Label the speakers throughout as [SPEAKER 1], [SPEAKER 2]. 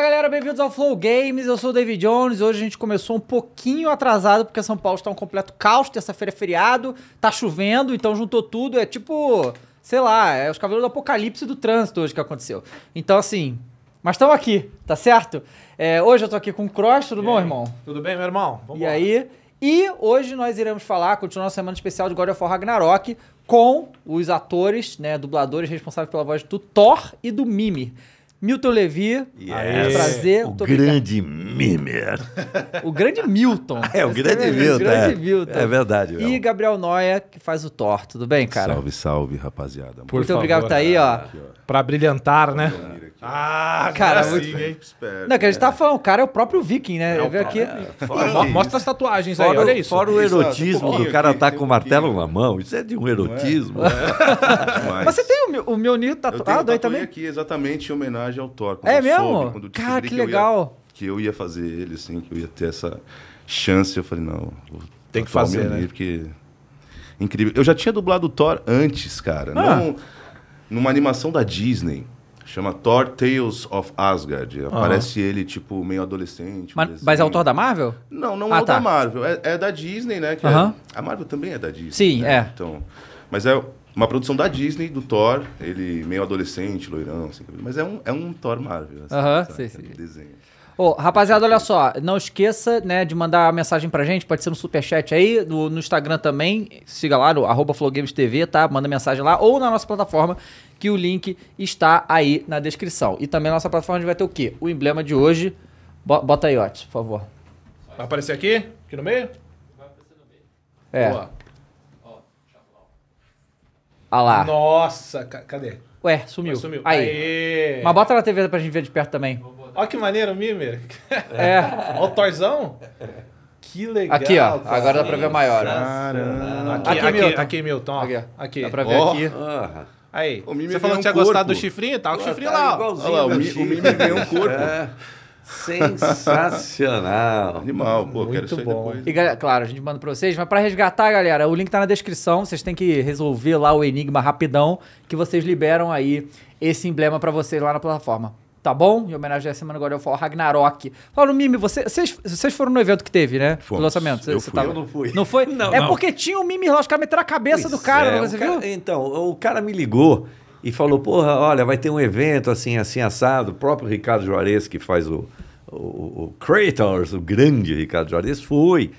[SPEAKER 1] galera, bem-vindos ao Flow Games. Eu sou o David Jones. Hoje a gente começou um pouquinho atrasado porque São Paulo está um completo caos. Terça-feira é feriado, tá chovendo, então juntou tudo. É tipo, sei lá, é os cavaleiros do apocalipse do trânsito hoje que aconteceu. Então, assim, mas estamos aqui, tá certo? É, hoje eu tô aqui com o Cross, tudo bom, irmão?
[SPEAKER 2] Tudo bem, meu irmão?
[SPEAKER 1] E aí? E hoje nós iremos falar, continuar a semana especial de God of War Ragnarok, com os atores, né, dubladores responsáveis pela voz do Thor e do Mimir. Milton Levi,
[SPEAKER 2] Yes.
[SPEAKER 1] prazer.
[SPEAKER 3] É, O
[SPEAKER 1] muito
[SPEAKER 3] grande Mimer.
[SPEAKER 1] obrigado. o grande Milton.
[SPEAKER 3] É, o grande
[SPEAKER 1] Esse
[SPEAKER 3] Milton.
[SPEAKER 1] O grande Milton.
[SPEAKER 3] É, é verdade.
[SPEAKER 1] E
[SPEAKER 3] mesmo.
[SPEAKER 1] Gabriel Noia, que faz o Thor. Tudo bem, cara?
[SPEAKER 3] Salve, salve, rapaziada.
[SPEAKER 2] Por
[SPEAKER 1] muito
[SPEAKER 2] favor,
[SPEAKER 1] obrigado por estar aí, ó.
[SPEAKER 2] Pra brilhantar, né? Ah,
[SPEAKER 1] Cara,
[SPEAKER 2] agora
[SPEAKER 1] muito
[SPEAKER 2] sim,
[SPEAKER 1] bem.
[SPEAKER 2] hein?
[SPEAKER 1] Não, que a gente tá falando, o cara é o próprio Viking, né? Eu vi aqui.
[SPEAKER 2] Mo- Mostra as tatuagens aí,
[SPEAKER 3] Fora,
[SPEAKER 2] olha
[SPEAKER 3] o-
[SPEAKER 2] isso.
[SPEAKER 3] fora o erotismo
[SPEAKER 4] um pouquinho
[SPEAKER 3] do cara
[SPEAKER 4] aqui,
[SPEAKER 3] tá
[SPEAKER 4] tem
[SPEAKER 3] com o
[SPEAKER 4] um
[SPEAKER 3] martelo
[SPEAKER 4] pouquinho.
[SPEAKER 3] na mão. Isso é de um erotismo.
[SPEAKER 4] Mas,
[SPEAKER 1] Mas você tem o, Mi- o Mjolnir
[SPEAKER 4] eu tenho um
[SPEAKER 1] tatuado aí
[SPEAKER 4] tatuagem
[SPEAKER 1] também?
[SPEAKER 4] aqui exatamente em homenagem ao Thor. Quando
[SPEAKER 1] É
[SPEAKER 4] eu soube,
[SPEAKER 1] mesmo?
[SPEAKER 4] quando
[SPEAKER 1] Cara,
[SPEAKER 4] descobri
[SPEAKER 1] que
[SPEAKER 4] eu ia-
[SPEAKER 1] legal.
[SPEAKER 4] que eu ia fazer ele, assim, que eu ia ter essa chance. Eu falei, não, vou
[SPEAKER 2] Tem que
[SPEAKER 4] tatuar o
[SPEAKER 2] fazer,
[SPEAKER 4] Mjolnir,
[SPEAKER 2] né?
[SPEAKER 4] Porque... é Incrível. Eu já tinha dublado o Thor antes, cara.
[SPEAKER 1] Ah.
[SPEAKER 4] Não numa animação da Disney. Chama Thor Tales of Asgard. Aparece ele, tipo, meio adolescente. um
[SPEAKER 1] Mas, mas é o
[SPEAKER 4] desenho.
[SPEAKER 1] Thor da Marvel?
[SPEAKER 4] Não, não
[SPEAKER 1] Ah,
[SPEAKER 4] é o
[SPEAKER 1] tá.
[SPEAKER 4] da Marvel. É, é da Disney, né? que é-
[SPEAKER 1] Aham.
[SPEAKER 4] a Marvel também é da Disney.
[SPEAKER 1] Sim,
[SPEAKER 4] né?
[SPEAKER 1] é.
[SPEAKER 4] Então, mas é uma produção da Disney, do Thor. Ele meio adolescente, loirão, assim. Mas é um, é um Thor Marvel. assim,
[SPEAKER 1] Aham,
[SPEAKER 4] sabe?
[SPEAKER 1] sei,
[SPEAKER 4] É
[SPEAKER 1] sei.
[SPEAKER 4] um desenho.
[SPEAKER 1] Ô, rapaziada, olha só, não esqueça, né, de mandar a mensagem pra gente, pode ser no superchat aí, no, no Instagram também, siga lá no arroba FlowGamesTV, tá? Manda mensagem lá, ou na nossa plataforma, que o link está aí na descrição. E também na nossa plataforma a gente vai ter o quê? O emblema de hoje, Bo- bota aí, Otis, por favor.
[SPEAKER 2] Vai aparecer aqui? Aqui no meio?
[SPEAKER 1] É,
[SPEAKER 2] Boa.
[SPEAKER 1] ah lá.
[SPEAKER 2] Nossa, ca- cadê?
[SPEAKER 1] Ué, sumiu.
[SPEAKER 2] Sumiu.
[SPEAKER 1] Aí.
[SPEAKER 2] Aê.
[SPEAKER 1] Mas bota na TV pra gente ver de perto também.
[SPEAKER 2] Olha que maneiro, Mimer.
[SPEAKER 1] É,
[SPEAKER 2] Olha o Thorzão. Que legal.
[SPEAKER 1] aqui ó,
[SPEAKER 2] cara.
[SPEAKER 1] agora dá pra ver maior. ó.
[SPEAKER 4] Caramba.
[SPEAKER 2] Aqui,
[SPEAKER 1] Aqui,
[SPEAKER 2] aqui, aqui,
[SPEAKER 1] Milton.
[SPEAKER 2] Milton. ó.
[SPEAKER 1] Aqui, ó.
[SPEAKER 2] Aqui.
[SPEAKER 1] Dá pra ver
[SPEAKER 4] Ó.
[SPEAKER 1] aqui.
[SPEAKER 3] Ah,
[SPEAKER 2] Aí.
[SPEAKER 4] O Mimer
[SPEAKER 2] Você falou
[SPEAKER 4] ganhou
[SPEAKER 2] que
[SPEAKER 4] um Ah,
[SPEAKER 2] tinha gostado
[SPEAKER 4] corpo.
[SPEAKER 2] do chifrinho? Tá o
[SPEAKER 3] tá
[SPEAKER 2] chifrinho lá, ó.
[SPEAKER 3] igualzinho
[SPEAKER 4] Olha lá, o
[SPEAKER 3] meu
[SPEAKER 4] Mi- o
[SPEAKER 3] time.
[SPEAKER 4] Mimi ganhou um corpo.
[SPEAKER 3] É. Sensacional.
[SPEAKER 4] Animal, pô, quero isso aí
[SPEAKER 2] bom.
[SPEAKER 4] depois.
[SPEAKER 1] E, galera, claro, a gente manda pra vocês, mas pra resgatar, galera, o link tá na descrição. Vocês têm que resolver lá o enigma rapidão, que vocês liberam aí esse emblema pra vocês lá na plataforma. Tá bom? Em homenagem à semana God of War Ragnarok. Falaram, Mimi, você- vocês, vocês foram no evento que teve, né?
[SPEAKER 4] Fomos.
[SPEAKER 1] Do lançamento. Você-
[SPEAKER 3] Eu
[SPEAKER 1] você
[SPEAKER 3] fui. Eu não fui.
[SPEAKER 1] Não foi?
[SPEAKER 3] Não,
[SPEAKER 1] é
[SPEAKER 3] não.
[SPEAKER 1] porque tinha o Mimi lá, os caras meteram a cabeça do
[SPEAKER 3] Pois
[SPEAKER 1] cara,
[SPEAKER 3] é,
[SPEAKER 1] não,
[SPEAKER 3] o
[SPEAKER 1] você
[SPEAKER 3] cara-
[SPEAKER 1] viu?
[SPEAKER 3] Então, o cara me ligou e falou: porra, olha, vai ter um evento assim, assim, assado. O próprio Ricardo Juarez, que faz o, o, o Kratos, o grande Ricardo Juarez, foi.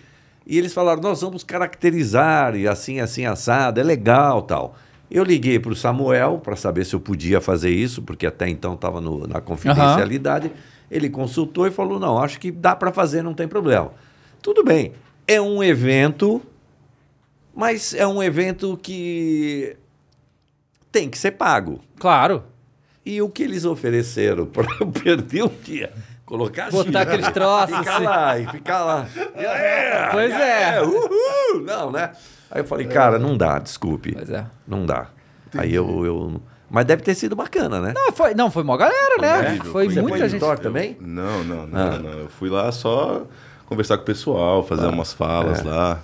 [SPEAKER 3] E eles falaram: nós vamos caracterizar e assim, assim, assado, é legal tal. Eu liguei para o Samuel para saber se eu podia fazer isso, porque até então estava na confidencialidade. Ele consultou e falou: não, acho que dá para fazer, não tem problema. Tudo bem, é um evento mas é um evento que tem que ser pago.
[SPEAKER 1] Claro.
[SPEAKER 3] E o que eles ofereceram para eu perder o dia? Colocar
[SPEAKER 1] Botar
[SPEAKER 3] chifre,
[SPEAKER 1] aqueles troços,
[SPEAKER 3] Ficar
[SPEAKER 1] assim.
[SPEAKER 3] lá e ficar lá. É,
[SPEAKER 1] Pois é.
[SPEAKER 3] uhul! Não, né? Aí eu falei, cara, não dá, desculpe.
[SPEAKER 1] Pois é.
[SPEAKER 3] Não dá. Aí eu, eu. Mas deve ter sido bacana, né?
[SPEAKER 1] Não, Ah, foi, não, foi mó galera, né?
[SPEAKER 4] incrível,
[SPEAKER 1] foi
[SPEAKER 4] foi
[SPEAKER 3] Você
[SPEAKER 1] muita
[SPEAKER 3] foi
[SPEAKER 1] gente.
[SPEAKER 3] editor também?
[SPEAKER 4] Não, não, não, não. Eu fui lá só conversar com o pessoal, fazer umas falas lá.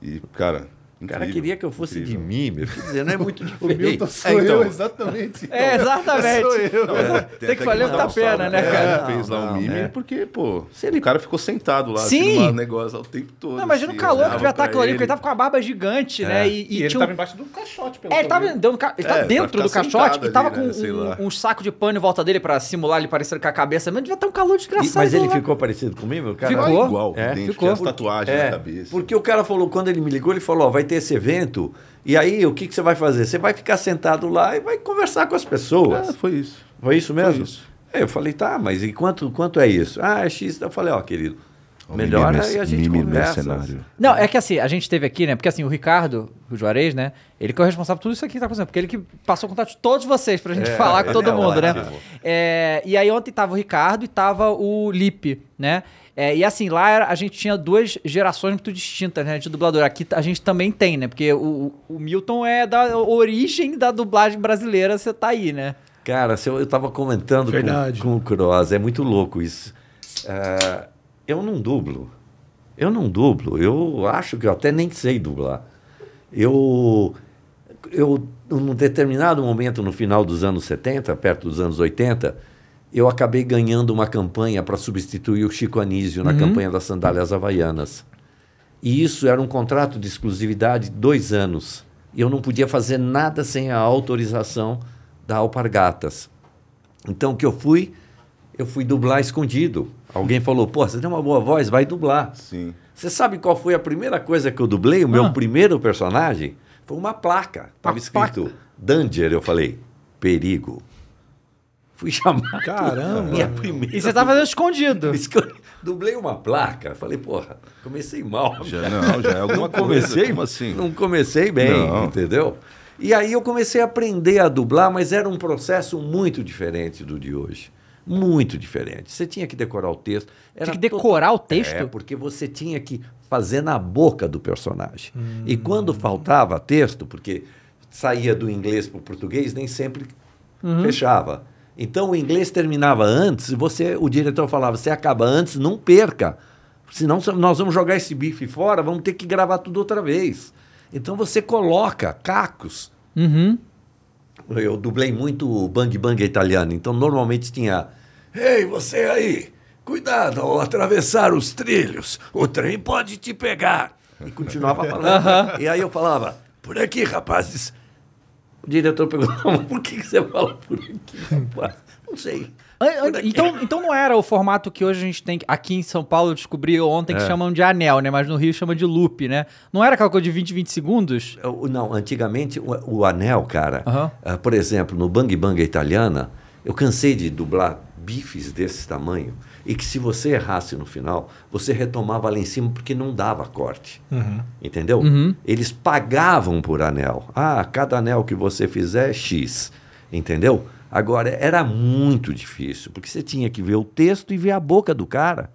[SPEAKER 4] E, cara...
[SPEAKER 3] O cara
[SPEAKER 4] incrível,
[SPEAKER 3] queria que eu fosse
[SPEAKER 4] incrível.
[SPEAKER 3] de mim, meu. Quer dizer, não é muito
[SPEAKER 4] O Milton
[SPEAKER 3] diferente. É, então,
[SPEAKER 4] sou eu, exatamente.
[SPEAKER 1] então. É, exatamente.
[SPEAKER 4] É,
[SPEAKER 1] é, Tem que valer
[SPEAKER 4] valer
[SPEAKER 1] muito a pena,
[SPEAKER 4] É.
[SPEAKER 1] né, cara?
[SPEAKER 4] fez lá
[SPEAKER 3] Não,
[SPEAKER 4] um mime,
[SPEAKER 3] é.
[SPEAKER 4] porque, pô,
[SPEAKER 3] Se ele-
[SPEAKER 4] o cara ficou sentado lá,
[SPEAKER 1] Sim.
[SPEAKER 4] assim, no negócio o tempo todo.
[SPEAKER 1] Não, imagina o
[SPEAKER 4] assim,
[SPEAKER 1] calor que
[SPEAKER 4] olhava
[SPEAKER 1] devia estar
[SPEAKER 4] pra
[SPEAKER 1] aquilo ali, porque ele tava com a barba gigante, né? E,
[SPEAKER 2] E
[SPEAKER 1] e
[SPEAKER 2] ele
[SPEAKER 1] tinha um
[SPEAKER 2] tava embaixo do caixote, pelo
[SPEAKER 1] É, ele tava,
[SPEAKER 2] caminho.
[SPEAKER 1] dentro do ca- ele tava
[SPEAKER 4] É, pra
[SPEAKER 1] dentro
[SPEAKER 4] ficar
[SPEAKER 1] do caixote
[SPEAKER 4] sentado
[SPEAKER 1] e tava
[SPEAKER 4] ali,
[SPEAKER 1] com
[SPEAKER 4] né? Sei lá.
[SPEAKER 1] um, um saco de pano em volta dele pra simular ele parecendo com a cabeça. Mas devia ter um calor
[SPEAKER 3] E-
[SPEAKER 1] desgraçado.
[SPEAKER 3] mas ele
[SPEAKER 1] lá.
[SPEAKER 3] ficou parecido comigo, o cara?
[SPEAKER 1] Ficou.
[SPEAKER 4] Ficou igual,
[SPEAKER 3] É,
[SPEAKER 4] idêntico,
[SPEAKER 1] ficou.
[SPEAKER 4] tinha as tatuagens
[SPEAKER 3] É,
[SPEAKER 4] na cabeça.
[SPEAKER 3] Porque o cara falou, quando ele me ligou, ele falou: ó, vai ter esse evento, e aí o que, que você vai fazer? Você vai ficar sentado lá e vai conversar com as pessoas.
[SPEAKER 4] Ah, foi isso.
[SPEAKER 3] Foi isso mesmo?
[SPEAKER 4] foi isso.
[SPEAKER 3] É, eu falei, tá, mas e quanto, quanto é isso? Ah, é X. Eu falei, ó, querido, melhor
[SPEAKER 1] é
[SPEAKER 3] aí a gente conversa.
[SPEAKER 1] Não, é que assim, a gente teve aqui, né? Porque assim, o Ricardo, o Juarez, né? Ele que é o responsável por tudo isso aqui que tá acontecendo. Porque ele que passou o contato de todos vocês pra gente
[SPEAKER 3] É,
[SPEAKER 1] falar com
[SPEAKER 3] ele
[SPEAKER 1] todo
[SPEAKER 3] é
[SPEAKER 1] mundo, né?
[SPEAKER 3] ótimo.
[SPEAKER 1] É, e aí ontem tava o Ricardo e tava o Lipe, né? É, e assim, lá era- a gente tinha duas gerações muito distintas, né? De dublador. Aqui a gente também tem, né? Porque o, o- o Milton é da origem da dublagem brasileira, você tá aí, né?
[SPEAKER 3] Cara, se eu, eu tava comentando
[SPEAKER 2] Verdade.
[SPEAKER 3] com, com o Cross, é muito louco isso. Ah, eu não dublo. Eu não dublo. Eu acho que eu até nem sei dublar. Eu, eu, num determinado momento, no final dos anos 70, perto dos anos 80, eu acabei ganhando uma campanha para substituir o Chico Anísio na campanha das sandálias havaianas. E isso era um contrato de exclusividade de dois anos. E eu não podia fazer nada sem a autorização da Alpargatas. Então, o que eu fui? Eu fui dublar escondido. Alguém falou, pô, você tem uma boa voz, vai dublar.
[SPEAKER 1] assim.
[SPEAKER 4] Sim.
[SPEAKER 3] Você sabe qual foi a primeira coisa que eu dublei? O meu
[SPEAKER 1] Ah.
[SPEAKER 3] primeiro personagem foi uma placa. Estava escrito Danger. Eu falei, perigo. Fui chamado.
[SPEAKER 2] Caramba,
[SPEAKER 3] Minha
[SPEAKER 2] meu.
[SPEAKER 3] primeira.
[SPEAKER 1] E você tá fazendo escondido.
[SPEAKER 3] Esco- Dublei uma placa. Falei, porra, comecei mal.
[SPEAKER 4] Já, não, já é alguma
[SPEAKER 3] Não comecei,
[SPEAKER 4] coisa. Como assim?
[SPEAKER 3] não comecei bem,
[SPEAKER 4] Não.
[SPEAKER 3] entendeu? E aí eu comecei a aprender a dublar, mas era um processo muito diferente do de hoje. Muito diferente. Você tinha que decorar o texto. Era
[SPEAKER 1] Tinha que decorar o texto?
[SPEAKER 3] é, porque você tinha que fazer na boca do personagem. E quando faltava texto, porque saía do inglês para o português, nem sempre fechava. Então o inglês terminava antes, e você, o diretor falava: você acaba antes, não perca. Senão so- nós vamos jogar esse bife fora, vamos ter que gravar tudo outra vez. Então você coloca cacos
[SPEAKER 1] Uhum.
[SPEAKER 3] eu dublei muito o Bang Bang italiano, então normalmente tinha. Ei, você aí! Cuidado ao atravessar os trilhos, o trem pode te pegar. E continuava falando. e aí eu falava, por aqui, rapazes. O diretor perguntou, por que que você fala por aqui, rapaz? Não sei.
[SPEAKER 1] An-
[SPEAKER 3] Por
[SPEAKER 1] an-
[SPEAKER 3] aqui.
[SPEAKER 1] Então, então não era o formato que hoje a gente tem. Aqui em São Paulo eu descobri ontem
[SPEAKER 3] É.
[SPEAKER 1] que chamam de anel, né? Mas no Rio chama de loop, né? Não era aquela coisa de 20, 20 segundos?
[SPEAKER 3] O- Não, antigamente o, o anel, cara,
[SPEAKER 1] Aham.
[SPEAKER 3] ah, por exemplo, no Bang Bang italiana, eu cansei de dublar bifes desse tamanho e que se você errasse no final, você retomava lá em cima porque não dava corte.
[SPEAKER 2] Uhum.
[SPEAKER 3] Entendeu?
[SPEAKER 1] Uhum.
[SPEAKER 3] Eles pagavam por anel. Ah, cada anel que você fizer é X. Entendeu? Agora, era muito difícil, porque você tinha que ver o texto e ver a boca do cara.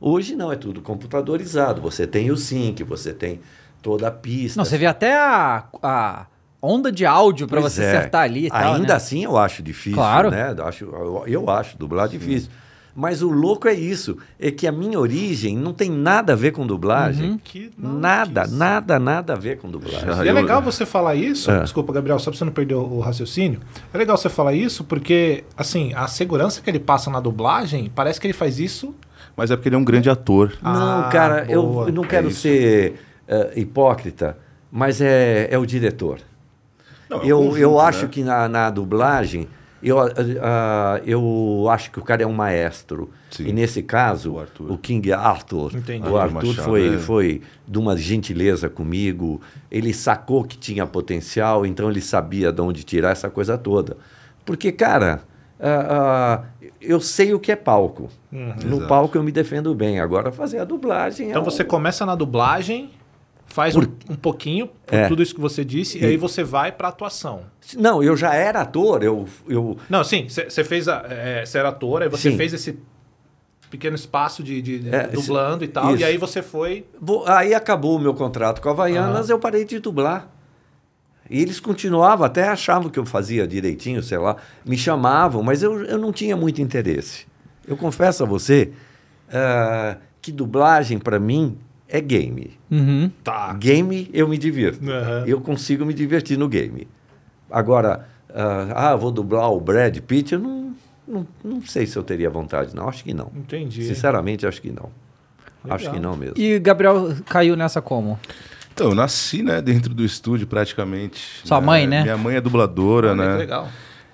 [SPEAKER 3] Hoje não, é tudo computadorizado. Você tem o sync, você tem toda a pista.
[SPEAKER 1] Não, você vê até a, a onda de áudio pra
[SPEAKER 3] Pois
[SPEAKER 1] você
[SPEAKER 3] é.
[SPEAKER 1] acertar ali e tal.
[SPEAKER 3] Ainda
[SPEAKER 1] né?
[SPEAKER 3] assim eu acho difícil,
[SPEAKER 1] Claro.
[SPEAKER 3] né? Eu Acho, eu, eu acho dublar é difícil. Mas o louco é isso, é que a minha origem não tem nada a ver com
[SPEAKER 1] Uhum.
[SPEAKER 3] dublagem.
[SPEAKER 2] Que
[SPEAKER 3] Nada,
[SPEAKER 2] maluquice.
[SPEAKER 3] nada, nada a ver com dublagem.
[SPEAKER 4] Já.
[SPEAKER 2] E é
[SPEAKER 4] Eu-
[SPEAKER 2] legal você falar isso.
[SPEAKER 3] Ah, É.
[SPEAKER 2] Desculpa, Gabriel, só pra você não perder o raciocínio. É legal você falar isso porque, assim, a segurança que ele passa na dublagem, parece que ele faz isso.
[SPEAKER 4] Mas é porque ele é um grande ator.
[SPEAKER 3] Não,
[SPEAKER 2] Ah,
[SPEAKER 3] cara, eu
[SPEAKER 2] boa.
[SPEAKER 3] não
[SPEAKER 4] É
[SPEAKER 3] quero
[SPEAKER 4] isso.
[SPEAKER 3] ser eh, hipócrita, mas é, é o diretor.
[SPEAKER 4] Não, é um
[SPEAKER 3] eu eu
[SPEAKER 4] conjunto,
[SPEAKER 3] acho
[SPEAKER 4] né?
[SPEAKER 3] que na, na dublagem, eu, ah, ah, eu acho que o cara é um maestro.
[SPEAKER 4] Sim.
[SPEAKER 3] E nesse caso,
[SPEAKER 4] O
[SPEAKER 3] o,
[SPEAKER 4] Arthur.
[SPEAKER 3] King Arthur,
[SPEAKER 2] Entendi.
[SPEAKER 3] o
[SPEAKER 4] Arthur
[SPEAKER 3] Arthur
[SPEAKER 4] Machado,
[SPEAKER 3] foi,
[SPEAKER 4] é.
[SPEAKER 3] foi de uma gentileza comigo. Ele sacou que tinha potencial, então ele sabia de onde tirar essa coisa toda. Porque, cara, ah, ah, eu sei o que é palco. No
[SPEAKER 4] Exato.
[SPEAKER 3] palco eu me defendo bem. Agora fazer a dublagem é
[SPEAKER 2] Então
[SPEAKER 3] um-
[SPEAKER 2] você começa na dublagem, faz
[SPEAKER 3] Por-
[SPEAKER 2] um, um pouquinho por
[SPEAKER 3] É.
[SPEAKER 2] tudo isso que você disse, e aí você vai pra atuação.
[SPEAKER 3] Não, eu já era ator, eu, eu
[SPEAKER 2] Não, sim, você fez a, é, cê era ator, aí você
[SPEAKER 3] Sim.
[SPEAKER 2] fez esse pequeno espaço de, de- de
[SPEAKER 3] É, esse-
[SPEAKER 2] dublando e tal,
[SPEAKER 3] isso.
[SPEAKER 2] e aí você foi.
[SPEAKER 3] Vou- aí acabou o meu contrato com a Havaianas, eu parei de dublar. E eles continuavam, até achavam que eu fazia direitinho, sei lá, me chamavam, mas eu, eu não tinha muito interesse. Eu confesso a você ah, que dublagem, para mim, é game.
[SPEAKER 1] Uhum.
[SPEAKER 2] Tá.
[SPEAKER 3] Game, eu me divirto.
[SPEAKER 2] Aham.
[SPEAKER 3] Eu consigo me divertir no game. Agora, ah, ah, vou dublar o Brad Pitt, eu não, não, não sei se eu teria vontade, não. Acho que não.
[SPEAKER 2] Entendi.
[SPEAKER 3] Sinceramente, acho que não.
[SPEAKER 2] Legal.
[SPEAKER 3] Acho que não mesmo.
[SPEAKER 1] E Gabriel caiu nessa como?
[SPEAKER 4] Então, eu nasci, né, dentro do estúdio praticamente.
[SPEAKER 1] Sua mãe, né? Ah,
[SPEAKER 4] Minha mãe é dubladora,
[SPEAKER 2] Olha
[SPEAKER 4] né?
[SPEAKER 2] que legal.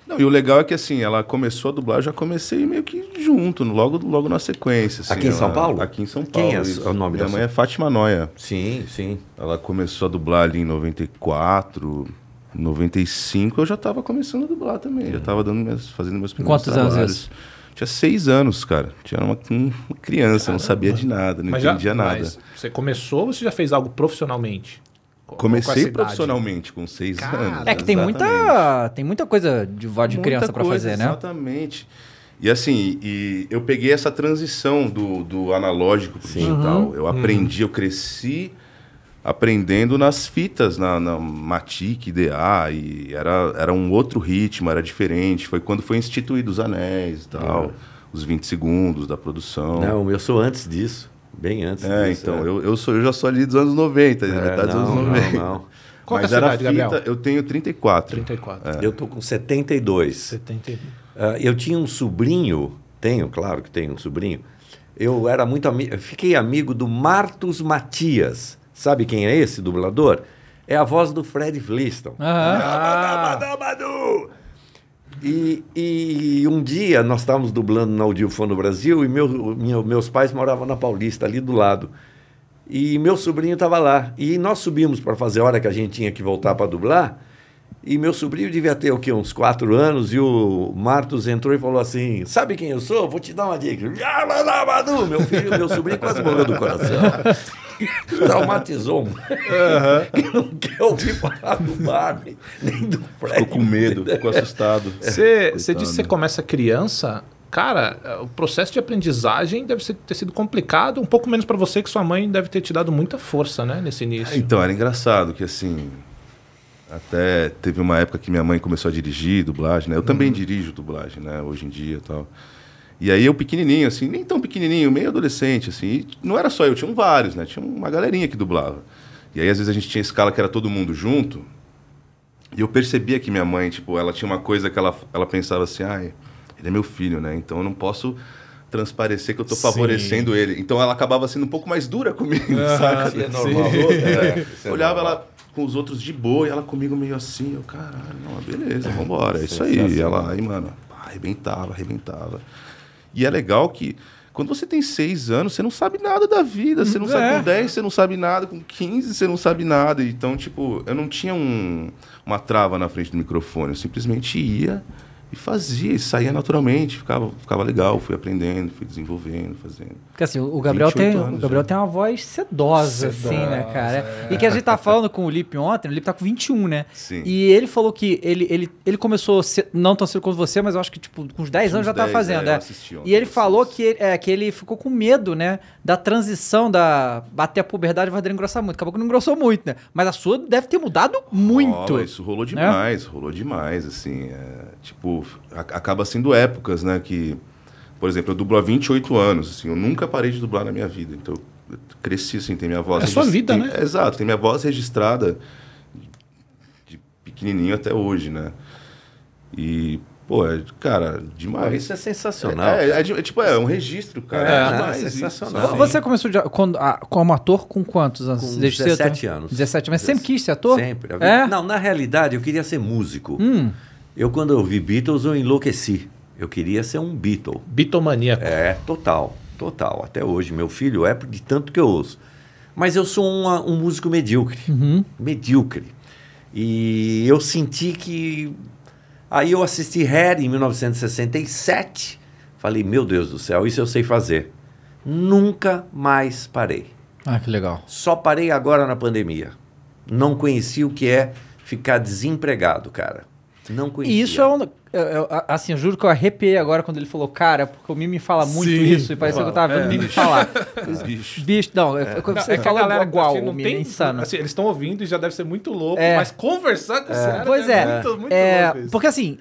[SPEAKER 4] Não, e o legal é que assim, ela começou a dublar, eu já comecei meio que junto, no- logo, logo na sequência. assim,
[SPEAKER 3] Aqui em São
[SPEAKER 4] ela-
[SPEAKER 3] Paulo?
[SPEAKER 4] Aqui em São
[SPEAKER 3] Quem
[SPEAKER 4] Paulo.
[SPEAKER 3] é
[SPEAKER 4] isso.
[SPEAKER 3] o nome
[SPEAKER 4] Minha
[SPEAKER 3] da
[SPEAKER 4] mãe
[SPEAKER 3] sua-
[SPEAKER 4] é Fátima Noia.
[SPEAKER 3] Sim, sim.
[SPEAKER 4] Ela começou a dublar ali em 94, 95 eu já tava começando a dublar também. Já tava dando minhas, fazendo meus primeiros
[SPEAKER 1] Quantos anos
[SPEAKER 4] trabalhos.
[SPEAKER 1] isso?
[SPEAKER 4] Tinha seis anos, cara. Tinha uma, um, uma criança, não sabia de nada, não
[SPEAKER 2] Mas já-
[SPEAKER 4] entendia nada.
[SPEAKER 2] mas você começou ou você já fez algo profissionalmente? é Co- com essa
[SPEAKER 4] Comecei
[SPEAKER 2] idade?
[SPEAKER 4] profissionalmente com seis
[SPEAKER 2] Cara,
[SPEAKER 4] anos.
[SPEAKER 1] É que tem
[SPEAKER 4] exatamente.
[SPEAKER 1] muita, tem muita coisa de voz de
[SPEAKER 4] Muita
[SPEAKER 1] criança pra
[SPEAKER 4] coisa,
[SPEAKER 1] fazer, né?
[SPEAKER 4] Exatamente. E assim, e eu peguei essa transição do, do analógico pro digital. Eu aprendi, eu cresci aprendendo nas fitas, na, na Matic, DA, e era, era um outro ritmo, era diferente. Foi quando foi instituído os anéis e tal, os 20 segundos da produção.
[SPEAKER 3] Não, eu sou antes disso. Bem antes
[SPEAKER 4] é,
[SPEAKER 3] disso.
[SPEAKER 4] então, eu, eu, sou, eu já sou ali dos anos 90,
[SPEAKER 3] É,
[SPEAKER 4] metade dos anos
[SPEAKER 3] não,
[SPEAKER 4] 90.
[SPEAKER 3] Não, não.
[SPEAKER 2] Qual que é a
[SPEAKER 4] Mas era É.
[SPEAKER 2] cidade, Gabriel?
[SPEAKER 4] eu tenho 34.
[SPEAKER 2] 34.
[SPEAKER 3] Eu tô com 72.
[SPEAKER 2] 70.
[SPEAKER 3] Ah, eu tinha um sobrinho, tenho, claro que tenho um sobrinho. Eu era muito amigo, fiquei amigo do Martus Matias. Sabe quem é esse dublador? É a voz do Fred Flintstone.
[SPEAKER 1] Ah, Aham.
[SPEAKER 3] Badabadabadu! E, e um dia nós estávamos dublando na Audiofono Brasil e meu, minha- meus pais moravam na Paulista, ali do lado. E meu sobrinho estava lá. E nós subimos para fazer a hora que a gente tinha que voltar para dublar. E meu sobrinho devia ter o quê? Uns quatro anos. E o Martos entrou e falou assim: Sabe quem eu sou? Vou te dar uma dica. Yabadabadu! Meu filho, meu sobrinho quase morreu do coração. Traumatizou. um. Que não quer ouvir falar do Barney, nem do Fred.
[SPEAKER 4] Ficou com medo, ficou assustado.
[SPEAKER 2] Você disse
[SPEAKER 4] É, Coitado. né?
[SPEAKER 2] que você começa criança. Cara, o processo de aprendizagem deve ser- ter sido complicado, um pouco menos pra você, que sua mãe deve ter te dado muita força, né, nesse início.
[SPEAKER 4] Então, era engraçado que assim. Até teve uma época que minha mãe começou a dirigir dublagem, né? Eu também dirijo dublagem, né? Hoje em dia e tal. E aí eu pequenininho, assim, nem tão pequenininho, meio adolescente, assim. E não era só eu, tinham vários, né? Tinha uma galerinha que dublava. E aí às vezes a gente tinha escala que era todo mundo junto. E eu percebia que minha mãe, tipo, ela tinha uma coisa que ela, ela pensava assim, ai, ele é meu filho, né? Então eu não posso transparecer que eu tô
[SPEAKER 2] Sim.
[SPEAKER 4] favorecendo ele. Então ela acabava sendo um pouco mais dura comigo, sabe? Assim,
[SPEAKER 3] Isso é normal. É, isso é
[SPEAKER 4] Olhava
[SPEAKER 3] normal.
[SPEAKER 4] ela com os outros de boa e ela comigo meio assim. Eu, caralho, não, mas beleza, vambora. É isso aí. E ela, aí, mano, pá, arrebentava, arrebentava. E é legal que quando você tem seis anos, você não sabe nada da vida. Você não sabe com 10, você não sabe nada. Com 15, você não sabe nada. Então, tipo, eu não tinha um- uma trava na frente do microfone. Eu simplesmente ia e fazia. E saía naturalmente. Ficava, ficava legal. Fui aprendendo, fui desenvolvendo, fazendo.
[SPEAKER 1] Porque assim, o Gabriel,
[SPEAKER 4] 28
[SPEAKER 1] tem, o
[SPEAKER 4] anos
[SPEAKER 1] Gabriel
[SPEAKER 4] já. é.
[SPEAKER 1] tem uma voz sedosa, assim, né, cara? E que a gente tá falando com o Lipe ontem, o Lipe tá com 21, né?
[SPEAKER 4] Sim.
[SPEAKER 1] E ele falou que ele, ele, ele começou, ce- não tão cedo quanto você, mas eu acho que tipo, com uns 10 anos já tava
[SPEAKER 4] 10,
[SPEAKER 1] fazendo,
[SPEAKER 4] é, eu
[SPEAKER 1] é.
[SPEAKER 4] assisti ontem
[SPEAKER 1] E ele
[SPEAKER 4] vocês.
[SPEAKER 1] falou que ele, é, que ele ficou com medo, né, da transição da bater a puberdade e vai engrossar muito. Acabou que não engrossou muito, né? Mas a sua deve ter mudado muito.
[SPEAKER 4] Rola, isso
[SPEAKER 2] Né?
[SPEAKER 4] rolou demais, rolou demais, assim. é, tipo, a- acaba sendo épocas, né? Que, por exemplo, eu dublo há 28 anos, assim, eu nunca parei de dublar na minha vida. Então, eu cresci, assim, tem minha
[SPEAKER 2] É
[SPEAKER 4] voz...
[SPEAKER 2] a sua
[SPEAKER 4] regis-
[SPEAKER 2] vida,
[SPEAKER 4] tem-
[SPEAKER 2] né?
[SPEAKER 4] é, Exato, tem minha voz registrada de pequenininho até hoje, né? E, pô, é, cara,
[SPEAKER 3] Pô,
[SPEAKER 4] demais.
[SPEAKER 3] Isso é sensacional.
[SPEAKER 4] É, é, de- é tipo, é um registro, cara.
[SPEAKER 3] É,
[SPEAKER 4] É,
[SPEAKER 3] não,
[SPEAKER 4] demais
[SPEAKER 3] é
[SPEAKER 4] isso. assim,
[SPEAKER 3] sensacional.
[SPEAKER 1] Você começou de- quando, a- como ator com quantos anos?
[SPEAKER 3] Com
[SPEAKER 1] Desde
[SPEAKER 3] 17
[SPEAKER 1] cedo?
[SPEAKER 3] anos.
[SPEAKER 1] 17, mas sempre quis ser ator?
[SPEAKER 3] Sempre.
[SPEAKER 1] É?
[SPEAKER 3] Não, na realidade, eu queria ser músico.
[SPEAKER 1] Hum.
[SPEAKER 3] Eu, quando eu vi Beatles, eu enlouqueci. Eu queria ser um Beatle.
[SPEAKER 2] Bitomaníaco.
[SPEAKER 3] É, total, total. Até hoje, meu filho é de tanto que eu ouço. Mas eu sou uma- um músico medíocre.
[SPEAKER 1] uhum.
[SPEAKER 3] Medíocre. E eu senti que. Aí eu assisti Hair em 1967. Falei, meu Deus do céu, isso eu sei fazer. Nunca mais parei.
[SPEAKER 1] Ah, que legal.
[SPEAKER 3] Só parei agora na pandemia. Não conheci o que é ficar desempregado, cara. Não conhecia.
[SPEAKER 1] E isso é um. eu- eu- a- assim, eu juro que eu arrepiei agora quando ele falou, cara, porque o Mimi fala muito
[SPEAKER 2] Sim.
[SPEAKER 1] isso e parecia que eu tava vendo
[SPEAKER 4] É.
[SPEAKER 1] o Mimi falar.
[SPEAKER 4] Bicho.
[SPEAKER 1] Bicho, não, é, é, você fala
[SPEAKER 2] tá
[SPEAKER 1] igual o Mimi, é insano.
[SPEAKER 2] assim, eles estão ouvindo e já deve ser muito louco,
[SPEAKER 1] É.
[SPEAKER 2] mas conversar com esse cara
[SPEAKER 1] Pois
[SPEAKER 2] deve
[SPEAKER 1] é,
[SPEAKER 2] ser muito, muito
[SPEAKER 1] é,
[SPEAKER 2] louco isso.
[SPEAKER 1] porque assim,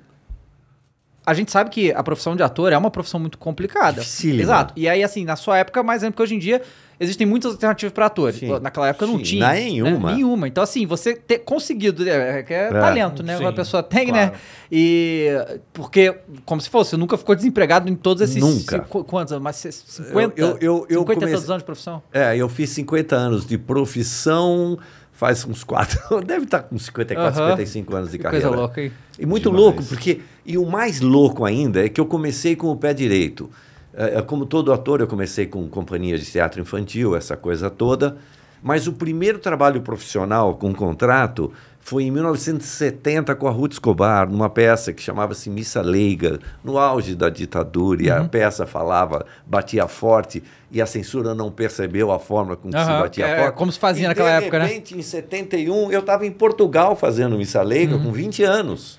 [SPEAKER 1] a gente sabe que a profissão de ator é uma profissão muito complicada.
[SPEAKER 3] Dificílima.
[SPEAKER 1] Exato. E aí, assim, na sua época, mais ainda, porque hoje em dia existem muitas alternativas pra atores.
[SPEAKER 3] Sim.
[SPEAKER 1] Naquela época não
[SPEAKER 3] Sim,
[SPEAKER 1] tinha. né?
[SPEAKER 3] nenhuma.
[SPEAKER 1] Nenhuma. Então, assim, você ter conseguido, é, é que é talento, né?
[SPEAKER 2] Sim,
[SPEAKER 1] Uma pessoa tem,
[SPEAKER 2] claro.
[SPEAKER 1] né? E porque, como se fosse, você nunca ficou desempregado em todos esses...
[SPEAKER 3] Nunca.
[SPEAKER 1] cinqu- quantos anos? Mas c- 50?
[SPEAKER 3] eu- eu- eu
[SPEAKER 1] 50 e
[SPEAKER 3] comecei-
[SPEAKER 1] tantos anos de profissão?
[SPEAKER 3] É, eu fiz 50 anos de profissão, faz uns 4. Deve estar com 54,
[SPEAKER 1] Aham.
[SPEAKER 3] 55 anos de
[SPEAKER 1] Que
[SPEAKER 3] carreira.
[SPEAKER 1] coisa louca, hein?
[SPEAKER 3] E muito
[SPEAKER 4] Demais.
[SPEAKER 3] louco, porque. E o mais louco ainda é que eu comecei com o pé direito. É, é, como todo ator, eu comecei com companhia de teatro infantil, essa coisa toda. Mas o primeiro trabalho profissional com contrato foi em 1970 com a Ruth Escobar, numa peça que chamava-se Missa Leiga, no auge da ditadura. E a
[SPEAKER 1] Uhum.
[SPEAKER 3] peça falava, batia forte, e a censura não percebeu a forma com que se
[SPEAKER 1] Aham,
[SPEAKER 3] batia
[SPEAKER 1] é,
[SPEAKER 3] forte.
[SPEAKER 1] como se fazia
[SPEAKER 3] E,
[SPEAKER 1] naquela época, né?
[SPEAKER 3] De repente, em 71, eu estava em Portugal fazendo Missa Leiga
[SPEAKER 1] Uhum.
[SPEAKER 3] com 20 anos.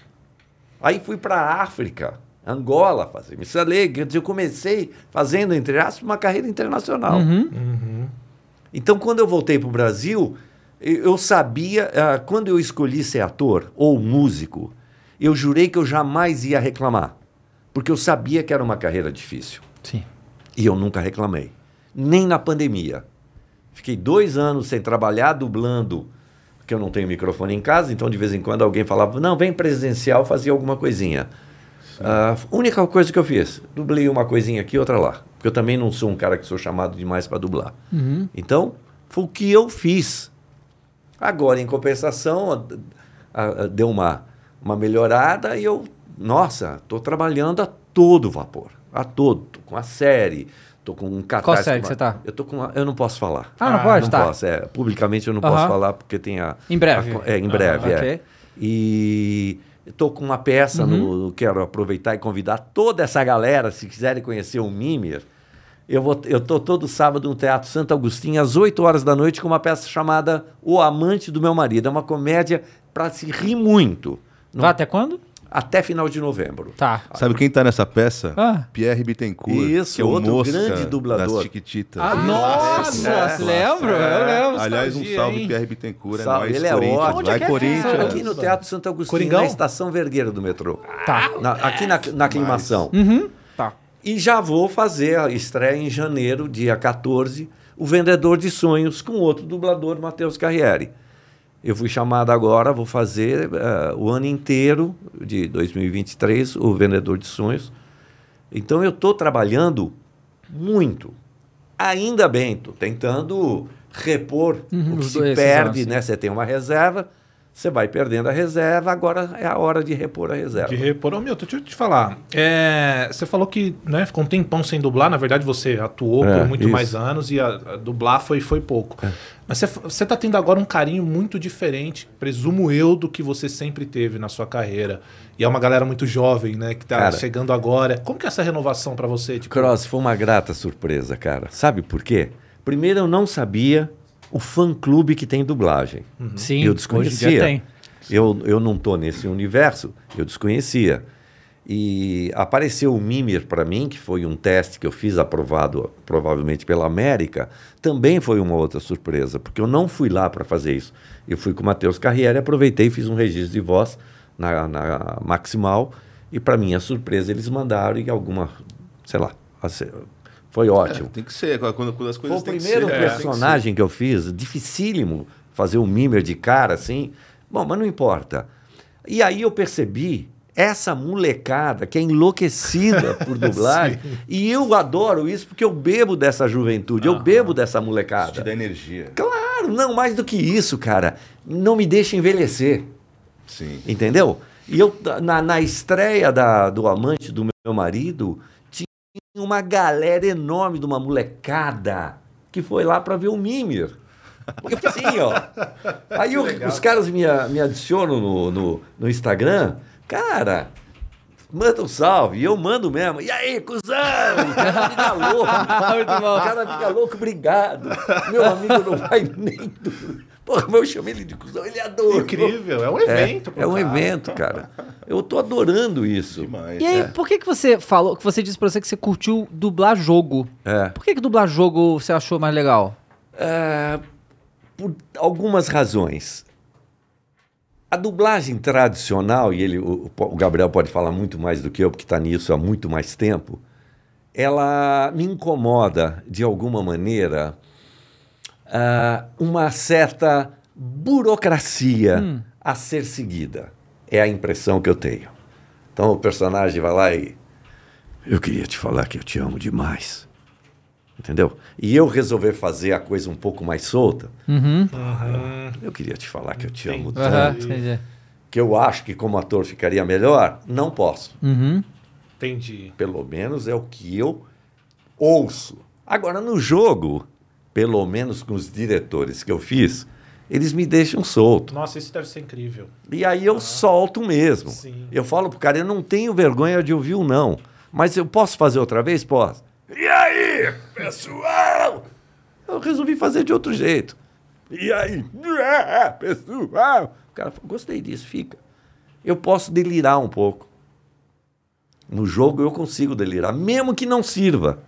[SPEAKER 3] Aí fui para a África, Angola, fazer missa leiga. Quer dizer, Eu comecei fazendo, entre aspas, uma carreira internacional.
[SPEAKER 1] Uhum.
[SPEAKER 2] Uhum.
[SPEAKER 3] Então, quando eu voltei para o Brasil, eu eu sabia, ah, quando eu escolhi ser ator ou músico, eu jurei que eu jamais ia reclamar. Porque eu sabia que era uma carreira difícil.
[SPEAKER 1] Sim.
[SPEAKER 3] E eu nunca reclamei. Nem na pandemia. Fiquei dois anos sem trabalhar, dublando, porque eu não tenho microfone em casa, então de vez em quando alguém falava, não, vem presencial fazer alguma coisinha. A única coisa que eu fiz, dublei uma coisinha aqui, outra lá. Porque eu também não sou um cara que sou chamado demais para dublar.
[SPEAKER 1] Uhum.
[SPEAKER 3] Então, foi o que eu fiz. Agora, em compensação, a- a- a- deu uma, uma melhorada e eu, nossa, estou trabalhando a todo vapor. A todo. Tô com a série, tô com um catálogo.
[SPEAKER 1] série que você tá?
[SPEAKER 3] Eu, tô com uma- eu não posso falar.
[SPEAKER 1] Ah, não pode?
[SPEAKER 3] Não
[SPEAKER 1] Tá.
[SPEAKER 3] posso, é. Publicamente eu não
[SPEAKER 1] Aham.
[SPEAKER 3] posso falar porque tem a.
[SPEAKER 1] Em breve.
[SPEAKER 3] a- é, em breve,
[SPEAKER 1] Aham.
[SPEAKER 3] é.
[SPEAKER 1] Ok.
[SPEAKER 3] E estou com uma peça, no, quero aproveitar e convidar toda essa galera, se quiserem conhecer o Mimir. Eu vou, eu tô todo sábado no Teatro Santo Agostinho, às 8 horas da noite, com uma peça chamada O Amante do Meu Marido. É uma comédia para se rir muito. Não-
[SPEAKER 1] Vai até quando?
[SPEAKER 3] até final de novembro.
[SPEAKER 1] Tá.
[SPEAKER 4] Sabe quem tá nessa peça?
[SPEAKER 1] Ah.
[SPEAKER 4] Pierre Bittencourt.
[SPEAKER 3] Isso,
[SPEAKER 4] que é o
[SPEAKER 3] outro
[SPEAKER 4] Mosca
[SPEAKER 3] grande dublador.
[SPEAKER 4] Das Chiquititas.
[SPEAKER 1] Ah, nossa,
[SPEAKER 4] Nossa.
[SPEAKER 1] lembro, eu lembro,
[SPEAKER 4] Aliás, um
[SPEAKER 1] nostalgia,
[SPEAKER 4] salve,
[SPEAKER 1] hein?
[SPEAKER 4] Pierre Bittencourt.
[SPEAKER 3] Salve,
[SPEAKER 4] nóis,
[SPEAKER 3] ele é
[SPEAKER 4] Corinthians.
[SPEAKER 3] ótimo.
[SPEAKER 1] Onde é
[SPEAKER 4] Vai,
[SPEAKER 1] que é a
[SPEAKER 4] Corinthians.
[SPEAKER 1] peça?
[SPEAKER 3] Aqui no Teatro Santo Agostinho,
[SPEAKER 2] Coringão?
[SPEAKER 3] na Estação Vergueira do metrô.
[SPEAKER 1] Tá.
[SPEAKER 3] Na- aqui na, na aclimação.
[SPEAKER 1] Uhum. Tá.
[SPEAKER 3] E já vou fazer a estreia em janeiro, dia 14, O Vendedor de Sonhos, com outro dublador, Matheus Carriere. Eu fui chamado agora, vou fazer eh, o ano inteiro de 2023, O Vendedor de Sonhos. Então eu estou trabalhando muito. Ainda bem, estou tentando repor
[SPEAKER 1] Uhum,
[SPEAKER 3] o que
[SPEAKER 1] os
[SPEAKER 3] se
[SPEAKER 1] dois,
[SPEAKER 3] perde,
[SPEAKER 1] exato.
[SPEAKER 3] né? Você tem uma reserva, você vai perdendo a reserva, agora é a hora de repor a reserva.
[SPEAKER 2] De repor. Ô, meu, deixa eu te falar. É, você falou que né, ficou um tempão sem dublar. Na verdade, você atuou
[SPEAKER 3] É,
[SPEAKER 2] por muito
[SPEAKER 3] isso. É.
[SPEAKER 2] mais anos e a, a dublar foi, foi pouco. Mas você, você tá tendo agora um carinho muito diferente, presumo eu, do que você sempre teve na sua carreira. E é uma galera muito jovem, né? Que tá
[SPEAKER 3] Cara.
[SPEAKER 2] chegando agora. Como que é essa renovação para você? Tipo,
[SPEAKER 3] Cross, foi uma grata surpresa, cara. Sabe por quê? Primeiro, eu não sabia o fã-clube que tem dublagem.
[SPEAKER 1] Sim, hoje em
[SPEAKER 3] eu
[SPEAKER 1] dia
[SPEAKER 3] desconhecia.
[SPEAKER 1] tem.
[SPEAKER 3] Eu, eu não tô nesse universo, eu desconhecia. E apareceu o Mimir para mim, que foi um teste que eu fiz, aprovado provavelmente pela América. Também foi uma outra surpresa, porque eu não fui lá para fazer isso. Eu fui com o Matheus Carriere, aproveitei e fiz um registro de voz na, na Maximal. E para minha surpresa, eles mandaram e alguma, sei lá, assim, foi
[SPEAKER 4] É,
[SPEAKER 3] ótimo.
[SPEAKER 4] tem que ser, quando, quando as
[SPEAKER 3] Foi
[SPEAKER 4] coisas
[SPEAKER 3] o
[SPEAKER 4] têm que
[SPEAKER 3] primeiro
[SPEAKER 4] ser, é, tem que ser.
[SPEAKER 3] personagem que eu fiz, dificílimo fazer um mimer de cara assim. Bom, mas não importa. E aí eu percebi essa molecada que é enlouquecida por dublagem. e eu adoro isso porque eu bebo dessa juventude, eu bebo dessa
[SPEAKER 4] Isso te
[SPEAKER 3] molecada.
[SPEAKER 4] dá energia.
[SPEAKER 3] Claro, não mais do que isso, cara. Não me deixa envelhecer.
[SPEAKER 4] Sim.
[SPEAKER 3] Entendeu? E eu, na, na estreia da, do amante do meu marido, tinha uma galera enorme de uma molecada que foi lá pra ver o Mimir. Porque eu fiquei assim, ó. Aí eu- os caras me, a- me adicionam no, no, no Instagram. Cara, manda um salve. E eu mando mesmo. E aí, cuzão? O cara fica louco.
[SPEAKER 1] Muito bom.
[SPEAKER 3] O cara fica louco, obrigado. Meu amigo não vai nem... do- Porra, mas eu chamei ele de cuzão, ele adorou.
[SPEAKER 2] Incrível, é um evento. pro
[SPEAKER 3] É um
[SPEAKER 2] cara.
[SPEAKER 3] evento, cara. Eu tô adorando isso.
[SPEAKER 4] Demais.
[SPEAKER 1] E
[SPEAKER 3] É.
[SPEAKER 1] aí, por que, que você falou, que você disse pra você que você curtiu dublar jogo?
[SPEAKER 3] É.
[SPEAKER 1] Por que, que dublar jogo você achou mais legal?
[SPEAKER 3] Ah, por algumas razões. A dublagem tradicional, e ele, o, o Gabriel pode falar muito mais do que eu, porque está nisso há muito mais tempo, ela me incomoda, de alguma maneira, ah, uma certa burocracia a ser seguida. É a impressão que eu tenho. Então o personagem vai lá e. Eu queria te falar que eu te amo demais. Entendeu? E eu resolver fazer a coisa um pouco mais solta.
[SPEAKER 2] ah,
[SPEAKER 3] Eu queria te falar que eu te amo tanto.
[SPEAKER 1] Uhum. Aham, entendi.
[SPEAKER 3] Que eu acho que como ator ficaria melhor. Não posso.
[SPEAKER 1] Uhum.
[SPEAKER 2] Entendi.
[SPEAKER 3] Pelo menos é o que eu ouço. Agora, no jogo, pelo menos com os diretores que eu fiz, eles me deixam solto.
[SPEAKER 2] Nossa, isso deve ser incrível.
[SPEAKER 3] E aí eu solto mesmo.
[SPEAKER 2] Sim.
[SPEAKER 3] Eu falo pro cara, eu não tenho vergonha de ouvir o não. Mas eu posso fazer outra vez? Posso. E aí, pessoal? Eu resolvi fazer de outro jeito. E aí, é, pessoal? O cara falou, gostei disso, fica. Eu posso delirar um pouco. No jogo eu consigo delirar, mesmo que não sirva.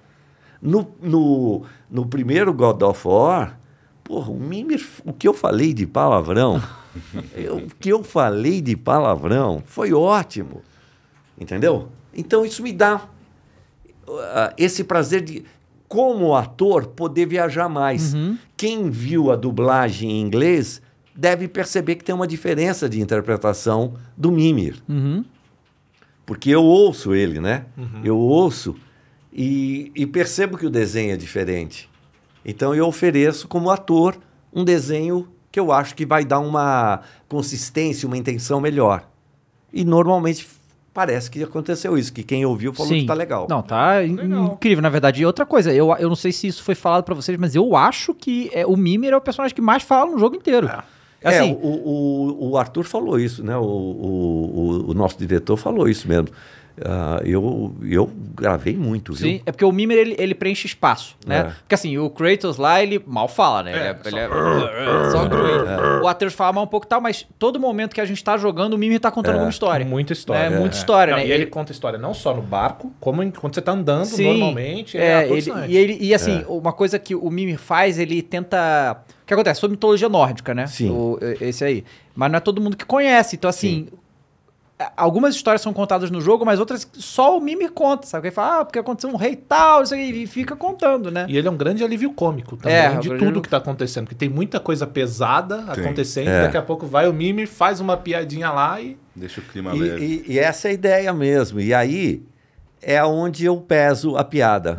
[SPEAKER 3] No, no, no primeiro God of War, porra, o Mimir, o que eu falei de palavrão, eu- o que eu falei de palavrão foi ótimo. Entendeu? Então isso me dá ah, esse prazer de, como ator, poder viajar mais. Quem viu a dublagem em inglês deve perceber que tem uma diferença de interpretação do Mimir.
[SPEAKER 1] Uhum.
[SPEAKER 3] Porque eu ouço ele, né?
[SPEAKER 2] Uhum.
[SPEAKER 3] Eu ouço e, e percebo que o desenho é diferente. Então eu ofereço como ator um desenho que eu acho que vai dar uma consistência, uma intenção melhor. E normalmente parece que aconteceu isso, que quem ouviu falou que tá legal.
[SPEAKER 1] Não, tá in- incrível, na verdade. E outra coisa, eu, eu não sei se isso foi falado pra vocês, mas eu acho que é, o Mimir é o personagem que mais fala no jogo inteiro.
[SPEAKER 3] é,
[SPEAKER 1] Assim,
[SPEAKER 3] o, o, o Arthur falou isso, né? O, o, o- o nosso diretor falou isso mesmo. Ah, eu, eu gravei muito, viu?
[SPEAKER 1] Sim, é porque o Mimir ele, ele preenche espaço, né?
[SPEAKER 3] É.
[SPEAKER 1] Porque assim, o Kratos lá, ele mal fala, né? Ele É, ele é- só grunhe. O Atreus fala mal um pouco e tal, mas todo momento que a gente tá jogando, o Mimir tá contando alguma história.
[SPEAKER 2] Muita história.
[SPEAKER 1] É, muita história,
[SPEAKER 2] Não,
[SPEAKER 1] né?
[SPEAKER 2] E ele conta história não só no barco, como enquanto você tá andando
[SPEAKER 1] Sim,
[SPEAKER 2] normalmente. É,
[SPEAKER 1] é, ele,
[SPEAKER 2] apaixonante.
[SPEAKER 1] e, ele, e assim, uma coisa que o Mimir faz, ele tenta. O que acontece? Sobre mitologia nórdica, né?
[SPEAKER 3] Sim.
[SPEAKER 1] O- esse aí. Mas não é todo mundo que conhece. Então, assim. a- Algumas histórias são contadas no jogo, mas outras só o Mimir conta, sabe? Ele fala, ah, porque aconteceu um rei tal, isso aí, e fica contando, né?
[SPEAKER 2] E ele é um grande alívio cômico também
[SPEAKER 1] É,
[SPEAKER 2] de
[SPEAKER 1] o grande-
[SPEAKER 2] tudo que tá acontecendo. Porque tem muita coisa pesada
[SPEAKER 4] Tem.
[SPEAKER 2] acontecendo.
[SPEAKER 3] É.
[SPEAKER 2] Daqui a pouco vai o Mimi, faz uma piadinha lá e.
[SPEAKER 4] Deixa o clima
[SPEAKER 3] E,
[SPEAKER 4] leve.
[SPEAKER 3] e- e essa é a ideia mesmo. E aí é onde eu peso a piada.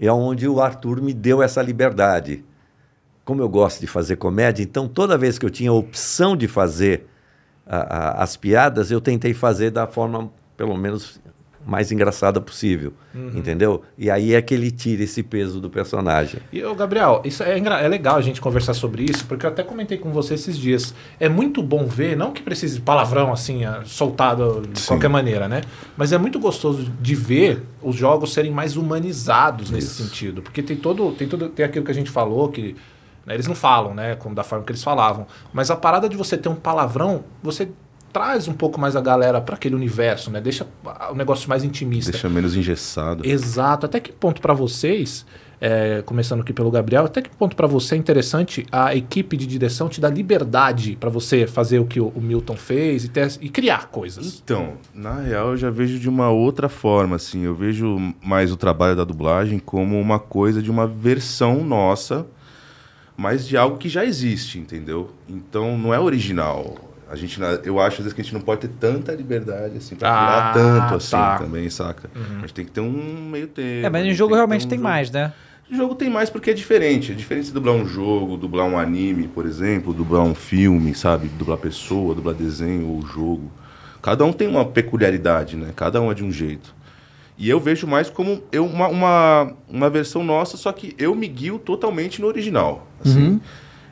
[SPEAKER 3] É onde o Arthur me deu essa liberdade. Como eu gosto de fazer comédia, então toda vez que eu tinha a opção de fazer a- a- as piadas, eu tentei fazer da forma, pelo menos, mais engraçada possível. Entendeu? E aí é que ele tira esse peso do personagem.
[SPEAKER 2] E ô, Gabriel, isso é, engra- é legal a gente conversar sobre isso, porque eu até comentei com você esses dias. É muito bom ver, não que precise de palavrão assim, ah, soltado de
[SPEAKER 4] Sim.
[SPEAKER 2] qualquer maneira, né? Mas é muito gostoso de ver os jogos serem mais humanizados nesse sentido. Porque tem todo. Tem, todo, tem aquilo que a gente falou que. né, eles não falam, né? Como da forma que eles falavam. Mas a parada de você ter um palavrão, você traz um pouco mais a galera para aquele universo, né? Deixa ah, o negócio mais intimista.
[SPEAKER 4] Deixa menos engessado.
[SPEAKER 2] Exato. Até que ponto para vocês, é, começando aqui pelo Gabriel, até que ponto para você é interessante a equipe de direção te dar liberdade para você fazer o que o, o Milton fez e, ter- e criar coisas?
[SPEAKER 4] Então, na real, eu já vejo de uma outra forma, assim. Eu vejo mais o trabalho da dublagem como uma coisa de uma versão nossa, mas de algo que já existe, entendeu? Então, não é original. A gente, na- eu acho, às vezes, que a gente não pode ter tanta liberdade, assim, pra
[SPEAKER 2] Ah,
[SPEAKER 4] criar tanto, assim,
[SPEAKER 2] tá.
[SPEAKER 4] também, saca? A gente tem que ter um meio termo.
[SPEAKER 1] Uhum. É, mas em
[SPEAKER 4] em
[SPEAKER 1] jogo realmente tem mais, né?
[SPEAKER 4] O um jogo tem mais porque é diferente. É diferente de dublar um jogo, dublar um anime, por exemplo, dublar um filme, sabe? Dublar pessoa, dublar desenho ou jogo. Cada um tem uma peculiaridade, né? Cada um é de um jeito. E eu vejo mais como eu, uma, uma, uma versão nossa, só que eu me guio totalmente no original. Assim,
[SPEAKER 2] Uhum.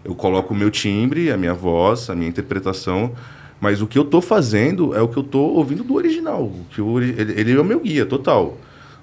[SPEAKER 4] Eu coloco o meu timbre, a minha voz, a minha interpretação, mas o que eu tô fazendo é o que eu tô ouvindo do original. O que o ori- ele, ele é o meu guia total.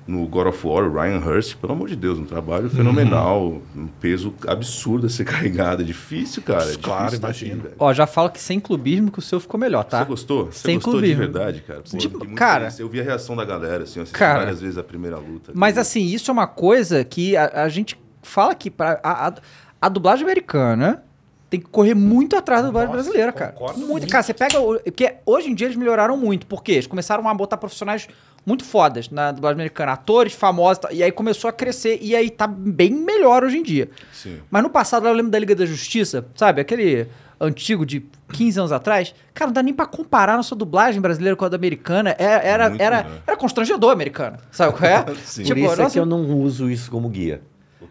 [SPEAKER 4] No God of War, o Ryan Hurst, pelo amor de Deus, um
[SPEAKER 2] Uhum.
[SPEAKER 4] trabalho fenomenal, um peso absurdo a ser carregado. É difícil, cara. É
[SPEAKER 2] Claro,
[SPEAKER 4] difícil tá aqui,
[SPEAKER 2] imagino.
[SPEAKER 4] velho.
[SPEAKER 1] Ó, já falo que sem clubismo que o seu ficou melhor, tá?
[SPEAKER 4] Você gostou? Você
[SPEAKER 1] Sem
[SPEAKER 4] gostou
[SPEAKER 1] clubismo.
[SPEAKER 4] de verdade, cara? Pô, eu
[SPEAKER 1] Tipo,
[SPEAKER 4] fiquei muito
[SPEAKER 1] cara-
[SPEAKER 4] feliz. Eu vi a reação da galera, assim, eu assisti
[SPEAKER 1] Cara-
[SPEAKER 4] várias vezes a primeira luta.
[SPEAKER 1] Mas
[SPEAKER 4] Cara.
[SPEAKER 1] assim, isso é uma coisa que a, a gente fala que pra, a, a- a dublagem americana tem que correr muito atrás da dublagem
[SPEAKER 2] Nossa,
[SPEAKER 1] brasileira, cara.
[SPEAKER 2] concordo
[SPEAKER 1] Muito,
[SPEAKER 2] muito.
[SPEAKER 1] Cara, você pega. o- Porque hoje em dia eles melhoraram muito. Por quê? Eles começaram a botar profissionais muito fodas na dublagem americana, atores famosos, e tal, e aí começou a crescer, e aí tá bem melhor hoje em dia.
[SPEAKER 4] Sim.
[SPEAKER 1] Mas no passado, eu lembro da Liga da Justiça, sabe? Aquele antigo de 15 anos atrás. Cara, não dá nem pra comparar a nossa dublagem brasileira com a da americana. Era, era,
[SPEAKER 4] Muito
[SPEAKER 1] era,
[SPEAKER 4] melhor.
[SPEAKER 1] era constrangedor americano, sabe qual é?
[SPEAKER 4] Sim.
[SPEAKER 3] Por isso é
[SPEAKER 1] nossa-
[SPEAKER 3] que eu não uso isso como guia.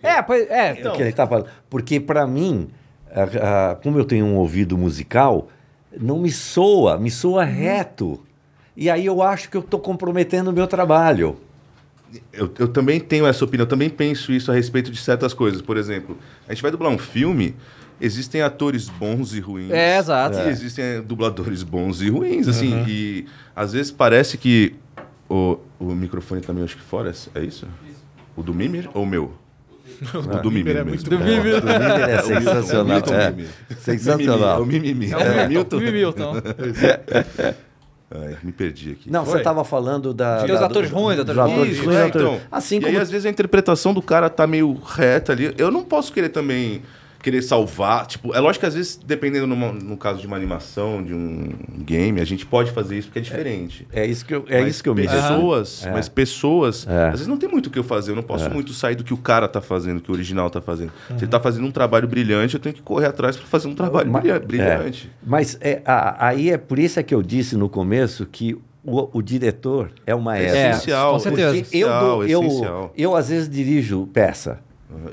[SPEAKER 1] É, pois, é.
[SPEAKER 3] É
[SPEAKER 4] Então.
[SPEAKER 3] o que ele tá falando. Porque para mim, a- a- como eu tenho um ouvido musical, não me soa, me soa
[SPEAKER 4] Uhum.
[SPEAKER 3] reto. E aí eu acho que eu estou comprometendo o meu trabalho.
[SPEAKER 4] Eu, eu também tenho essa opinião, eu também penso isso a respeito de certas coisas. Por exemplo, a gente vai dublar um filme, existem atores bons e ruins.
[SPEAKER 1] É, Uhum. exato.
[SPEAKER 4] E existem dubladores bons e ruins, assim. E às vezes parece que. O, o microfone também, acho que fora, é isso? O do Mimir ou o meu? O do Mimir.
[SPEAKER 2] é
[SPEAKER 4] mesmo.
[SPEAKER 2] muito
[SPEAKER 4] Do
[SPEAKER 2] bom.
[SPEAKER 4] Mimir.
[SPEAKER 3] O Mimir é sensacional.
[SPEAKER 4] Milton
[SPEAKER 3] é.
[SPEAKER 4] Mimir.
[SPEAKER 3] Sensacional.
[SPEAKER 4] É o Mimimi. É o Milton. Ai, me perdi aqui.
[SPEAKER 3] Não, você
[SPEAKER 2] Foi.
[SPEAKER 3] estava falando da,
[SPEAKER 1] Dos
[SPEAKER 3] da-
[SPEAKER 1] atores ruins,
[SPEAKER 3] dos
[SPEAKER 1] atores
[SPEAKER 3] atores
[SPEAKER 4] Isso,
[SPEAKER 3] ruins,
[SPEAKER 4] né,
[SPEAKER 3] atores-
[SPEAKER 4] então.
[SPEAKER 3] Assim
[SPEAKER 4] e
[SPEAKER 3] como
[SPEAKER 4] aí, às vezes, a interpretação do cara tá meio reta ali. Eu não posso querer também querer salvar. Tipo, é lógico que às vezes, dependendo numa- no caso de uma animação, de um game, a gente pode fazer isso porque é diferente.
[SPEAKER 3] é isso que eu, é
[SPEAKER 4] Mas
[SPEAKER 3] isso que eu me É. refiro.
[SPEAKER 4] pessoas, Mas pessoas, às vezes não tem muito o que eu fazer. Eu não
[SPEAKER 3] É.
[SPEAKER 4] posso muito sair do que o cara tá fazendo, que o original tá fazendo. Se ele tá fazendo um trabalho brilhante, eu tenho que correr atrás pra fazer um trabalho
[SPEAKER 3] Ma-
[SPEAKER 4] brilha-
[SPEAKER 3] é.
[SPEAKER 4] brilhante.
[SPEAKER 3] Mas é, a- aí é por isso é que eu disse no começo que o, o diretor é o maestro.
[SPEAKER 1] É,
[SPEAKER 4] essencial,
[SPEAKER 1] com certeza.
[SPEAKER 3] Porque eu,
[SPEAKER 4] essencial,
[SPEAKER 3] dou- eu,
[SPEAKER 4] essencial.
[SPEAKER 3] eu às vezes dirijo peça.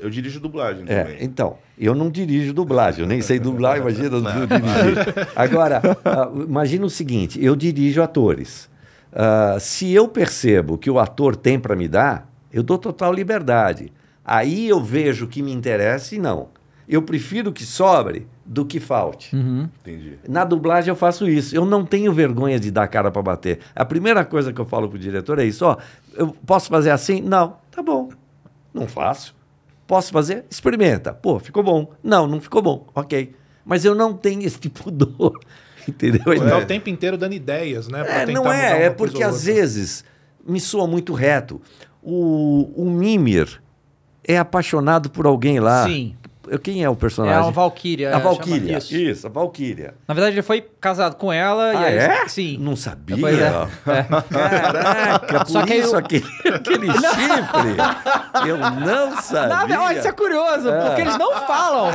[SPEAKER 4] Eu dirijo dublagem
[SPEAKER 3] É,
[SPEAKER 4] também.
[SPEAKER 3] então, eu não dirijo dublagem, eu nem sei dublar, imagina eu dirigir. Agora, ah, imagina o seguinte: eu dirijo atores. Ah, se eu percebo que o ator tem para me dar, eu dou total liberdade. Aí eu vejo o que me interessa e não. Eu prefiro que sobre do que
[SPEAKER 4] Uhum.
[SPEAKER 3] falte.
[SPEAKER 1] Uhum.
[SPEAKER 4] Entendi.
[SPEAKER 3] Na dublagem eu faço isso. Eu não tenho vergonha de dar cara para bater. A primeira coisa que eu falo pro diretor é isso, ó, eu posso fazer assim? Não. Tá bom. Não faço. Posso fazer? Experimenta. Pô, ficou bom. Não, não ficou bom. OK. Mas eu não tenho esse tipo de dor. Entendeu?
[SPEAKER 2] Tá
[SPEAKER 3] Então,
[SPEAKER 2] o tempo inteiro dando ideias, né? pra
[SPEAKER 3] é,
[SPEAKER 2] tentar
[SPEAKER 3] não
[SPEAKER 2] mudar
[SPEAKER 3] é, é
[SPEAKER 2] uma coisa
[SPEAKER 3] porque
[SPEAKER 2] ou
[SPEAKER 3] às
[SPEAKER 2] outra.
[SPEAKER 3] vezes me soa muito reto. O, o Mimir é apaixonado por alguém lá.
[SPEAKER 1] Sim.
[SPEAKER 3] Quem é o
[SPEAKER 1] É
[SPEAKER 3] personagem?
[SPEAKER 1] uma Valkyria.
[SPEAKER 3] a
[SPEAKER 1] chama-
[SPEAKER 3] Valkyria.
[SPEAKER 1] Isso.
[SPEAKER 3] isso, a Valkyria.
[SPEAKER 1] Na verdade, ele foi casado com ela. e
[SPEAKER 3] Ah,
[SPEAKER 1] aí,
[SPEAKER 3] é?
[SPEAKER 1] Sim.
[SPEAKER 3] Não sabia.
[SPEAKER 1] Pois é.
[SPEAKER 3] Caraca, por
[SPEAKER 1] Só que
[SPEAKER 3] isso
[SPEAKER 1] eu-
[SPEAKER 3] aquele, aquele chifre. Eu não sabia.
[SPEAKER 1] Nada, olha, isso é curioso,
[SPEAKER 3] É.
[SPEAKER 1] porque eles não falam.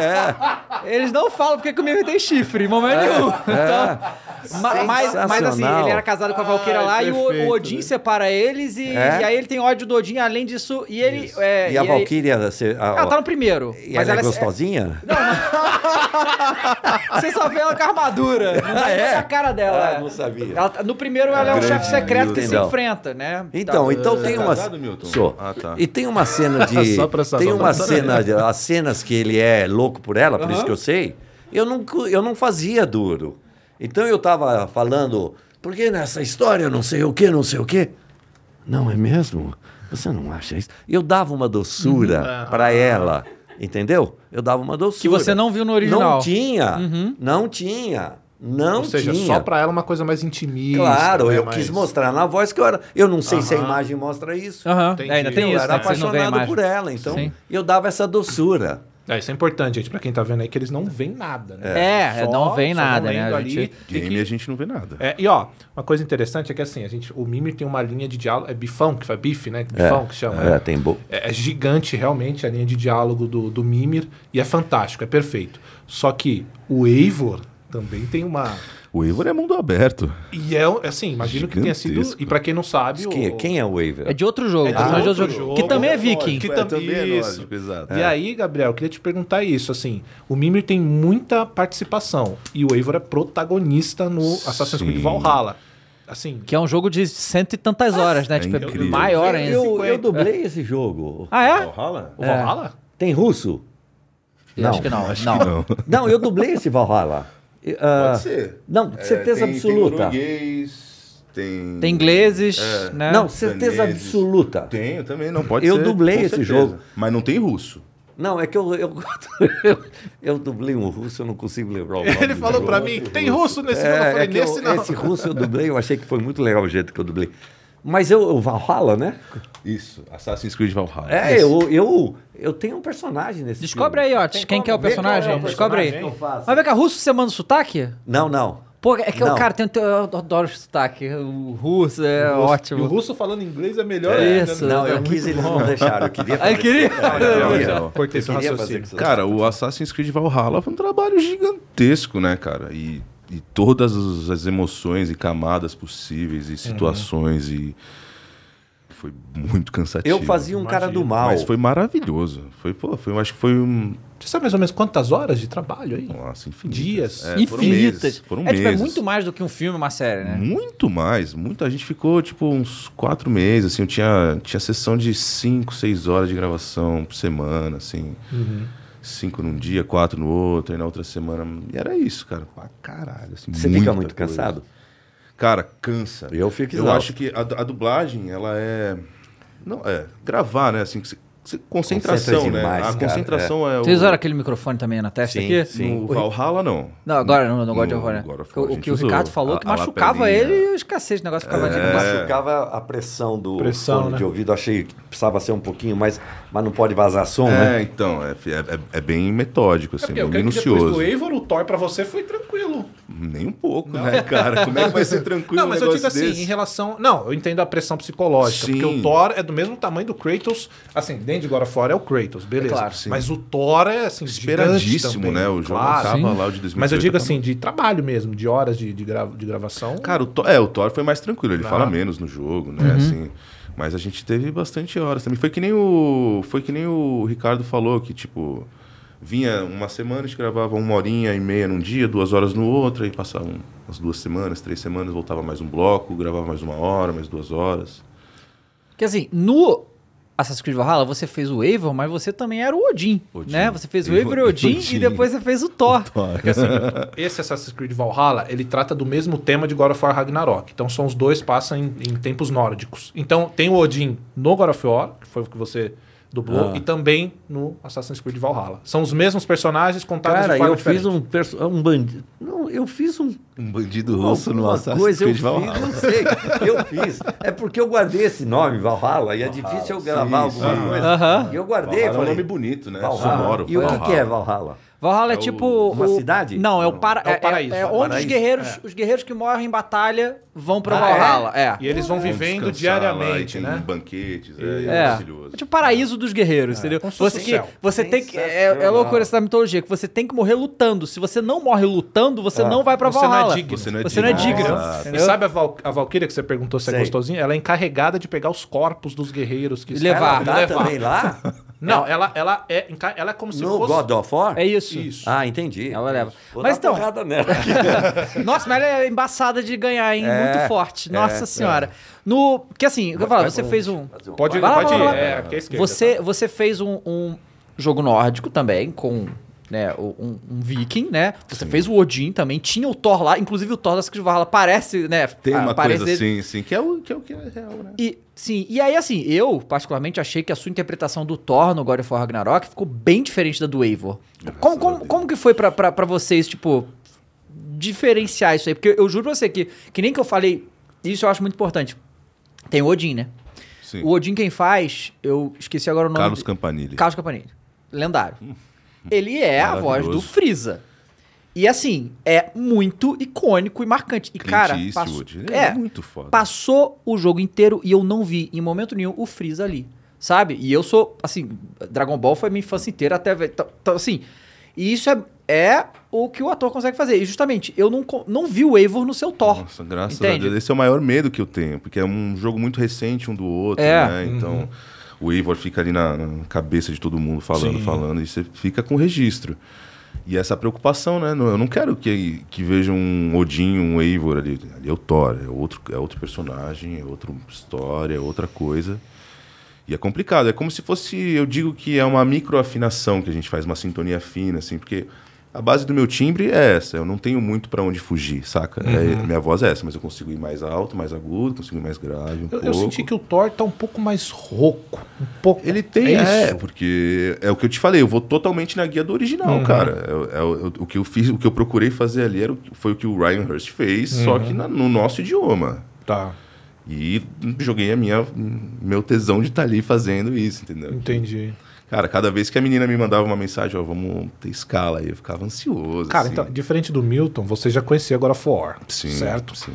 [SPEAKER 1] Eles não falam porque comigo tem chifre, em momento
[SPEAKER 3] É.
[SPEAKER 1] nenhum. Então, ma- mas, mas assim,
[SPEAKER 3] Sensacional.
[SPEAKER 1] ele era casado com a Valqueira lá e o- o,
[SPEAKER 2] perfeito,
[SPEAKER 1] Odin
[SPEAKER 2] né?
[SPEAKER 1] separa eles e,
[SPEAKER 3] É?
[SPEAKER 1] e aí ele tem ódio do Odin, além disso, e ele... é,
[SPEAKER 3] E a
[SPEAKER 1] aí-
[SPEAKER 3] Valkyria... você- a-
[SPEAKER 1] Ela tá no primeiro.
[SPEAKER 3] e
[SPEAKER 1] mas ela
[SPEAKER 3] ela é
[SPEAKER 1] é-
[SPEAKER 3] gostosinha?
[SPEAKER 1] Você só vê ela com a armadura. Não dá é? a cara dela.
[SPEAKER 3] Ah, não sabia.
[SPEAKER 1] Ela tá- no primeiro, ela é um
[SPEAKER 4] Grande
[SPEAKER 1] chefe secreto que se
[SPEAKER 3] Milton.
[SPEAKER 1] enfrenta, né?
[SPEAKER 3] Então,
[SPEAKER 1] Tá.
[SPEAKER 3] então tem
[SPEAKER 4] é
[SPEAKER 3] uma...
[SPEAKER 4] casado, Milton?
[SPEAKER 3] Sou.
[SPEAKER 4] Ah, tá.
[SPEAKER 3] E tem uma cena de...
[SPEAKER 2] Só pra essa-
[SPEAKER 3] tem
[SPEAKER 2] só
[SPEAKER 3] uma
[SPEAKER 2] pra saber.
[SPEAKER 3] cena... de- As cenas que ele é louco por ela, por isso que eu sei, eu não, cu- eu não fazia duro. Então eu tava falando... Porque nessa história não sei o que, não sei o que... Não é mesmo? Você não acha isso? Eu dava uma doçura pra ela, entendeu? Eu dava uma doçura.
[SPEAKER 1] Que você não viu no original.
[SPEAKER 3] Não tinha, não tinha, não
[SPEAKER 2] Ou seja,
[SPEAKER 3] tinha.
[SPEAKER 2] só pra ela uma coisa mais intimista.
[SPEAKER 3] Claro,
[SPEAKER 2] né,
[SPEAKER 3] eu
[SPEAKER 2] mais-
[SPEAKER 3] quis mostrar na voz que eu era. Eu não sei se a
[SPEAKER 2] Aham.
[SPEAKER 3] imagem mostra isso.
[SPEAKER 1] Aham,
[SPEAKER 2] Entendi.
[SPEAKER 1] ainda tem
[SPEAKER 3] Eu
[SPEAKER 1] isso,
[SPEAKER 3] era
[SPEAKER 1] né? que vocês não veem a
[SPEAKER 3] apaixonado
[SPEAKER 1] imagem.
[SPEAKER 3] por ela, então
[SPEAKER 1] Sim.
[SPEAKER 3] eu dava essa doçura.
[SPEAKER 2] É, isso é importante, gente, pra quem tá vendo aí, que eles não veem nada, né?
[SPEAKER 1] É, não veem
[SPEAKER 2] vão
[SPEAKER 1] nada, né?
[SPEAKER 2] lendo
[SPEAKER 1] A
[SPEAKER 2] ali,
[SPEAKER 1] gente-
[SPEAKER 2] tem
[SPEAKER 4] Game
[SPEAKER 2] que-
[SPEAKER 4] a gente não vê nada.
[SPEAKER 2] É, e ó, uma coisa interessante é que assim, a gente, o Mimir tem uma linha de diálogo, é bifão, que faz bife, né? Bifão que chama. né?
[SPEAKER 3] tem bo...
[SPEAKER 2] É, é gigante realmente a linha de diálogo do, do Mimir e é fantástico, é perfeito. Só que o Eivor também tem uma.
[SPEAKER 4] O Ivor é mundo aberto.
[SPEAKER 2] E é assim, imagino que tenha sido.
[SPEAKER 4] Gigantesco.
[SPEAKER 2] E pra quem não sabe, o-
[SPEAKER 3] Quem, quem é o Waver?
[SPEAKER 1] É de outro jogo.
[SPEAKER 2] É de
[SPEAKER 4] então
[SPEAKER 1] personagem de
[SPEAKER 2] outro
[SPEAKER 1] outro jogo.
[SPEAKER 2] jogo.
[SPEAKER 1] Que também é viking.
[SPEAKER 2] Que
[SPEAKER 4] É,
[SPEAKER 2] tam-
[SPEAKER 4] também é
[SPEAKER 2] isso.
[SPEAKER 4] nórdico, exato.
[SPEAKER 2] E aí, Gabriel, eu queria te perguntar isso, assim, o Mimir tem muita participação e o Eivor é protagonista no Assassin's Creed
[SPEAKER 4] Sim.
[SPEAKER 2] Valhalla. Assim,
[SPEAKER 1] Que é um jogo de cento e tantas horas, né?
[SPEAKER 4] é
[SPEAKER 1] tipo,
[SPEAKER 4] incrível.
[SPEAKER 1] maior ainda.
[SPEAKER 3] Eu, eu dublei esse jogo.
[SPEAKER 1] Ah, é?
[SPEAKER 4] Valhalla?
[SPEAKER 2] o Valhalla?
[SPEAKER 3] Tem russo?
[SPEAKER 1] Eu Acho que não. não.
[SPEAKER 4] Não.
[SPEAKER 3] Não, eu dublei esse Valhalla. E, ah,
[SPEAKER 4] Pode ser.
[SPEAKER 3] Não,
[SPEAKER 4] É,
[SPEAKER 3] certeza
[SPEAKER 4] tem- Tem
[SPEAKER 3] absoluta.
[SPEAKER 4] norueguês, tem...
[SPEAKER 1] Tem ingleses, né?
[SPEAKER 3] não, certeza
[SPEAKER 4] Daneses.
[SPEAKER 3] absoluta.
[SPEAKER 4] Tenho também, não pode
[SPEAKER 3] Eu
[SPEAKER 4] ser.
[SPEAKER 3] dublei
[SPEAKER 4] com
[SPEAKER 3] esse
[SPEAKER 4] certeza.
[SPEAKER 3] jogo.
[SPEAKER 4] Mas não tem russo.
[SPEAKER 3] Não, é que eu, eu, eu, eu dublei um russo, eu não consigo lembrar o nome.
[SPEAKER 2] Ele
[SPEAKER 3] do
[SPEAKER 2] falou
[SPEAKER 3] jogo.
[SPEAKER 2] pra mim, tem russo nesse jogo?
[SPEAKER 3] É,
[SPEAKER 2] Eu falei,
[SPEAKER 3] é que eu-
[SPEAKER 2] nesse não.
[SPEAKER 3] Esse russo eu dublei, eu achei que foi muito legal o jeito que eu dublei. Mas eu, o Valhalla, né?
[SPEAKER 4] Isso, Assassin's Creed Valhalla.
[SPEAKER 3] É, eu, eu, eu tenho um personagem nesse
[SPEAKER 1] Descobre
[SPEAKER 3] filme.
[SPEAKER 1] aí, Otis,
[SPEAKER 3] Tem
[SPEAKER 1] quem
[SPEAKER 3] como
[SPEAKER 1] que é o
[SPEAKER 3] ver qual
[SPEAKER 1] personagem? Descobre aí.
[SPEAKER 3] personagem? Eu faço.
[SPEAKER 1] Mas vem cá, russo você manda sotaque?
[SPEAKER 3] Não, não.
[SPEAKER 1] Pô, é que, eu,
[SPEAKER 3] Não.
[SPEAKER 1] cara, tem, eu adoro o sotaque. O russo é ótimo.
[SPEAKER 2] E o russo falando inglês é melhor
[SPEAKER 1] É
[SPEAKER 2] ainda,
[SPEAKER 1] isso.
[SPEAKER 2] né?
[SPEAKER 3] Não, eu
[SPEAKER 2] É
[SPEAKER 3] quis,
[SPEAKER 2] muito
[SPEAKER 3] eles
[SPEAKER 2] bom.
[SPEAKER 3] não deixaram. Eu queria
[SPEAKER 1] Aí,
[SPEAKER 3] fazer.
[SPEAKER 1] queria...
[SPEAKER 4] Não,
[SPEAKER 2] Eu
[SPEAKER 4] não.
[SPEAKER 2] Cortei seu
[SPEAKER 3] Eu queria
[SPEAKER 2] raciocínio.
[SPEAKER 3] fazer com
[SPEAKER 4] Cara, o Assassin's Creed Valhalla foi um trabalho gigantesco, né, cara? E, e todas as as emoções e camadas possíveis
[SPEAKER 3] Uhum.
[SPEAKER 4] e situações e... Foi muito cansativo.
[SPEAKER 3] Eu fazia um cara do
[SPEAKER 2] Imagino,
[SPEAKER 3] mal.
[SPEAKER 4] Mas foi maravilhoso. Foi, pô, foi, eu acho que foi um...
[SPEAKER 2] Você sabe mais ou menos quantas horas de trabalho aí?
[SPEAKER 4] Nossa, infinitas.
[SPEAKER 2] Dias.
[SPEAKER 4] É, foram
[SPEAKER 1] Infinitas.
[SPEAKER 4] meses, Foram
[SPEAKER 1] é, tipo, é
[SPEAKER 4] meses.
[SPEAKER 1] muito mais do que um filme, uma série,
[SPEAKER 2] É.
[SPEAKER 1] né?
[SPEAKER 4] Muito mais. Muita gente ficou, tipo, uns quatro meses, assim. Eu tinha, tinha sessão de cinco, seis horas de gravação por semana, assim.
[SPEAKER 2] Uhum.
[SPEAKER 4] Cinco num dia, quatro no outro, aí na outra semana. E era isso, cara. Pra caralho, assim.
[SPEAKER 3] Você fica
[SPEAKER 4] muita
[SPEAKER 3] muito
[SPEAKER 4] coisa.
[SPEAKER 3] cansado?
[SPEAKER 4] Cara, cansa.
[SPEAKER 3] Eu fico
[SPEAKER 4] Eu acho que a, a dublagem, ela é... Não, é... Gravar, né? Assim, que você- você- concentração,
[SPEAKER 3] Concentra
[SPEAKER 4] né?
[SPEAKER 3] demais,
[SPEAKER 4] a
[SPEAKER 3] cara,
[SPEAKER 4] concentração é, o...
[SPEAKER 1] Vocês usaram aquele microfone também na testa
[SPEAKER 3] Sim,
[SPEAKER 1] aqui?
[SPEAKER 2] é
[SPEAKER 3] sim.
[SPEAKER 4] No Valhalla, não.
[SPEAKER 1] Não, agora não, não gosto de
[SPEAKER 4] No
[SPEAKER 1] horror, né?
[SPEAKER 4] God of War, a
[SPEAKER 1] O
[SPEAKER 4] gente
[SPEAKER 1] que o
[SPEAKER 4] usou.
[SPEAKER 1] Ricardo falou
[SPEAKER 4] A-
[SPEAKER 1] que
[SPEAKER 4] a
[SPEAKER 1] machucava
[SPEAKER 4] lapelinha.
[SPEAKER 1] ele e os cacete, o negócio ficava
[SPEAKER 3] É.
[SPEAKER 1] de baixo.
[SPEAKER 3] Machucava a pressão
[SPEAKER 2] É.
[SPEAKER 3] do
[SPEAKER 2] Pressão,
[SPEAKER 3] fone de
[SPEAKER 2] né?
[SPEAKER 3] ouvido. Achei que precisava ser um pouquinho mais... Mas não pode vazar som, né?
[SPEAKER 4] É, então, é, é, é bem metódico, assim,
[SPEAKER 2] porque
[SPEAKER 4] bem
[SPEAKER 2] eu creio que depois
[SPEAKER 4] minucioso.
[SPEAKER 2] do Eivor, o Thor pra você foi tranquilo.
[SPEAKER 4] Nem um pouco, né, cara? Como é que vai ser tranquilo
[SPEAKER 2] Não, mas
[SPEAKER 4] um
[SPEAKER 2] eu
[SPEAKER 4] negócio
[SPEAKER 2] digo assim,
[SPEAKER 4] desse?
[SPEAKER 2] em relação. Não, eu entendo a pressão psicológica,
[SPEAKER 4] Sim.
[SPEAKER 2] porque o Thor é do mesmo tamanho do Kratos. Assim, dentro de God of War é o Kratos, beleza.
[SPEAKER 1] É claro,
[SPEAKER 4] sim.
[SPEAKER 2] Mas o Thor é assim, gigante
[SPEAKER 4] Esperadíssimo,
[SPEAKER 2] também,
[SPEAKER 4] né? O jogo
[SPEAKER 2] claro.
[SPEAKER 4] tava
[SPEAKER 1] Sim.
[SPEAKER 4] lá, o de 2018.
[SPEAKER 2] Mas eu digo
[SPEAKER 4] tava-
[SPEAKER 2] assim, de trabalho mesmo, de horas de, de, gra- de gravação.
[SPEAKER 4] Cara, o Thor, é, o Thor foi mais tranquilo, ele
[SPEAKER 2] Ah.
[SPEAKER 4] fala menos no jogo, né?
[SPEAKER 2] Uhum.
[SPEAKER 4] Assim, mas a gente teve bastante horas também. Foi que nem o. Foi que nem o Ricardo falou que, tipo, vinha uma semana, a gente gravava uma horinha e meia num dia, duas horas no outro, aí passava um- umas duas semanas, três semanas, voltava mais um bloco, gravava mais uma hora, mais duas horas.
[SPEAKER 1] Porque assim, no Assassin's Creed Valhalla você fez o Eivor, mas você também era o Odin,
[SPEAKER 4] Odin.
[SPEAKER 1] né? Você fez o
[SPEAKER 4] Eivor
[SPEAKER 1] Eivor e o Odin,
[SPEAKER 4] e Odin.
[SPEAKER 1] e depois você fez o Thor.
[SPEAKER 2] Porque assim, esse Assassin's Creed Valhalla, ele trata do mesmo tema de God of War Ragnarok. Então são os dois passam em, em tempos nórdicos. Então tem o Odin no God of War, que foi o que você dublou,
[SPEAKER 3] Ah.
[SPEAKER 2] e também no Assassin's Creed Valhalla. São os mesmos personagens contados
[SPEAKER 3] Cara,
[SPEAKER 2] tá de forma
[SPEAKER 3] eu
[SPEAKER 2] diferente.
[SPEAKER 3] fiz um, perso- um bandido. Não, eu fiz um
[SPEAKER 4] Um bandido russo no
[SPEAKER 3] Alguma
[SPEAKER 4] Assassin's
[SPEAKER 3] coisa eu
[SPEAKER 4] Creed
[SPEAKER 3] fiz,
[SPEAKER 4] Valhalla.
[SPEAKER 3] não sei. Eu fiz. É porque eu guardei esse nome, Valhalla, e é difícil eu gravar
[SPEAKER 4] sim,
[SPEAKER 3] alguma
[SPEAKER 4] sim.
[SPEAKER 3] coisa.
[SPEAKER 1] Aham.
[SPEAKER 3] E eu guardei.
[SPEAKER 4] Valhalla é um
[SPEAKER 3] falei,
[SPEAKER 4] nome bonito, né?
[SPEAKER 3] Valhalla.
[SPEAKER 4] Sonoro.
[SPEAKER 3] E o que, que
[SPEAKER 4] Valhalla.
[SPEAKER 3] é Valhalla?
[SPEAKER 1] Valhalla é,
[SPEAKER 4] É o-
[SPEAKER 1] tipo.
[SPEAKER 3] uma
[SPEAKER 1] o-
[SPEAKER 3] cidade?
[SPEAKER 1] Não, é o, para...
[SPEAKER 2] É o
[SPEAKER 1] é- é-
[SPEAKER 2] paraíso.
[SPEAKER 1] É,
[SPEAKER 2] É o
[SPEAKER 1] onde os
[SPEAKER 3] paraíso.
[SPEAKER 1] guerreiros, os guerreiros que morrem em batalha vão pra
[SPEAKER 3] Ah,
[SPEAKER 1] Valhalla. É.
[SPEAKER 2] E eles vão
[SPEAKER 4] Ah, Vamos
[SPEAKER 2] vivendo
[SPEAKER 4] descansar lá e
[SPEAKER 2] diariamente,
[SPEAKER 4] tem
[SPEAKER 2] né?
[SPEAKER 4] banquetes, é,
[SPEAKER 1] É,
[SPEAKER 4] é maravilhoso.
[SPEAKER 1] tipo o paraíso dos guerreiros, entendeu?
[SPEAKER 2] como se fosse
[SPEAKER 1] Você,
[SPEAKER 2] um
[SPEAKER 1] que,
[SPEAKER 2] céu.
[SPEAKER 1] você tem que. É, é
[SPEAKER 3] Sensacional.
[SPEAKER 1] loucura essa mitologia, que você tem que morrer lutando. Se você não morre lutando, você
[SPEAKER 3] Ah,
[SPEAKER 1] não vai pra
[SPEAKER 2] você não é
[SPEAKER 1] Valhalla.
[SPEAKER 2] digno.
[SPEAKER 4] Você não é
[SPEAKER 1] Você não é
[SPEAKER 4] digno.
[SPEAKER 1] digno.
[SPEAKER 4] Exato.
[SPEAKER 2] E
[SPEAKER 1] entendeu?
[SPEAKER 2] sabe a, Val a Valkyria que você perguntou se é
[SPEAKER 3] Sei.
[SPEAKER 2] gostosinha? Ela é encarregada de pegar os corpos dos guerreiros que
[SPEAKER 1] E levar.
[SPEAKER 3] Ela tá também lá?
[SPEAKER 2] Não, ela, ela, é, enca- ela é como se
[SPEAKER 3] No
[SPEAKER 2] fosse.
[SPEAKER 3] God of War?
[SPEAKER 1] É isso.
[SPEAKER 2] Isso.
[SPEAKER 3] Ah, entendi.
[SPEAKER 1] Ela leva.
[SPEAKER 3] Vou
[SPEAKER 1] Mas
[SPEAKER 3] dar
[SPEAKER 1] então-
[SPEAKER 3] porrada nela.
[SPEAKER 1] Nossa, mas ela é embaçada de ganhar, hein? Muito forte. Nossa senhora. No. Que assim, o que eu falo, você fez um.
[SPEAKER 2] Pode,
[SPEAKER 1] Vai lá,
[SPEAKER 2] pode
[SPEAKER 1] vai lá, vai
[SPEAKER 2] ir.
[SPEAKER 1] lá.
[SPEAKER 2] É, aqui à esquerda,
[SPEAKER 1] Você, você fez um, um jogo nórdico também, com né, o- um, um viking, né? Você fez o Odin também, tinha o Thor lá, inclusive o Thor da Skid Valhalla parece, né?
[SPEAKER 4] Tem
[SPEAKER 1] ah,
[SPEAKER 4] uma
[SPEAKER 1] parece
[SPEAKER 4] coisa
[SPEAKER 1] ele-
[SPEAKER 4] assim, assim, que é o que é, o que é real, né?
[SPEAKER 1] E, sim, e aí assim, eu particularmente achei que a sua interpretação do Thor no God of War Ragnarok ficou bem diferente da do Eivor. Como, como, como que foi pra, pra, pra vocês, tipo, diferenciar isso aí? Porque eu juro pra você que, que nem que eu falei, isso eu acho muito importante. Tem o Odin, né?
[SPEAKER 4] Sim.
[SPEAKER 1] O Odin quem faz, eu esqueci agora o nome.
[SPEAKER 4] Carlos
[SPEAKER 1] de-
[SPEAKER 4] Campanile.
[SPEAKER 1] Carlos Campanini. Lendário. Ele é a voz do
[SPEAKER 4] Maravilhoso.
[SPEAKER 1] Freeza. E assim, é muito icônico e marcante. E
[SPEAKER 4] Clint
[SPEAKER 1] cara,
[SPEAKER 4] Eastwood. Ele
[SPEAKER 1] passou,
[SPEAKER 4] é,
[SPEAKER 1] é,
[SPEAKER 4] muito foda.
[SPEAKER 1] passou o jogo inteiro e eu não vi em momento nenhum o Freeza ali, sabe? E eu sou, assim, Dragon Ball foi minha infância inteira até ver, então, então, assim, e isso é, é o que o ator consegue fazer. E justamente, eu não, co- não vi o Eivor no seu Thor.
[SPEAKER 4] Nossa, graças
[SPEAKER 1] Entende?
[SPEAKER 4] a Deus. Esse é o maior medo que eu tenho, porque é um jogo muito recente um do outro,
[SPEAKER 1] É.
[SPEAKER 4] né? Então, o Eivor fica ali na, na cabeça de todo mundo falando,
[SPEAKER 2] Sim.
[SPEAKER 4] falando, e você fica com registro. E essa preocupação, né? Não- Eu não quero que, que veja um Odin, um Eivor ali. Ali é o Thor, é outro, é outro personagem, é outra história, é outra coisa. E é complicado, é como se fosse, eu digo que é uma microafinação que a gente faz, uma sintonia fina, assim, porque a base do meu timbre é essa, eu não tenho muito pra onde fugir, saca? É,
[SPEAKER 2] Uhum.
[SPEAKER 4] minha voz é essa, mas eu consigo ir mais alto, mais agudo, consigo ir mais grave, um
[SPEAKER 2] Eu,
[SPEAKER 4] pouco.
[SPEAKER 2] eu senti que o Thor tá um pouco mais rouco. Um pouco.
[SPEAKER 4] Ele tem, é,
[SPEAKER 2] é isso.
[SPEAKER 4] porque é o que eu te falei, eu vou totalmente na guia do original,
[SPEAKER 2] Uhum.
[SPEAKER 4] cara. É, é o- o que eu fiz, o que eu procurei fazer ali era, o que- foi o que o Ryan Hurst fez,
[SPEAKER 2] Uhum.
[SPEAKER 4] só que na- no nosso idioma.
[SPEAKER 2] Tá,
[SPEAKER 4] E joguei a minha, meu tesão de estar ali fazendo isso, entendeu?
[SPEAKER 2] entendi.
[SPEAKER 4] Cara, cada vez que a menina me mandava uma mensagem, ó, vamos ter escala aí, eu ficava ansioso.
[SPEAKER 2] Cara,
[SPEAKER 4] assim.
[SPEAKER 2] então, diferente do Milton, você já conhecia agora For,
[SPEAKER 4] Sim,
[SPEAKER 2] certo?
[SPEAKER 4] Sim.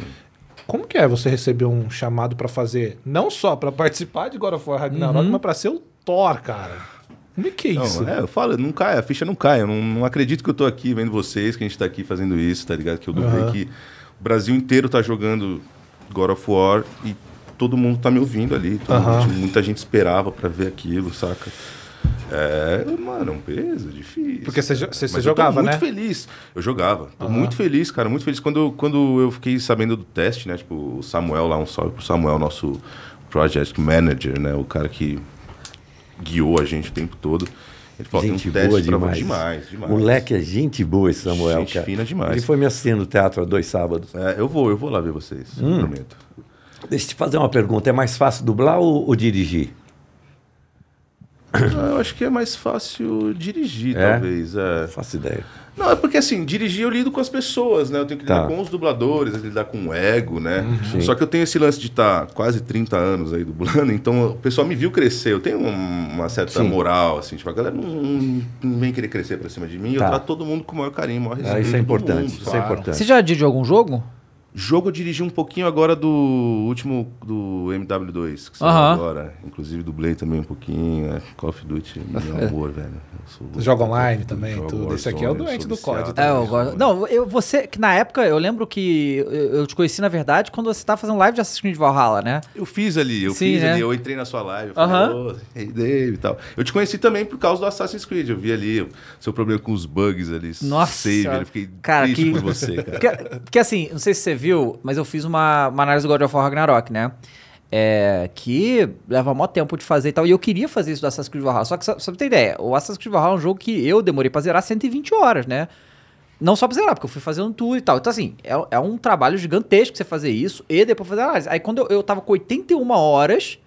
[SPEAKER 2] Como que é você receber um chamado pra fazer, não só pra participar de God of War Ragnarok, mas pra ser o Thor, cara? Como é que é
[SPEAKER 4] Uhum. Não,
[SPEAKER 2] isso?
[SPEAKER 4] é, eu falo, não cai, a ficha não cai. Eu não, não acredito que eu tô aqui vendo vocês, que a gente tá aqui fazendo isso, tá ligado? Que eu dublei que o Brasil inteiro tá jogando God of War e todo mundo tá me ouvindo ali. todo
[SPEAKER 2] Aham.
[SPEAKER 4] mundo- tipo, muita gente esperava pra ver aquilo, saca? É, mano, é um peso, é difícil.
[SPEAKER 2] Porque você jo- você-
[SPEAKER 4] Mas
[SPEAKER 2] você
[SPEAKER 4] eu tô
[SPEAKER 2] jogava, né?
[SPEAKER 4] muito feliz. Eu jogava. Tô muito feliz, cara. Muito feliz. Quando, quando eu fiquei sabendo do teste, né? Tipo, o Samuel lá, um salve pro Samuel, nosso project manager, né? O cara que guiou a gente o tempo todo. Ele falou,
[SPEAKER 3] gente
[SPEAKER 4] tem um teste
[SPEAKER 3] boa
[SPEAKER 4] pra
[SPEAKER 3] demais.
[SPEAKER 4] você." demais, demais.
[SPEAKER 3] Moleque é gente boa esse Samuel,
[SPEAKER 4] Gente
[SPEAKER 3] cara.
[SPEAKER 4] fina demais.
[SPEAKER 3] Ele foi me assistindo no teatro há dois sábados.
[SPEAKER 4] É, eu vou, eu vou lá ver vocês,
[SPEAKER 3] Hum.
[SPEAKER 4] prometo.
[SPEAKER 3] Deixa eu te fazer uma pergunta. É mais fácil dublar ou, ou dirigir?
[SPEAKER 4] Ah, eu acho que é mais fácil dirigir,
[SPEAKER 3] É?
[SPEAKER 4] talvez. é.
[SPEAKER 3] Faço ideia.
[SPEAKER 4] Não, é porque assim, dirigir eu lido com as pessoas, né? Eu tenho que
[SPEAKER 3] Tá.
[SPEAKER 4] lidar com os dubladores, lidar com o ego, né?
[SPEAKER 3] Sim.
[SPEAKER 4] Só que eu tenho esse lance de estar quase 30 anos aí dublando, então o pessoal me viu crescer. Eu tenho um- uma certa
[SPEAKER 3] Sim.
[SPEAKER 4] moral, assim, tipo, a galera não, não- não vem querer crescer pra cima de mim.
[SPEAKER 3] Tá.
[SPEAKER 4] Eu trato todo mundo com o maior carinho, o maior
[SPEAKER 3] Ah,
[SPEAKER 4] respeito.
[SPEAKER 3] isso é
[SPEAKER 4] do
[SPEAKER 3] importante.
[SPEAKER 4] mundo,
[SPEAKER 3] isso é
[SPEAKER 4] claro.
[SPEAKER 3] importante.
[SPEAKER 1] Você já dirigiu algum jogo?
[SPEAKER 4] Jogo eu dirigi um pouquinho agora do último do MW2, que saiu
[SPEAKER 1] Aham.
[SPEAKER 4] agora. Inclusive dublei também um pouquinho. Né? Call of Duty, meu amor, velho. Eu sou-
[SPEAKER 2] Você joga online também,
[SPEAKER 4] Jogo
[SPEAKER 2] tudo. Esse aqui é o
[SPEAKER 4] Warzone,
[SPEAKER 2] doente
[SPEAKER 4] sou
[SPEAKER 2] do
[SPEAKER 4] viciado.
[SPEAKER 2] código.
[SPEAKER 1] É, eu
[SPEAKER 4] Também,
[SPEAKER 1] gosto.
[SPEAKER 4] né?
[SPEAKER 1] Não, eu, você, que na época, eu lembro que eu eu te conheci, na verdade, quando você tava fazendo live de Assassin's Creed Valhalla, né?
[SPEAKER 4] Eu fiz ali, eu
[SPEAKER 1] Sim,
[SPEAKER 4] fiz
[SPEAKER 1] né?
[SPEAKER 4] ali, eu entrei na sua live, eu
[SPEAKER 1] Aham.
[SPEAKER 4] falei, ô, hey Dave e tal. Eu te conheci também por causa do Assassin's Creed, eu vi ali o seu problema com os bugs ali,
[SPEAKER 1] Nossa
[SPEAKER 4] save,
[SPEAKER 1] Senhora.
[SPEAKER 4] eu fiquei
[SPEAKER 1] Cara,
[SPEAKER 4] triste
[SPEAKER 1] que-
[SPEAKER 4] por você, cara.
[SPEAKER 1] Porque, porque assim, não sei se você viu, mas eu fiz uma, uma análise do God of War Ragnarok, né? É, que leva mó tempo de fazer e tal. E eu queria fazer isso do Assassin's Creed Valhalla. Só que, só, só pra ter ideia, o Assassin's Creed Valhalla é um jogo que eu demorei pra zerar 120 horas, né? Não só pra zerar, porque eu fui fazendo tudo e tal. Então, assim, é, é um trabalho gigantesco você fazer isso e depois fazer a análise. Aí, quando eu, eu tava com 81 horas,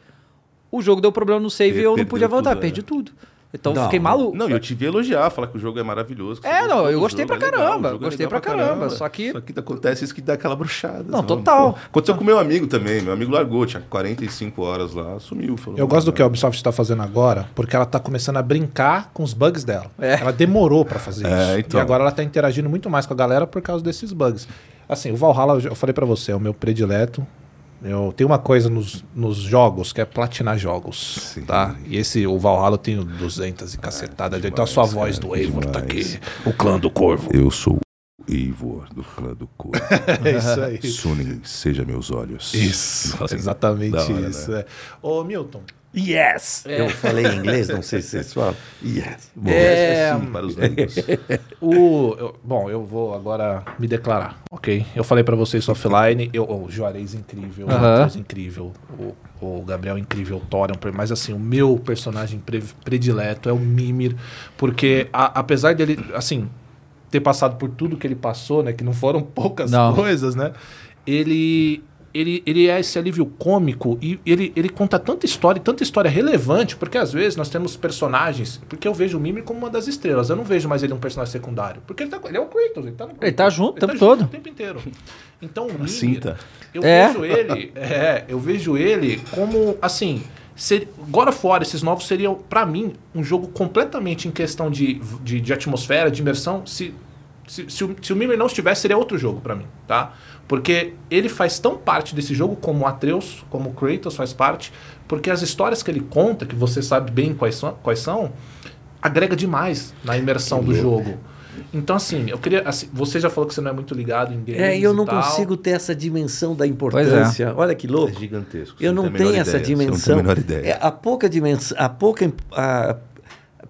[SPEAKER 1] o jogo deu problema no save
[SPEAKER 4] Per-
[SPEAKER 1] e eu não
[SPEAKER 4] perdeu
[SPEAKER 1] podia voltar.
[SPEAKER 4] tudo,
[SPEAKER 1] perdi
[SPEAKER 4] é.
[SPEAKER 1] tudo. Então,
[SPEAKER 3] Não,
[SPEAKER 1] eu fiquei maluco.
[SPEAKER 4] Não, e eu te vi elogiar, falar que o jogo é maravilhoso. que
[SPEAKER 1] É, não,
[SPEAKER 4] você gostou
[SPEAKER 1] eu
[SPEAKER 4] do
[SPEAKER 1] gostei
[SPEAKER 4] jogo,
[SPEAKER 1] pra
[SPEAKER 4] é legal, o
[SPEAKER 1] caramba,
[SPEAKER 4] jogo é
[SPEAKER 1] gostei
[SPEAKER 4] legal
[SPEAKER 1] pra caramba, só que-
[SPEAKER 4] Só que acontece isso que dá aquela bruxada.
[SPEAKER 1] Não,
[SPEAKER 4] você fala,
[SPEAKER 1] total.
[SPEAKER 4] "Pô". Aconteceu com o meu amigo também, meu amigo largou, tinha 45 horas lá, sumiu. falou, "Ah,
[SPEAKER 2] Eu gosto do que a
[SPEAKER 4] "Não".
[SPEAKER 2] Ubisoft está fazendo agora, porque ela está começando a brincar com os bugs dela.
[SPEAKER 1] É.
[SPEAKER 2] Ela demorou para fazer
[SPEAKER 4] É,
[SPEAKER 2] isso.
[SPEAKER 4] então.
[SPEAKER 2] E agora ela está interagindo muito mais com a galera por causa desses bugs. Assim, o Valhalla, eu já- eu falei para você, é o meu predileto. Eu tenho uma coisa nos, nos jogos, que é platinar jogos,
[SPEAKER 4] Sim.
[SPEAKER 2] tá? E esse, o Valhalla, eu tenho 200 e cacetada. então a sua voz do Eivor tá aqui. O clã do corvo.
[SPEAKER 4] Eu sou o Eivor, do clã do corpo.
[SPEAKER 2] É isso aí.
[SPEAKER 4] Sunin, seja meus olhos.
[SPEAKER 2] Isso,
[SPEAKER 4] Nossa,
[SPEAKER 2] exatamente
[SPEAKER 4] da hora, né?
[SPEAKER 2] isso. é. Ô, Milton,
[SPEAKER 3] Yes! Eu falei em inglês, não sei se vocês falam. Yes. Bom,
[SPEAKER 1] É,
[SPEAKER 4] Sim, assim para os negros.
[SPEAKER 2] O, eu- bom, eu vou agora me declarar, ok? Eu falei pra vocês offline, eu, o Juarez incrível, o
[SPEAKER 1] Aham.
[SPEAKER 2] Matheus incrível, o, o Gabriel incrível, o Thorian, mas assim, o meu personagem pre- predileto é o Mimir, porque a- apesar dele, assim, ter passado por tudo que ele passou, né, que não foram poucas
[SPEAKER 1] Não.
[SPEAKER 2] coisas, né, ele... Ele, ele é esse alívio cômico e ele, ele conta tanta história, e tanta história relevante, porque às vezes nós temos personagens. Porque eu vejo o Mimir como uma das estrelas, eu não vejo mais ele um personagem secundário. Porque ele, tá, com- ele é o Kratos, ele tá no
[SPEAKER 1] Ele tá junto o tempo
[SPEAKER 2] junto
[SPEAKER 1] todo.
[SPEAKER 2] O tempo inteiro. Então o Mimir,
[SPEAKER 4] cinta.
[SPEAKER 2] eu
[SPEAKER 1] É.
[SPEAKER 2] vejo ele, é, eu vejo ele como assim, ser, agora fora esses novos seriam pra mim um jogo completamente em questão de, de, de atmosfera, de imersão, se se, se o, se o Mimir não estivesse, seria outro jogo pra mim, tá? Porque ele faz tão parte desse jogo como o Atreus, como o Kratos faz parte, porque as histórias que ele conta, que você sabe bem quais são, quais são agrega demais na imersão do jogo. Então, assim, eu queria. assim, você já falou que você não é muito ligado em games.
[SPEAKER 3] É, e eu não
[SPEAKER 2] tal.
[SPEAKER 3] consigo ter essa dimensão da importância. Olha que
[SPEAKER 4] É
[SPEAKER 3] louco.
[SPEAKER 4] gigantesco. você
[SPEAKER 3] Eu não
[SPEAKER 4] tem a menor
[SPEAKER 3] tenho essa
[SPEAKER 4] ideia, você
[SPEAKER 3] dimensão.
[SPEAKER 4] Não tem a menor ideia.
[SPEAKER 3] É, a pouca dimensão, a pouca imp- a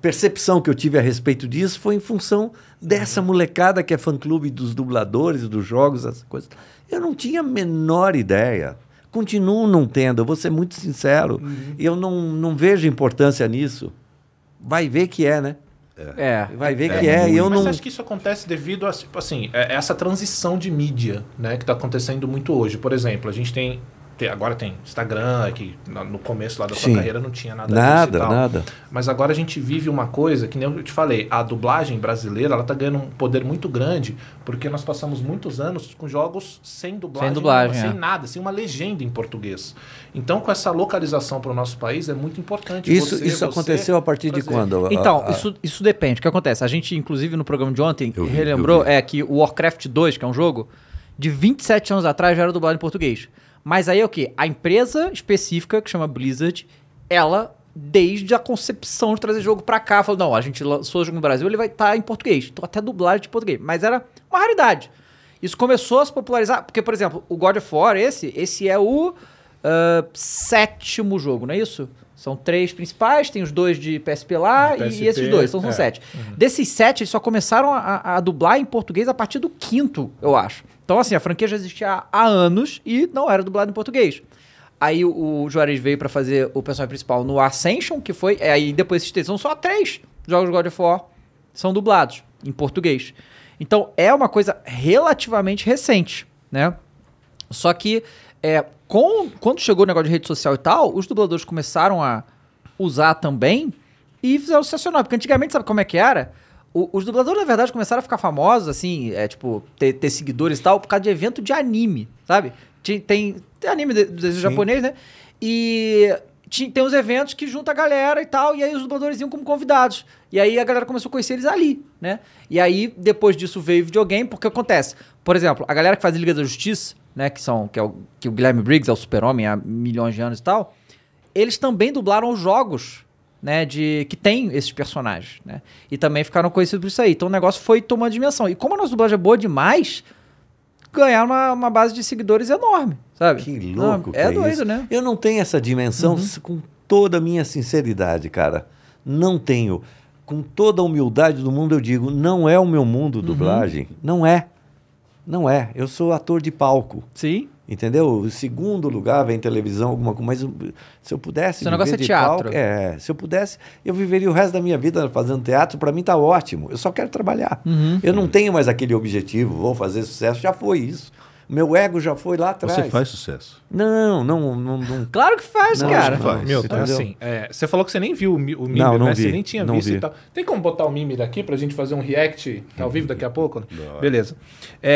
[SPEAKER 3] percepção que eu tive a respeito disso foi em função dessa molecada que é fã-clube dos dubladores, dos jogos, essas coisas. Eu não tinha a menor ideia. Continuo não tendo, eu vou ser muito sincero. Eu não, não vejo importância nisso. Vai ver que é, né?
[SPEAKER 1] é.
[SPEAKER 3] Vai ver
[SPEAKER 4] É
[SPEAKER 3] que é. E eu
[SPEAKER 2] Mas
[SPEAKER 3] não.
[SPEAKER 2] você acha que isso acontece devido a tipo assim, é- essa transição de mídia, né, que está acontecendo muito hoje. Por exemplo, a gente tem, tem- agora tem Instagram, que na- no começo lá da sua
[SPEAKER 3] Sim.
[SPEAKER 2] carreira não tinha nada, disso
[SPEAKER 3] Nada,
[SPEAKER 2] e tal.
[SPEAKER 3] nada.
[SPEAKER 2] Mas agora a gente vive uma coisa que nem eu te falei, a dublagem brasileira, ela tá ganhando um poder muito grande, porque nós passamos muitos anos com jogos sem dublagem,
[SPEAKER 1] Sem dublagem,
[SPEAKER 2] nenhuma,
[SPEAKER 1] é.
[SPEAKER 2] sem nada, sem uma legenda em português. Então, com essa localização para o nosso país é muito importante.
[SPEAKER 3] Isso,
[SPEAKER 2] Você-
[SPEAKER 3] isso
[SPEAKER 2] você
[SPEAKER 3] aconteceu a partir de
[SPEAKER 2] trazer.
[SPEAKER 3] quando? A-
[SPEAKER 1] Então,
[SPEAKER 3] a-
[SPEAKER 1] isso, isso depende. O que acontece? A gente, inclusive, no programa de ontem,
[SPEAKER 4] Eu vi,
[SPEAKER 1] relembrou
[SPEAKER 4] eu vi.
[SPEAKER 1] é que o Warcraft 2, que é um jogo, de 27 anos atrás já era dublado em português. Mas aí é o quê? A empresa específica, que chama Blizzard, ela, desde a concepção de trazer jogo pra cá, falou: não, a gente lançou o jogo no Brasil, ele vai estar em português. Então, até dublagem de português. Mas era uma raridade. Isso começou a se popularizar, porque, por exemplo, o God of War, esse, esse é o ah, sétimo jogo, não é isso? São três principais, tem os dois de PSP lá
[SPEAKER 2] De
[SPEAKER 1] e-
[SPEAKER 2] PSP,
[SPEAKER 1] e esses dois, então são
[SPEAKER 2] é.
[SPEAKER 1] sete. Desses sete, eles só começaram a, a dublar em português a partir do quinto, eu acho. Então, assim, a franquia já existia há, há anos e não era dublada em português. Aí o, o Juarez veio pra fazer o personagem principal no Ascension, que foi. é, Aí depois esses três são só três jogos de God of War são dublados em português. Então é uma coisa relativamente recente, né? Só que é, com, quando chegou o negócio de rede social e tal, os dubladores começaram a usar também e fizeram sensacional. Porque antigamente, sabe como é que era? O- os dubladores, na verdade, começaram a ficar famosos, assim, é tipo, ter, ter seguidores e tal, por causa de evento de anime, sabe? Ti- Tem, tem anime de- do desenho
[SPEAKER 2] Sim.
[SPEAKER 1] japonês, né? E ti- tem uns eventos que junta a galera e tal, e aí os dubladores iam como convidados. E aí a galera começou a conhecer eles ali, né? E aí, depois disso, veio o videogame, porque acontece. Por exemplo, a galera que faz Liga da Justiça, né? Que são. Que, é o, que o Guilherme Briggs é o super-homem há milhões de anos e tal eles também dublaram os jogos, né, de que tem esses personagens, né? E também ficaram conhecidos por isso aí. Então o negócio foi tomando dimensão. E como a nossa dublagem é boa demais, ganharam uma, uma base de seguidores enorme, sabe?
[SPEAKER 3] Que louco
[SPEAKER 1] é,
[SPEAKER 3] que
[SPEAKER 1] doido,
[SPEAKER 3] isso.
[SPEAKER 1] né?
[SPEAKER 3] Eu não tenho essa dimensão
[SPEAKER 1] Uhum.
[SPEAKER 3] s- com toda a minha sinceridade, cara. Não tenho. Com toda a humildade do mundo, eu digo, não é o meu mundo
[SPEAKER 1] Uhum.
[SPEAKER 3] dublagem. Não é. Não é. Eu sou ator de palco.
[SPEAKER 1] Sim.
[SPEAKER 3] Entendeu? O segundo lugar vem televisão, alguma coisa. Mas o- se eu pudesse.
[SPEAKER 1] Seu negócio
[SPEAKER 3] viver
[SPEAKER 1] é
[SPEAKER 3] de
[SPEAKER 1] teatro.
[SPEAKER 3] palco- é, se eu pudesse, eu viveria o resto da minha vida fazendo teatro. Para mim tá ótimo. Eu só quero trabalhar.
[SPEAKER 1] Uhum.
[SPEAKER 3] Eu não tenho mais aquele objetivo, vou fazer sucesso. Já foi isso. Meu ego já foi lá atrás.
[SPEAKER 4] Você faz sucesso.
[SPEAKER 3] Não, não, não. não.
[SPEAKER 1] Claro que faz,
[SPEAKER 3] Não,
[SPEAKER 1] cara.
[SPEAKER 3] acho que faz.
[SPEAKER 2] Meu,
[SPEAKER 3] Você
[SPEAKER 2] tá
[SPEAKER 3] entendeu?
[SPEAKER 2] assim. é, você falou que você nem viu o, Mi- o Mimir,
[SPEAKER 3] Não, não
[SPEAKER 2] né?
[SPEAKER 3] vi,
[SPEAKER 2] Você nem tinha
[SPEAKER 3] não
[SPEAKER 2] visto
[SPEAKER 3] vi.
[SPEAKER 2] e tal. Tem como botar o Mimir aqui pra gente fazer um react ao vivo daqui a pouco? Beleza.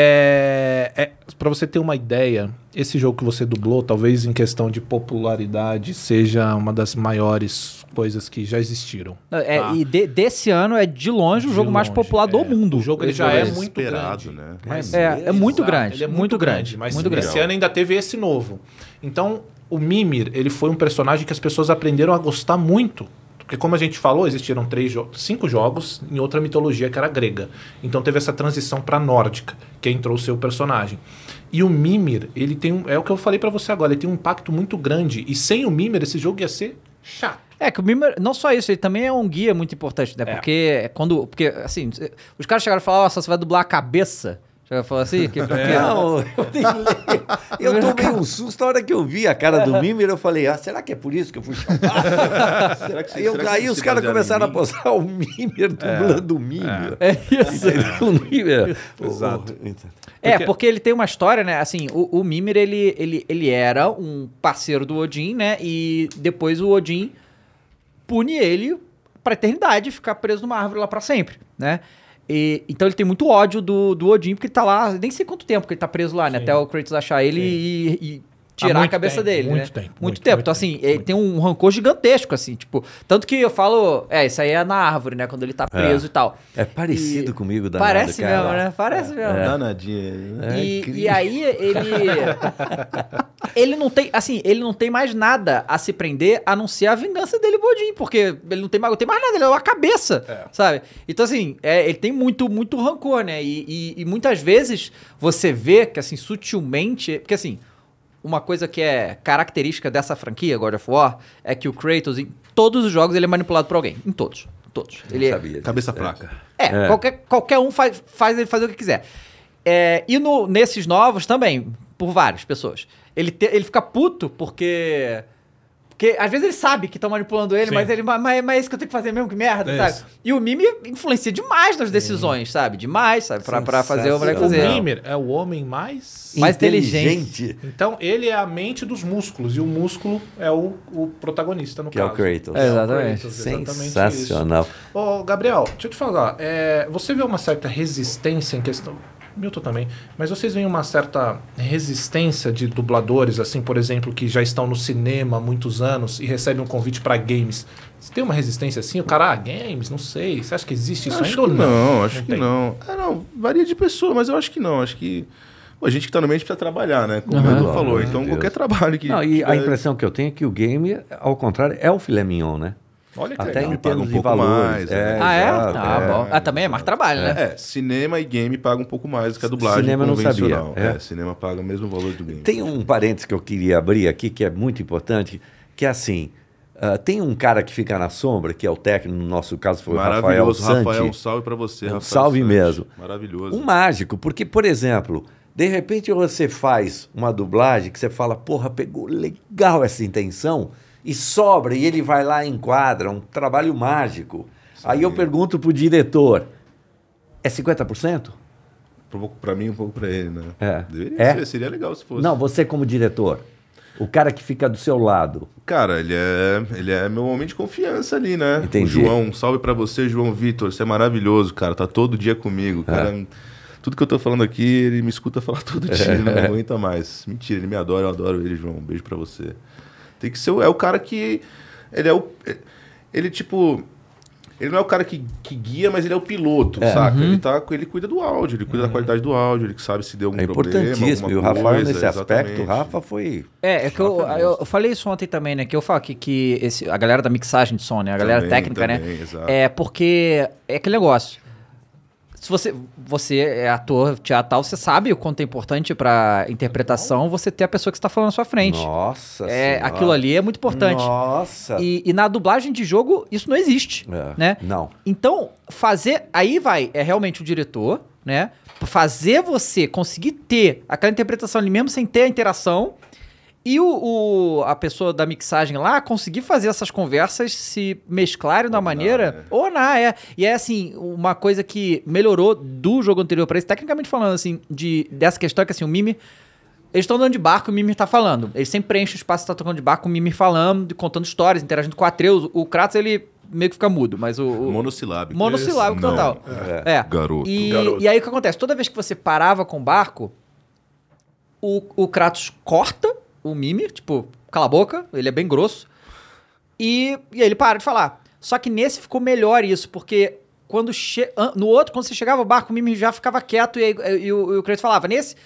[SPEAKER 2] É, é, pra você ter uma ideia, esse jogo que você dublou, talvez em questão de popularidade, seja uma das maiores coisas que já existiram.
[SPEAKER 1] É,
[SPEAKER 2] Tá.
[SPEAKER 1] E de- desse ano é de longe o
[SPEAKER 2] De
[SPEAKER 1] jogo mais
[SPEAKER 2] longe,
[SPEAKER 1] popular do
[SPEAKER 2] é.
[SPEAKER 1] mundo.
[SPEAKER 2] O jogo ele já é
[SPEAKER 1] Esse.
[SPEAKER 2] muito
[SPEAKER 4] Esperado,
[SPEAKER 2] grande.
[SPEAKER 4] né?
[SPEAKER 3] Mas-
[SPEAKER 1] É, é muito
[SPEAKER 2] Exato,
[SPEAKER 1] grande.
[SPEAKER 2] ele é
[SPEAKER 1] muito, grande.
[SPEAKER 2] Mas
[SPEAKER 1] muito grande.
[SPEAKER 2] esse ano ainda teve esse novo. Então, o Mimir, ele foi um personagem que as pessoas aprenderam a gostar muito. Porque, como a gente falou, existiram três jo- cinco jogos em outra mitologia que era grega. Então teve essa transição para nórdica, que entrou o seu personagem. E o Mimir, ele tem um, é o que eu falei para você agora, ele tem um impacto muito grande. E sem o Mimir, esse jogo ia ser chato.
[SPEAKER 1] É, que o Mimer, não só isso, ele também é um guia muito importante, né?
[SPEAKER 2] É.
[SPEAKER 1] Porque é quando. Porque, assim, cê- os caras chegaram a falar, ó, só você vai dublar a cabeça. Chegaram a falar assim,
[SPEAKER 2] É.
[SPEAKER 1] que, porque-
[SPEAKER 3] É. Não, eu nem lembro. Eu tomei um susto na hora que eu vi a cara do Mimer, eu falei, ah, será que é por isso que eu fui chamado?
[SPEAKER 4] Será que,
[SPEAKER 3] Aí, eu- aí os caras começaram a
[SPEAKER 4] postar.
[SPEAKER 3] postar o Mimer dublando o Mimer.
[SPEAKER 1] É isso.
[SPEAKER 3] Entendeu? O Mimer.
[SPEAKER 2] Exato.
[SPEAKER 3] O- então.
[SPEAKER 1] É,
[SPEAKER 2] Porque-
[SPEAKER 1] porque ele tem uma história, né? Assim, o, o Mimir, ele, ele, ele era um parceiro do Odin, né? E depois o Odin pune ele pra eternidade, ficar preso numa árvore lá pra sempre, né? E, então ele tem muito ódio do, do Odin, porque ele tá lá, nem sei quanto tempo que ele tá preso lá, né?
[SPEAKER 2] Sim.
[SPEAKER 1] Até o Kratos achar ele
[SPEAKER 2] Sim.
[SPEAKER 1] e, e
[SPEAKER 2] Há
[SPEAKER 1] tirar a
[SPEAKER 2] muito
[SPEAKER 1] cabeça
[SPEAKER 2] tempo,
[SPEAKER 1] dele,
[SPEAKER 2] muito
[SPEAKER 1] né?
[SPEAKER 2] tempo,
[SPEAKER 1] muito,
[SPEAKER 2] muito,
[SPEAKER 1] tempo.
[SPEAKER 2] muito
[SPEAKER 1] Então, assim,
[SPEAKER 2] tempo,
[SPEAKER 1] ele
[SPEAKER 2] muito.
[SPEAKER 1] tem um rancor gigantesco, assim, tipo... Tanto que eu falo... É, isso aí é na árvore, né? Quando ele tá preso e tal.
[SPEAKER 3] É parecido comigo, danado,
[SPEAKER 1] Parece
[SPEAKER 3] cara.
[SPEAKER 1] mesmo, né? Parece mesmo.
[SPEAKER 4] Danadinha aí, né?
[SPEAKER 3] É
[SPEAKER 1] E- e,
[SPEAKER 3] incrível.
[SPEAKER 1] aí ele ele não tem assim ele não tem mais nada a se prender a não ser a vingança dele Bodin porque ele não tem mais, não tem mais nada ele é uma cabeça sabe então assim é, ele tem muito muito rancor né e, e- e muitas vezes você vê que assim sutilmente porque assim uma coisa que é característica dessa franquia God of War é que o Kratos em todos os jogos ele é manipulado por alguém em todos todos
[SPEAKER 3] Não
[SPEAKER 1] ele
[SPEAKER 3] sabia disso.
[SPEAKER 4] Cabeça fraca.
[SPEAKER 1] é, Qualquer, qualquer um faz, faz ele fazer o que quiser. É, e no- nesses novos também, por várias pessoas. Ele, te- ele fica puto porque. Porque às vezes ele sabe que estão manipulando ele,
[SPEAKER 2] Sim.
[SPEAKER 1] mas ele. Mas, mas é isso que eu tenho que fazer mesmo, que merda,
[SPEAKER 2] É
[SPEAKER 1] sabe?
[SPEAKER 2] isso.
[SPEAKER 1] E o Mimi influencia demais nas decisões, sabe? Demais, sabe? Pra, pra fazer o moleque
[SPEAKER 2] O
[SPEAKER 1] fazer.
[SPEAKER 3] Sensacional.
[SPEAKER 2] Mimir é o homem
[SPEAKER 3] É.
[SPEAKER 2] mais
[SPEAKER 1] mais inteligente.
[SPEAKER 2] Então, ele é a mente dos músculos, e o músculo é o, o protagonista, no
[SPEAKER 3] Que é
[SPEAKER 2] caso.
[SPEAKER 3] o Kratos.
[SPEAKER 1] É, exatamente.
[SPEAKER 2] Kratos, exatamente isso.
[SPEAKER 3] Sensacional.
[SPEAKER 2] Ô, Gabriel, deixa eu te falar. é, você vê uma certa resistência em questão. Milton também. Mas vocês veem uma certa resistência de dubladores, assim, por exemplo, que já estão no cinema há muitos anos e recebem um convite para games. Você tem uma resistência assim? O cara, ah, games, não sei. Você acha que existe isso
[SPEAKER 4] acho
[SPEAKER 2] ainda ou
[SPEAKER 4] que
[SPEAKER 2] não?
[SPEAKER 4] não, acho que
[SPEAKER 2] tem.
[SPEAKER 4] não. É, não, varia de pessoa, mas eu acho que não. Acho que pô, a gente que tá no meio a gente precisa trabalhar, né? Como
[SPEAKER 1] Aham.
[SPEAKER 4] o Edu
[SPEAKER 3] Pelo
[SPEAKER 4] falou.
[SPEAKER 3] amor de
[SPEAKER 4] Então,
[SPEAKER 3] Deus.
[SPEAKER 4] qualquer trabalho que.
[SPEAKER 3] Não, e a
[SPEAKER 4] tiver-
[SPEAKER 3] impressão que eu tenho é que o game, ao contrário, é o filé mignon, né?
[SPEAKER 2] Olha que
[SPEAKER 3] Até
[SPEAKER 2] legal.
[SPEAKER 3] em
[SPEAKER 4] Paga
[SPEAKER 3] termos
[SPEAKER 4] um
[SPEAKER 3] de
[SPEAKER 4] pouco
[SPEAKER 3] valores.
[SPEAKER 4] mais, né?
[SPEAKER 1] Ah, é?
[SPEAKER 3] exato,
[SPEAKER 1] ah,
[SPEAKER 3] é.
[SPEAKER 1] bom. Ah, também é mais trabalho, né?
[SPEAKER 4] É, cinema e game pagam um pouco mais do que a dublagem
[SPEAKER 3] Cinema eu não
[SPEAKER 4] convencional.
[SPEAKER 3] sabia, é.
[SPEAKER 4] É. cinema paga o mesmo valor do game.
[SPEAKER 3] Tem um parênteses que eu queria abrir aqui, que é muito importante, que é assim, ah, tem um cara que fica na sombra, que é o técnico, no nosso caso foi o Rafael
[SPEAKER 4] Maravilhoso, Rafael,
[SPEAKER 3] Santi.
[SPEAKER 4] um salve pra você,
[SPEAKER 3] Um
[SPEAKER 4] Rafael.
[SPEAKER 3] salve
[SPEAKER 4] Santi.
[SPEAKER 3] mesmo.
[SPEAKER 4] Maravilhoso.
[SPEAKER 3] Um mágico, porque, por exemplo, de repente você faz uma dublagem que você fala, porra, pegou legal essa intenção, e sobra, e ele vai lá e enquadra, um trabalho mágico. Aí eu pergunto pro diretor, é 50%?
[SPEAKER 4] Um pouco pra mim, um pouco pra ele, né?
[SPEAKER 3] É.
[SPEAKER 4] Deveria
[SPEAKER 3] É.
[SPEAKER 4] ser, seria legal se fosse.
[SPEAKER 3] Não, você como diretor. O cara que fica do seu lado.
[SPEAKER 4] Cara, ele é, ele é meu homem de confiança ali, né?
[SPEAKER 3] Entendi.
[SPEAKER 4] O João, um salve pra você, João Vitor. Você é maravilhoso, cara. Tá todo dia comigo. Cara,
[SPEAKER 3] Ah.
[SPEAKER 4] tudo que eu tô falando aqui, ele me escuta falar todo dia, ele não aguenta mais. Mentira, ele me adora, eu adoro ele, João. Um beijo pra você. Tem que ser. o- É o cara que. Ele é o. Ele, tipo. Ele não é o cara que, que guia, mas ele é o piloto, saca?
[SPEAKER 3] Uhum.
[SPEAKER 4] Ele, tá, ele cuida do áudio, ele cuida da qualidade do áudio, ele que sabe se deu algum
[SPEAKER 3] É
[SPEAKER 4] problema.
[SPEAKER 3] importantíssimo.
[SPEAKER 4] alguma
[SPEAKER 3] E o Rafael,
[SPEAKER 4] coisa,
[SPEAKER 3] nesse aspecto, o
[SPEAKER 4] exatamente.
[SPEAKER 3] Rafa foi.
[SPEAKER 1] É, é que eu, eu, eu falei isso ontem também, né? Que eu falo que, que esse, a galera da mixagem de
[SPEAKER 3] é
[SPEAKER 1] som, né? A galera
[SPEAKER 4] Também,
[SPEAKER 1] técnica, né?
[SPEAKER 4] também,
[SPEAKER 3] Tá.
[SPEAKER 4] exato.
[SPEAKER 1] É porque é aquele negócio. Se você, você é ator teatral, você sabe o quanto é importante pra interpretação você ter a pessoa que está falando na sua frente.
[SPEAKER 3] Nossa
[SPEAKER 1] é,
[SPEAKER 3] Senhora.
[SPEAKER 1] aquilo ali é muito importante.
[SPEAKER 3] Nossa.
[SPEAKER 1] E, e na dublagem de jogo, isso não existe,
[SPEAKER 3] É,
[SPEAKER 1] né?
[SPEAKER 3] Não.
[SPEAKER 1] Então, fazer. Aí vai, é realmente o diretor, né? Fazer você conseguir ter aquela interpretação ali mesmo sem ter a interação. E o, o- a pessoa da mixagem lá conseguir fazer essas conversas se mesclarem da maneira. Ou na, é. E é assim, uma coisa que melhorou do jogo anterior pra esse, tecnicamente falando, assim, de, dessa questão é que assim, o Mimi. Eles estão andando de barco e o Mimir tá falando. Ele sempre preenche o espaço que tá tocando de barco, o Mimir falando, contando histórias, interagindo com o Atreus. O Kratos, ele meio que fica mudo, mas o. o-
[SPEAKER 4] Monossilábico.
[SPEAKER 1] Monossilábico
[SPEAKER 4] Não.
[SPEAKER 1] total. É.
[SPEAKER 4] Garoto.
[SPEAKER 1] E,
[SPEAKER 2] Garoto.
[SPEAKER 1] e aí o que acontece? Toda vez que você parava com o barco, o, o Kratos corta o Mimir, tipo, cala a boca, ele é bem grosso. E, e aí ele para de falar. Só que nesse ficou melhor isso, porque quando che- an- no outro, quando você chegava o barco, o Mimir já ficava quieto e, aí- e, o, e o Kratos falava. Nesse,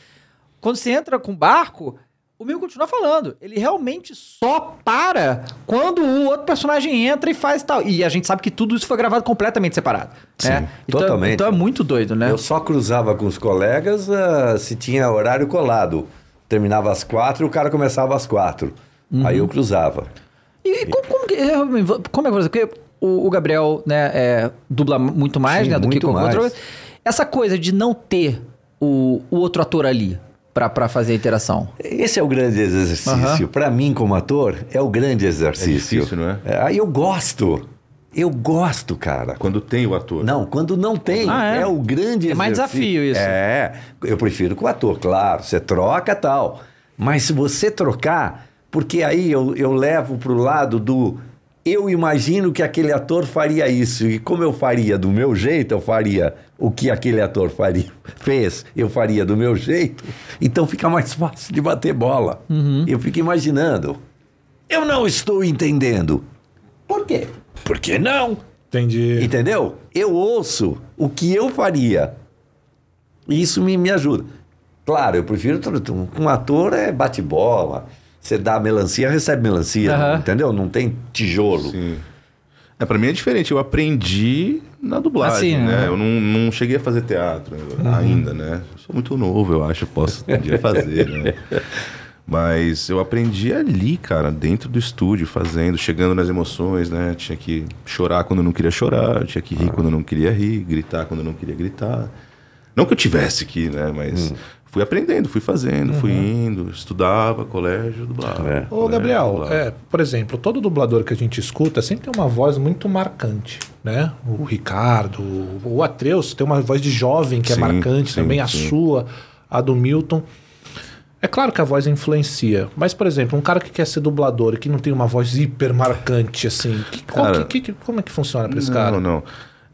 [SPEAKER 1] quando você entra com o barco, o Mimir continua falando. Ele realmente só para quando o outro personagem entra e faz tal. E a gente sabe que tudo isso foi gravado completamente separado. né? Então-
[SPEAKER 3] totalmente.
[SPEAKER 1] Então é muito doido, né?
[SPEAKER 3] Eu só cruzava com os colegas ah, se tinha horário colado. Terminava às quatro e o cara começava às quatro.
[SPEAKER 1] Uhum.
[SPEAKER 3] Aí eu cruzava.
[SPEAKER 1] E, e como, como que. eu me vou- Como é que eu vou dizer? Porque o, o Gabriel, né, é, dubla muito mais,
[SPEAKER 3] Sim,
[SPEAKER 1] né? Do que
[SPEAKER 3] muito
[SPEAKER 1] qualquer outra
[SPEAKER 3] mais.
[SPEAKER 1] coisa. Essa coisa de não ter o, o outro ator ali pra, pra fazer a interação.
[SPEAKER 3] Esse é o grande exercício. Pra mim, como ator, é o grande exercício.
[SPEAKER 4] difícil, não é?
[SPEAKER 3] Aí eu gosto. Eu gosto, cara.
[SPEAKER 4] Quando tem o ator.
[SPEAKER 3] Não, quando não tem,
[SPEAKER 1] Ah, é?
[SPEAKER 3] é. o grande
[SPEAKER 1] É mais
[SPEAKER 3] exercício.
[SPEAKER 1] desafio isso.
[SPEAKER 3] É, eu prefiro com o ator, claro, você troca e tal. Mas se você trocar, porque aí eu, eu levo pro lado do eu imagino que aquele ator faria isso e como eu faria do meu jeito, eu faria o que aquele ator faria, fez, eu faria do meu jeito. Então fica mais fácil de bater bola.
[SPEAKER 1] Uhum.
[SPEAKER 3] Eu fico imaginando. Eu não estou entendendo. Por quê? Por que não?
[SPEAKER 4] É.
[SPEAKER 2] Entendi.
[SPEAKER 3] Entendeu? Eu ouço o que eu faria. E isso me, me ajuda. Claro, eu prefiro. tro- tro- Um ator é bate-bola. Você dá melancia, recebe melancia.
[SPEAKER 1] Aham.
[SPEAKER 3] Entendeu? Não tem tijolo.
[SPEAKER 4] Sim. É, pra mim é diferente. Eu aprendi na dublagem,
[SPEAKER 1] Assim,
[SPEAKER 4] né?
[SPEAKER 1] né?
[SPEAKER 4] Eu não, não cheguei a fazer teatro ainda, né? Eu sou muito novo, eu acho. Posso um dia fazer, né? Mas eu aprendi ali, cara, dentro do estúdio, fazendo, chegando nas emoções, né? Tinha que chorar quando eu não queria chorar, tinha que rir quando eu não queria rir, gritar quando eu não queria gritar. Não que eu tivesse que, né? Mas fui aprendendo, fui fazendo, fui indo, estudava, colégio, dublava.
[SPEAKER 3] É.
[SPEAKER 4] colégio,
[SPEAKER 2] Ô, Gabriel,
[SPEAKER 4] dublava.
[SPEAKER 2] é, por exemplo, todo dublador que a gente escuta sempre tem uma voz muito marcante, né? O Ricardo, o Atreus tem uma voz de jovem que é
[SPEAKER 4] Sim,
[SPEAKER 2] marcante
[SPEAKER 4] sim,
[SPEAKER 2] também, a
[SPEAKER 4] sim.
[SPEAKER 2] sua, a do Milton. É claro que a voz influencia, mas, por exemplo, um cara que quer ser dublador e que não tem uma voz hiper marcante, assim, que- qual-
[SPEAKER 4] Cara,
[SPEAKER 2] que- que- como é que funciona pra esse
[SPEAKER 4] não,
[SPEAKER 2] cara?
[SPEAKER 4] Não,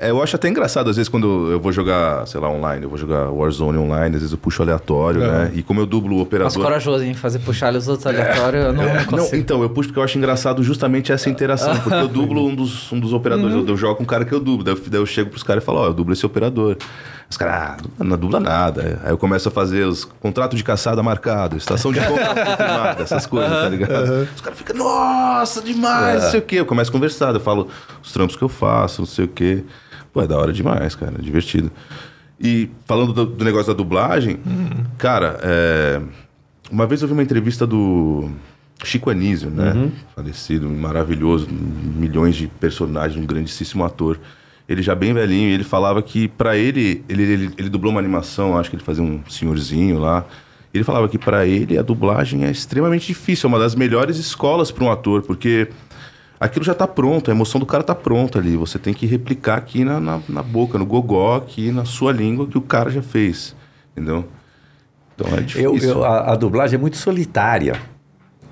[SPEAKER 4] É, eu acho até engraçado, às vezes, quando eu vou jogar, sei lá, online, eu vou jogar Warzone online, às vezes eu puxo aleatório, né? E como eu dublo o
[SPEAKER 1] É. Mas
[SPEAKER 4] operador.
[SPEAKER 1] corajoso, hein? Fazer puxar os outros aleatórios, eu não, não
[SPEAKER 4] Não,
[SPEAKER 1] consigo.
[SPEAKER 4] então, eu puxo porque eu acho engraçado justamente essa interação. Porque eu dublo um dos, um dos operadores,
[SPEAKER 1] Uhum.
[SPEAKER 4] eu, eu jogo com um cara que eu dublo. Daí eu, daí eu chego pros caras e falo, ó, eu dublo esse operador. Os caras, ah, não dubla nada. Aí eu começo a fazer os contrato de caçada marcado, estação de contrato confirmada, essas coisas, tá ligado?
[SPEAKER 1] Uhum.
[SPEAKER 4] Os caras ficam, nossa,
[SPEAKER 1] É.
[SPEAKER 4] demais, não sei o quê. Eu começo a conversar, eu falo os trampos que eu faço, não sei o quê. Pô, é da hora demais, cara, é divertido. E falando do, do negócio da dublagem, cara, é, uma vez eu vi uma entrevista do Chico Anísio, né? Falecido, maravilhoso, milhões de personagens, um grandíssimo ator. Ele já bem velhinho, e ele falava que pra ele ele, ele, ele dublou uma animação, acho que ele fazia um senhorzinho lá. Ele falava que pra ele a dublagem é extremamente difícil, é uma das melhores escolas pra um ator, porque aquilo já tá pronto, a emoção do cara tá pronta ali. Você tem que replicar aqui na, na, na boca, no gogó, aqui na sua língua que o cara já fez. Entendeu? Então é
[SPEAKER 3] Eu,
[SPEAKER 4] difícil.
[SPEAKER 3] eu- a, a dublagem é muito solitária.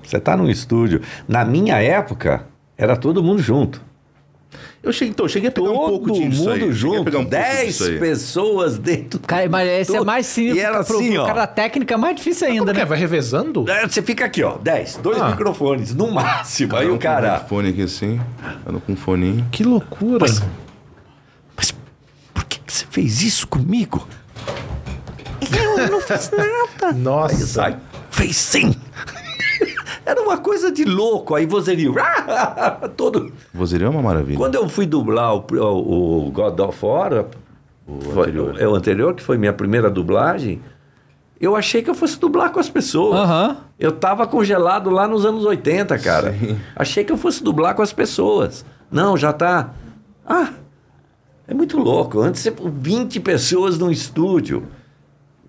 [SPEAKER 3] Você está num estúdio. Na minha época, era todo mundo junto.
[SPEAKER 4] Eu cheguei, então, eu cheguei a pegar
[SPEAKER 3] Todo
[SPEAKER 4] um pouco
[SPEAKER 3] mundo
[SPEAKER 4] disso aí. Eu cheguei a
[SPEAKER 3] junto.
[SPEAKER 4] pegar um pouco
[SPEAKER 3] Dez
[SPEAKER 4] disso aí.
[SPEAKER 3] pessoas dentro.
[SPEAKER 1] Cara, mas esse é
[SPEAKER 3] Todo-
[SPEAKER 1] mais simples.
[SPEAKER 3] E era
[SPEAKER 1] pro-
[SPEAKER 3] assim,
[SPEAKER 1] pro
[SPEAKER 3] ó.
[SPEAKER 1] cara da técnica é mais difícil ainda,
[SPEAKER 2] Como que
[SPEAKER 1] né?
[SPEAKER 2] é? Vai revezando?
[SPEAKER 3] É, Você fica aqui, ó. Dez, dois
[SPEAKER 2] Ah.
[SPEAKER 3] microfones, no máximo. Aí
[SPEAKER 4] Cada um
[SPEAKER 3] o cara.
[SPEAKER 4] Com um fone aqui assim, cada um com um foninho.
[SPEAKER 2] Que loucura.
[SPEAKER 3] Mas por que, que você fez isso comigo? Eu não fiz nada.
[SPEAKER 2] Nossa.
[SPEAKER 3] Aí sai. Fez sim. Era uma coisa de louco. Aí você viu. Todo.
[SPEAKER 4] Vozeria é uma maravilha.
[SPEAKER 3] Quando eu fui dublar o, o, o God of War, o anterior. é o anterior, que foi minha primeira dublagem, eu achei que eu fosse dublar com as pessoas.
[SPEAKER 1] Aham.
[SPEAKER 3] Eu tava congelado lá nos anos 80, cara. Achei que eu fosse dublar com as pessoas. Não, já tá. Ah, é muito louco. Antes você- 20 pessoas num estúdio.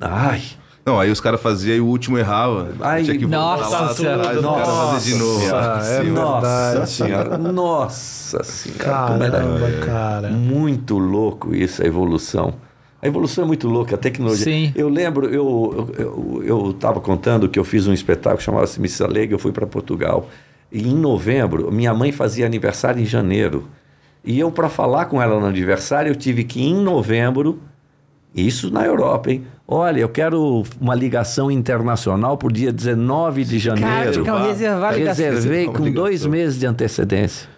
[SPEAKER 3] Ai,
[SPEAKER 4] Não, aí os caras faziam e o último errava.
[SPEAKER 3] Ai,
[SPEAKER 4] tinha que voltar
[SPEAKER 1] nossa
[SPEAKER 4] lá
[SPEAKER 1] senhora.
[SPEAKER 4] atrás, o cara fazer de novo. Ah,
[SPEAKER 2] Nossa, é
[SPEAKER 4] Sim, mano.
[SPEAKER 3] nossa
[SPEAKER 2] verdade.
[SPEAKER 3] senhora. Nossa senhora.
[SPEAKER 4] é
[SPEAKER 3] como é era
[SPEAKER 2] Caramba, cara.
[SPEAKER 3] É. Muito louco isso, a evolução. A evolução é muito louca, a tecnologia.
[SPEAKER 1] Sim.
[SPEAKER 3] Eu lembro, eu eu- eu estava contando que eu fiz um espetáculo chamado Se Missa Lega, eu fui para Portugal. E em novembro, minha mãe fazia aniversário em janeiro. E eu, para falar com ela no aniversário, eu tive que, em novembro, isso na Europa, hein? Olha, eu quero uma ligação internacional para o dia 19 de
[SPEAKER 1] Cara,
[SPEAKER 3] janeiro.
[SPEAKER 1] tinha que reservar a ligação.
[SPEAKER 3] Reservei
[SPEAKER 4] é Uma
[SPEAKER 3] com dois
[SPEAKER 4] ligação.
[SPEAKER 3] meses de antecedência.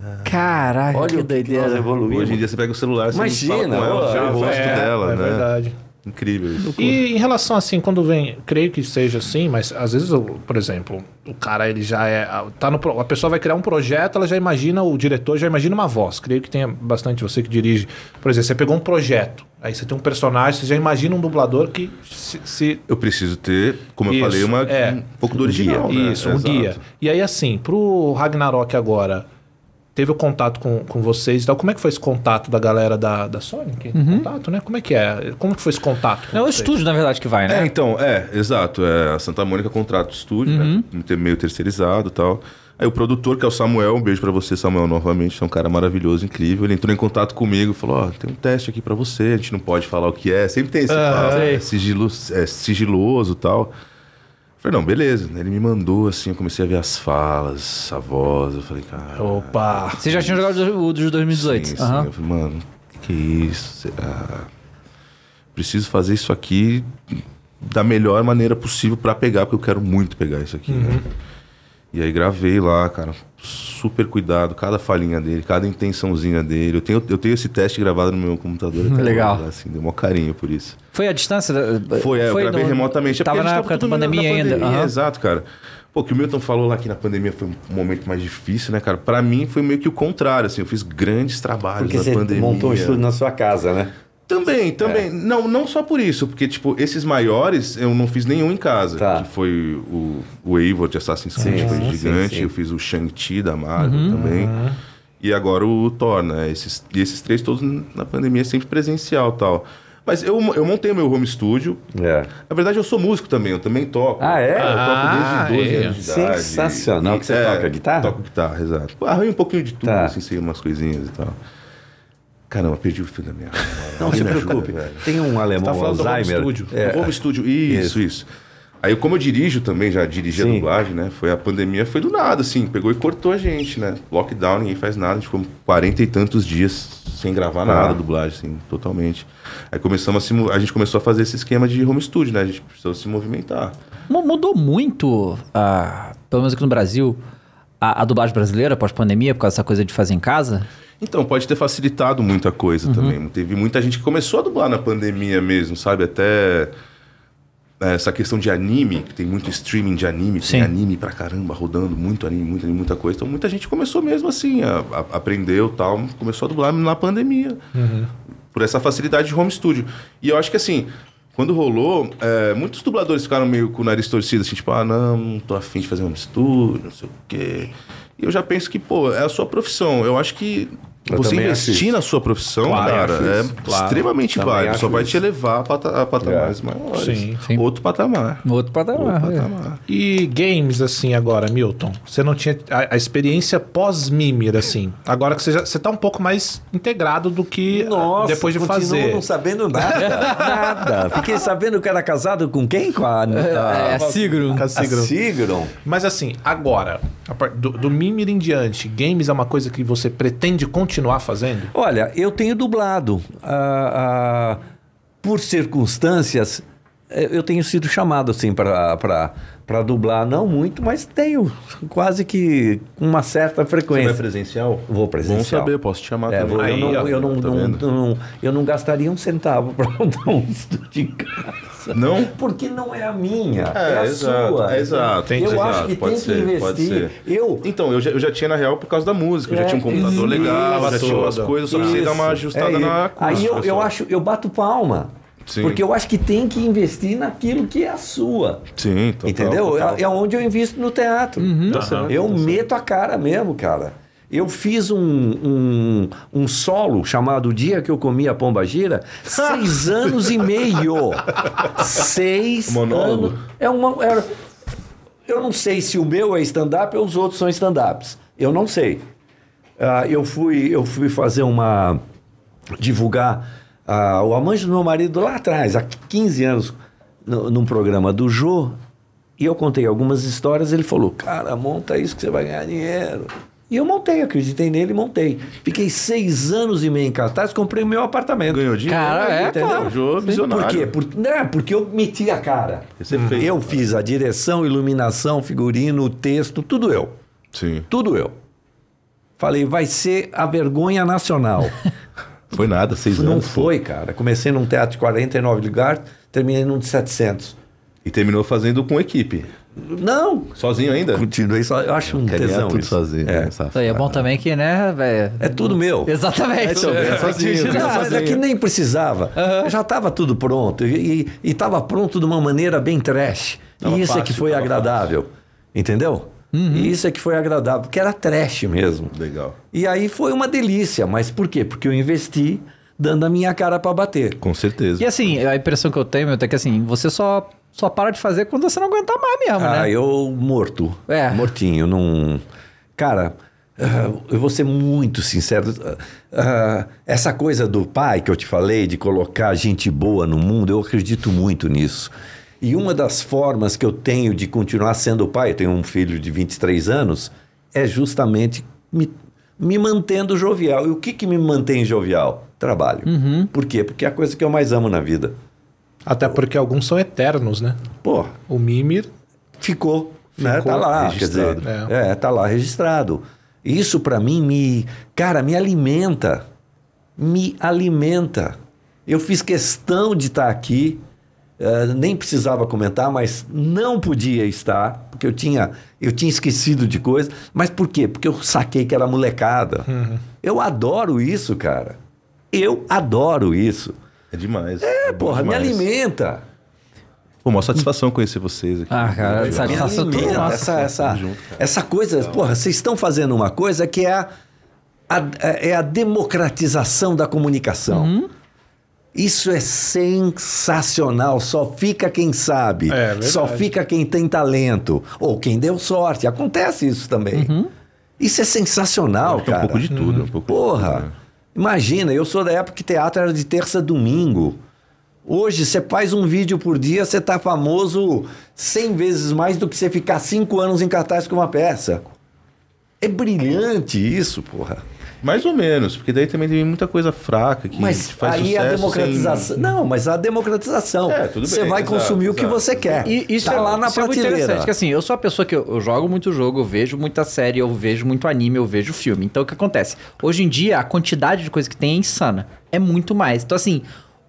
[SPEAKER 1] é? Caraca,
[SPEAKER 3] Olha
[SPEAKER 1] que
[SPEAKER 3] o que nós
[SPEAKER 1] doideira.
[SPEAKER 3] evoluímos.
[SPEAKER 4] Hoje em dia você pega o celular, você
[SPEAKER 3] Imagina,
[SPEAKER 4] não fala com ela,
[SPEAKER 3] ó,
[SPEAKER 4] já
[SPEAKER 3] é,
[SPEAKER 4] o rosto
[SPEAKER 2] é,
[SPEAKER 4] dela,
[SPEAKER 2] é
[SPEAKER 4] né?
[SPEAKER 2] verdade.
[SPEAKER 4] Incrível isso.
[SPEAKER 2] E em relação assim, quando vem, creio que seja assim, mas às vezes, eu- por exemplo, o cara ele já é, a- tá no, pro- a pessoa vai criar um projeto, ela já imagina o diretor, já imagina uma voz. Creio que tenha bastante você que dirige. Por exemplo, você pegou um projeto, aí você tem um personagem, você já imagina um dublador que se, se-
[SPEAKER 4] Eu preciso ter, como
[SPEAKER 2] Isso,
[SPEAKER 4] eu falei, uma,
[SPEAKER 2] é.
[SPEAKER 4] um pouco do original, né?
[SPEAKER 2] Isso, um
[SPEAKER 4] Exato.
[SPEAKER 2] guia. E aí, assim, pro Ragnarok agora, teve o contato com, com vocês e tal. Como é que foi esse contato da galera da, da Sony? Que Contato, né? Como é que é? Como que foi esse contato? com
[SPEAKER 1] É o
[SPEAKER 2] vocês?
[SPEAKER 1] estúdio, na verdade, que vai,
[SPEAKER 4] É,
[SPEAKER 1] né?
[SPEAKER 4] então, é, exato. É, a Santa Mônica contrata o estúdio, né? ter- Meio terceirizado e tal. Aí o produtor, que é o Samuel, um beijo pra você, Samuel, novamente. É um cara maravilhoso, incrível. Ele entrou em contato comigo e falou: Ó, tem um teste aqui pra você, a gente não pode falar o que é. Sempre tem esse papo, é, sigilo, é sigiloso e tal. Eu Falei, não, beleza. Ele me mandou assim, eu comecei a ver as falas, a voz. Eu falei, cara.
[SPEAKER 2] Opa!
[SPEAKER 1] Você já tinha jogado o dos
[SPEAKER 4] Sim,
[SPEAKER 1] 2018.
[SPEAKER 4] sim.
[SPEAKER 1] Aham.
[SPEAKER 4] Eu falei, mano, o que, que é isso? Será? Preciso fazer isso aqui da melhor maneira possível pra pegar, porque eu quero muito pegar isso aqui, né?
[SPEAKER 1] Uhum.
[SPEAKER 4] E aí gravei lá, cara, super cuidado, cada falinha dele, cada intençãozinha dele. Eu tenho, eu tenho esse teste gravado no meu computador. até
[SPEAKER 1] Legal.
[SPEAKER 4] hoje, Assim, deu maior carinho por isso.
[SPEAKER 1] Foi a distância? da-
[SPEAKER 4] Foi, é, eu gravei
[SPEAKER 1] no-
[SPEAKER 4] remotamente. É porque
[SPEAKER 1] Tava
[SPEAKER 4] a gente
[SPEAKER 1] na época da
[SPEAKER 4] tudo na- na
[SPEAKER 1] pandemia ainda.
[SPEAKER 4] pandemia,
[SPEAKER 1] aham.
[SPEAKER 4] Exato, cara. Pô, o que o Milton falou lá que na pandemia foi um momento mais difícil, né, cara? Pra mim foi meio que o contrário, assim. Eu fiz grandes trabalhos
[SPEAKER 3] Porque
[SPEAKER 4] na
[SPEAKER 3] você
[SPEAKER 4] pandemia.
[SPEAKER 3] montou um estúdio na sua casa, né?
[SPEAKER 4] Também, também. Não, não só por isso, porque, tipo, esses maiores eu não fiz nenhum em casa.
[SPEAKER 3] Tá.
[SPEAKER 4] Que foi o, o Eivor de Assassin's Creed,
[SPEAKER 3] Sim,
[SPEAKER 4] foi
[SPEAKER 3] sim,
[SPEAKER 4] gigante.
[SPEAKER 3] sim, sim.
[SPEAKER 4] Eu fiz o Shang-Chi da Marvel também. E agora o Thor, né? Esses, e esses três todos na pandemia é sempre presencial e tal. Mas eu, eu montei o meu home studio.
[SPEAKER 3] É.
[SPEAKER 4] Na verdade, eu sou músico também, eu também toco.
[SPEAKER 3] Ah, é?
[SPEAKER 4] Eu toco desde 12
[SPEAKER 2] Ah, é.
[SPEAKER 4] anos de idade. É,
[SPEAKER 3] Sensacional. Que você toca guitarra?
[SPEAKER 4] Toco guitarra, exato. Arranho um pouquinho de tudo,
[SPEAKER 3] Tá.
[SPEAKER 4] assim, sei umas coisinhas e tal. Caramba, perdi o fio da minha.
[SPEAKER 3] Não se preocupe. Tem um alemão
[SPEAKER 2] Você tá falando do home
[SPEAKER 3] Alzheimer.
[SPEAKER 2] studio.
[SPEAKER 3] É.
[SPEAKER 4] Home Studio, isso, isso. Aí, como eu dirijo também, já dirigi a
[SPEAKER 3] Sim.
[SPEAKER 4] dublagem, né? Foi a pandemia, foi do nada, assim, pegou e cortou a gente, né? Lockdown, ninguém faz nada, a gente ficou 40 e tantos dias sem gravar nada,
[SPEAKER 3] Ah.
[SPEAKER 4] dublagem, assim, totalmente. Aí começamos a, se mo- a gente começou a fazer esse esquema de home studio, né? A gente precisou se movimentar.
[SPEAKER 1] Mu- Mudou muito, ah, pelo menos aqui no Brasil, a, a dublagem brasileira pós-pandemia, por causa dessa coisa de fazer em casa?
[SPEAKER 4] Então, pode ter facilitado muita coisa também. Teve muita gente que começou a dublar na pandemia mesmo, sabe? Até é, essa questão de anime, que tem muito streaming de anime,
[SPEAKER 1] Sim.
[SPEAKER 4] tem anime pra caramba, rodando, muito anime, muito anime, muita coisa. Então, muita gente começou mesmo assim, a, a, aprendeu tal, começou a dublar na pandemia. Por essa facilidade de home studio. E eu acho que assim. Quando rolou, é, muitos dubladores ficaram meio com o nariz torcido, assim, tipo, ah, não, não tô afim de fazer home studio, não sei o quê. E eu já penso que, pô, é a sua profissão. Eu acho que
[SPEAKER 3] Eu
[SPEAKER 4] você
[SPEAKER 3] também
[SPEAKER 4] investir
[SPEAKER 3] assisto.
[SPEAKER 4] na sua profissão,
[SPEAKER 2] Claro,
[SPEAKER 4] cara,
[SPEAKER 2] acho
[SPEAKER 4] é
[SPEAKER 2] isso, claro.
[SPEAKER 4] extremamente
[SPEAKER 3] Também
[SPEAKER 4] válido. Só
[SPEAKER 3] acho
[SPEAKER 4] vai
[SPEAKER 3] isso. É.
[SPEAKER 4] te levar a, pata a patamares maiores.
[SPEAKER 2] Sim.
[SPEAKER 1] Sim.
[SPEAKER 4] Outro patamar.
[SPEAKER 1] Outro patamar.
[SPEAKER 4] Outro
[SPEAKER 1] é.
[SPEAKER 4] patamar.
[SPEAKER 2] E games, assim, agora, Milton? Você não tinha a, a experiência pós-Mimir, assim. Agora que você, já, você tá um pouco mais integrado do que ah, depois de
[SPEAKER 3] continuo
[SPEAKER 2] fazer. É.
[SPEAKER 3] não sabendo nada. nada. Fiquei sabendo que era casado com quem? Com a
[SPEAKER 1] É,
[SPEAKER 3] Anitta.
[SPEAKER 1] Sigro.
[SPEAKER 2] Caso
[SPEAKER 3] a
[SPEAKER 2] Sigron.
[SPEAKER 3] Sigron.
[SPEAKER 2] Ah, Mas assim, agora, a par- do, do Mimir em diante, games é uma coisa que você pretende continuar fazendo?
[SPEAKER 3] Olha, eu tenho dublado. Ah, ah, por circunstâncias, eh, eu tenho sido chamado assim para dublar, não muito, mas tenho quase que uma certa
[SPEAKER 4] Você vai
[SPEAKER 3] frequência.
[SPEAKER 4] presencial?
[SPEAKER 3] Vou presencial.
[SPEAKER 4] Bom saber, posso te chamar
[SPEAKER 3] É,
[SPEAKER 4] também.
[SPEAKER 3] vou- eu,
[SPEAKER 2] Aí,
[SPEAKER 3] não,
[SPEAKER 2] ó,
[SPEAKER 3] eu, não,
[SPEAKER 4] tá
[SPEAKER 3] não-
[SPEAKER 4] vendo?
[SPEAKER 3] não- eu não gastaria um centavo para montar um estúdio em casa.
[SPEAKER 4] Não?
[SPEAKER 3] Porque não é a minha, é,
[SPEAKER 4] É,
[SPEAKER 3] a
[SPEAKER 4] exato,
[SPEAKER 3] sua.
[SPEAKER 4] é exato,
[SPEAKER 3] Eu
[SPEAKER 4] entendi.
[SPEAKER 3] acho que
[SPEAKER 4] Exato, pode
[SPEAKER 3] tem que
[SPEAKER 4] ser,
[SPEAKER 3] investir.
[SPEAKER 4] pode ser.
[SPEAKER 3] Eu,
[SPEAKER 4] Então, eu já, eu já tinha na real por causa da música. Eu
[SPEAKER 3] É,
[SPEAKER 4] já tinha um computador
[SPEAKER 3] isso,
[SPEAKER 4] legal, já tinha umas
[SPEAKER 2] isso,
[SPEAKER 4] coisas, só precisei dar uma
[SPEAKER 3] Isso,
[SPEAKER 4] ajustada
[SPEAKER 3] é
[SPEAKER 4] na
[SPEAKER 3] isso. Aí
[SPEAKER 4] acústica.
[SPEAKER 3] eu, eu
[SPEAKER 4] só.
[SPEAKER 3] acho, eu bato palma.
[SPEAKER 4] Sim.
[SPEAKER 3] Porque eu acho que tem que investir naquilo que é a sua.
[SPEAKER 4] Sim, total,
[SPEAKER 3] entendeu?
[SPEAKER 4] total.
[SPEAKER 3] É, é onde eu invisto no teatro. eu meto a cara mesmo, cara. Eu fiz um, um, um solo chamado O Dia que eu comi a Pomba Gira, seis anos e meio. Seis
[SPEAKER 4] Monólogo?
[SPEAKER 3] anos. É uma, era- eu não sei se o meu é stand-up ou os outros são stand-ups. Eu não sei. Ah, eu, fui, eu fui fazer uma. divulgar ah, o amante do meu marido lá atrás, há 15 anos, no- num programa do Jô. E eu contei algumas histórias. Ele falou: Cara, monta isso que você vai ganhar dinheiro. E eu montei, acreditei nele e montei. Fiquei seis anos e meio em cartaz, comprei meu apartamento.
[SPEAKER 4] Ganhou dinheiro, né?
[SPEAKER 1] Cara, é,
[SPEAKER 4] entendeu?
[SPEAKER 1] claro.
[SPEAKER 4] Jogo visionário.
[SPEAKER 3] Por quê? Por- né, porque eu meti a cara.
[SPEAKER 4] Você fez.
[SPEAKER 3] Eu fiz a direção, iluminação, figurino, texto, tudo eu.
[SPEAKER 4] Sim.
[SPEAKER 3] Tudo eu. Falei, vai ser a vergonha nacional.
[SPEAKER 4] Foi nada, seis
[SPEAKER 3] Não
[SPEAKER 4] anos. pô.
[SPEAKER 3] foi, cara. Comecei num teatro de 49 lugares, terminei num de 700.
[SPEAKER 4] E terminou fazendo com equipe.
[SPEAKER 3] Não!
[SPEAKER 4] Sozinho ainda?
[SPEAKER 3] Continuei só. Eu acho um
[SPEAKER 4] Quer ganhar
[SPEAKER 3] tesão
[SPEAKER 4] tudo
[SPEAKER 3] isso.
[SPEAKER 4] sozinho.
[SPEAKER 3] É.
[SPEAKER 4] né, safado?
[SPEAKER 1] Isso aí é bom também que, né, velho?
[SPEAKER 3] É tudo meu.
[SPEAKER 1] Exatamente.
[SPEAKER 4] É, também, é sozinho,
[SPEAKER 3] Não,
[SPEAKER 4] ganha
[SPEAKER 3] mas é
[SPEAKER 4] sozinho.
[SPEAKER 3] que nem precisava. Já estava tudo pronto. E estava pronto de uma maneira bem trash.
[SPEAKER 4] Tava
[SPEAKER 3] e isso é que
[SPEAKER 4] fácil, Uhum.
[SPEAKER 3] foi
[SPEAKER 4] tava
[SPEAKER 3] agradável. Entendeu? E isso é que foi agradável, porque era trash mesmo.
[SPEAKER 1] tá-
[SPEAKER 4] Legal.
[SPEAKER 3] E aí foi uma delícia. Mas por quê? Porque eu investi dando a minha cara para bater.
[SPEAKER 4] Com certeza.
[SPEAKER 1] E assim, a impressão que eu tenho, meu, é que assim, você só, só para de fazer quando você não aguentar mais mesmo,
[SPEAKER 3] Ah,
[SPEAKER 1] né?
[SPEAKER 3] eu morto.
[SPEAKER 1] É.
[SPEAKER 3] Mortinho, não. Cara, ah, eu vou ser muito sincero. Ah, essa coisa do pai que eu te falei, de colocar gente boa no mundo, eu acredito muito nisso. E uma das formas que eu tenho de continuar sendo pai, eu tenho um filho de 23 anos, é justamente me, me mantendo jovial. E o que, que me mantém jovial? Trabalho.
[SPEAKER 1] Uhum.
[SPEAKER 3] Por quê? Porque é a coisa que eu mais amo na vida.
[SPEAKER 2] Até porque alguns são eternos, né?
[SPEAKER 3] Pô,
[SPEAKER 2] O Mimir
[SPEAKER 3] ficou, né? Tá lá, quer dizer,
[SPEAKER 4] registrado.
[SPEAKER 3] é. tá lá registrado. Isso pra mim me, cara, me alimenta, me alimenta. Eu fiz questão de estar aqui, eh, nem precisava comentar, mas não podia estar porque eu tinha, eu tinha esquecido de coisa. Mas por quê? Porque eu saquei que era molecada. Eu adoro isso, cara. Eu adoro isso.
[SPEAKER 4] É demais. É, bom
[SPEAKER 3] Porra,
[SPEAKER 4] demais.
[SPEAKER 3] me alimenta.
[SPEAKER 4] Pô, uma satisfação conhecer vocês aqui.
[SPEAKER 1] Ah, cara,
[SPEAKER 4] Legal.
[SPEAKER 1] satisfação.
[SPEAKER 3] Essa,
[SPEAKER 1] Nossa, tudo nosso.
[SPEAKER 3] essa, essa,
[SPEAKER 4] Tamo junto, cara.
[SPEAKER 3] essa coisa, porra, vocês estão fazendo uma coisa que é a, a- é a democratização da comunicação.
[SPEAKER 1] Uhum.
[SPEAKER 3] Isso é sensacional. Só fica quem sabe.
[SPEAKER 2] É, verdade.
[SPEAKER 3] Só fica quem tem talento. Ou quem deu sorte. Acontece isso também.
[SPEAKER 1] Uhum.
[SPEAKER 3] Isso é sensacional,
[SPEAKER 4] Tem
[SPEAKER 3] cara.
[SPEAKER 4] um pouco de tudo. Um pouco De tudo,
[SPEAKER 3] Porra!
[SPEAKER 4] né?
[SPEAKER 3] Imagina, eu sou da época que teatro era de terça a domingo. Hoje, você faz um vídeo por dia, você tá famoso 100 vezes mais do que você ficar cinco anos em cartaz com uma peça. É brilhante isso, porra.
[SPEAKER 4] Mais ou menos, porque daí também tem muita coisa fraca que
[SPEAKER 3] Mas
[SPEAKER 4] faz
[SPEAKER 3] aí
[SPEAKER 4] sucesso assim.
[SPEAKER 3] a democratização.
[SPEAKER 4] sem-
[SPEAKER 3] Não, mas a democratização.
[SPEAKER 4] É, tudo
[SPEAKER 3] Você
[SPEAKER 4] bem,
[SPEAKER 3] vai
[SPEAKER 4] exato,
[SPEAKER 3] consumir o que
[SPEAKER 4] exato,
[SPEAKER 3] você
[SPEAKER 4] exato.
[SPEAKER 3] quer.
[SPEAKER 1] E isso
[SPEAKER 3] tá
[SPEAKER 1] é,
[SPEAKER 3] lá na
[SPEAKER 1] isso é muito
[SPEAKER 3] prateleira.
[SPEAKER 1] interessante, que assim, eu sou uma pessoa que eu, eu jogo muito jogo, eu vejo muita série, eu vejo muito anime, eu vejo filme. Então o que acontece? Hoje em dia a quantidade de coisa que tem é insana. É muito mais. Então assim,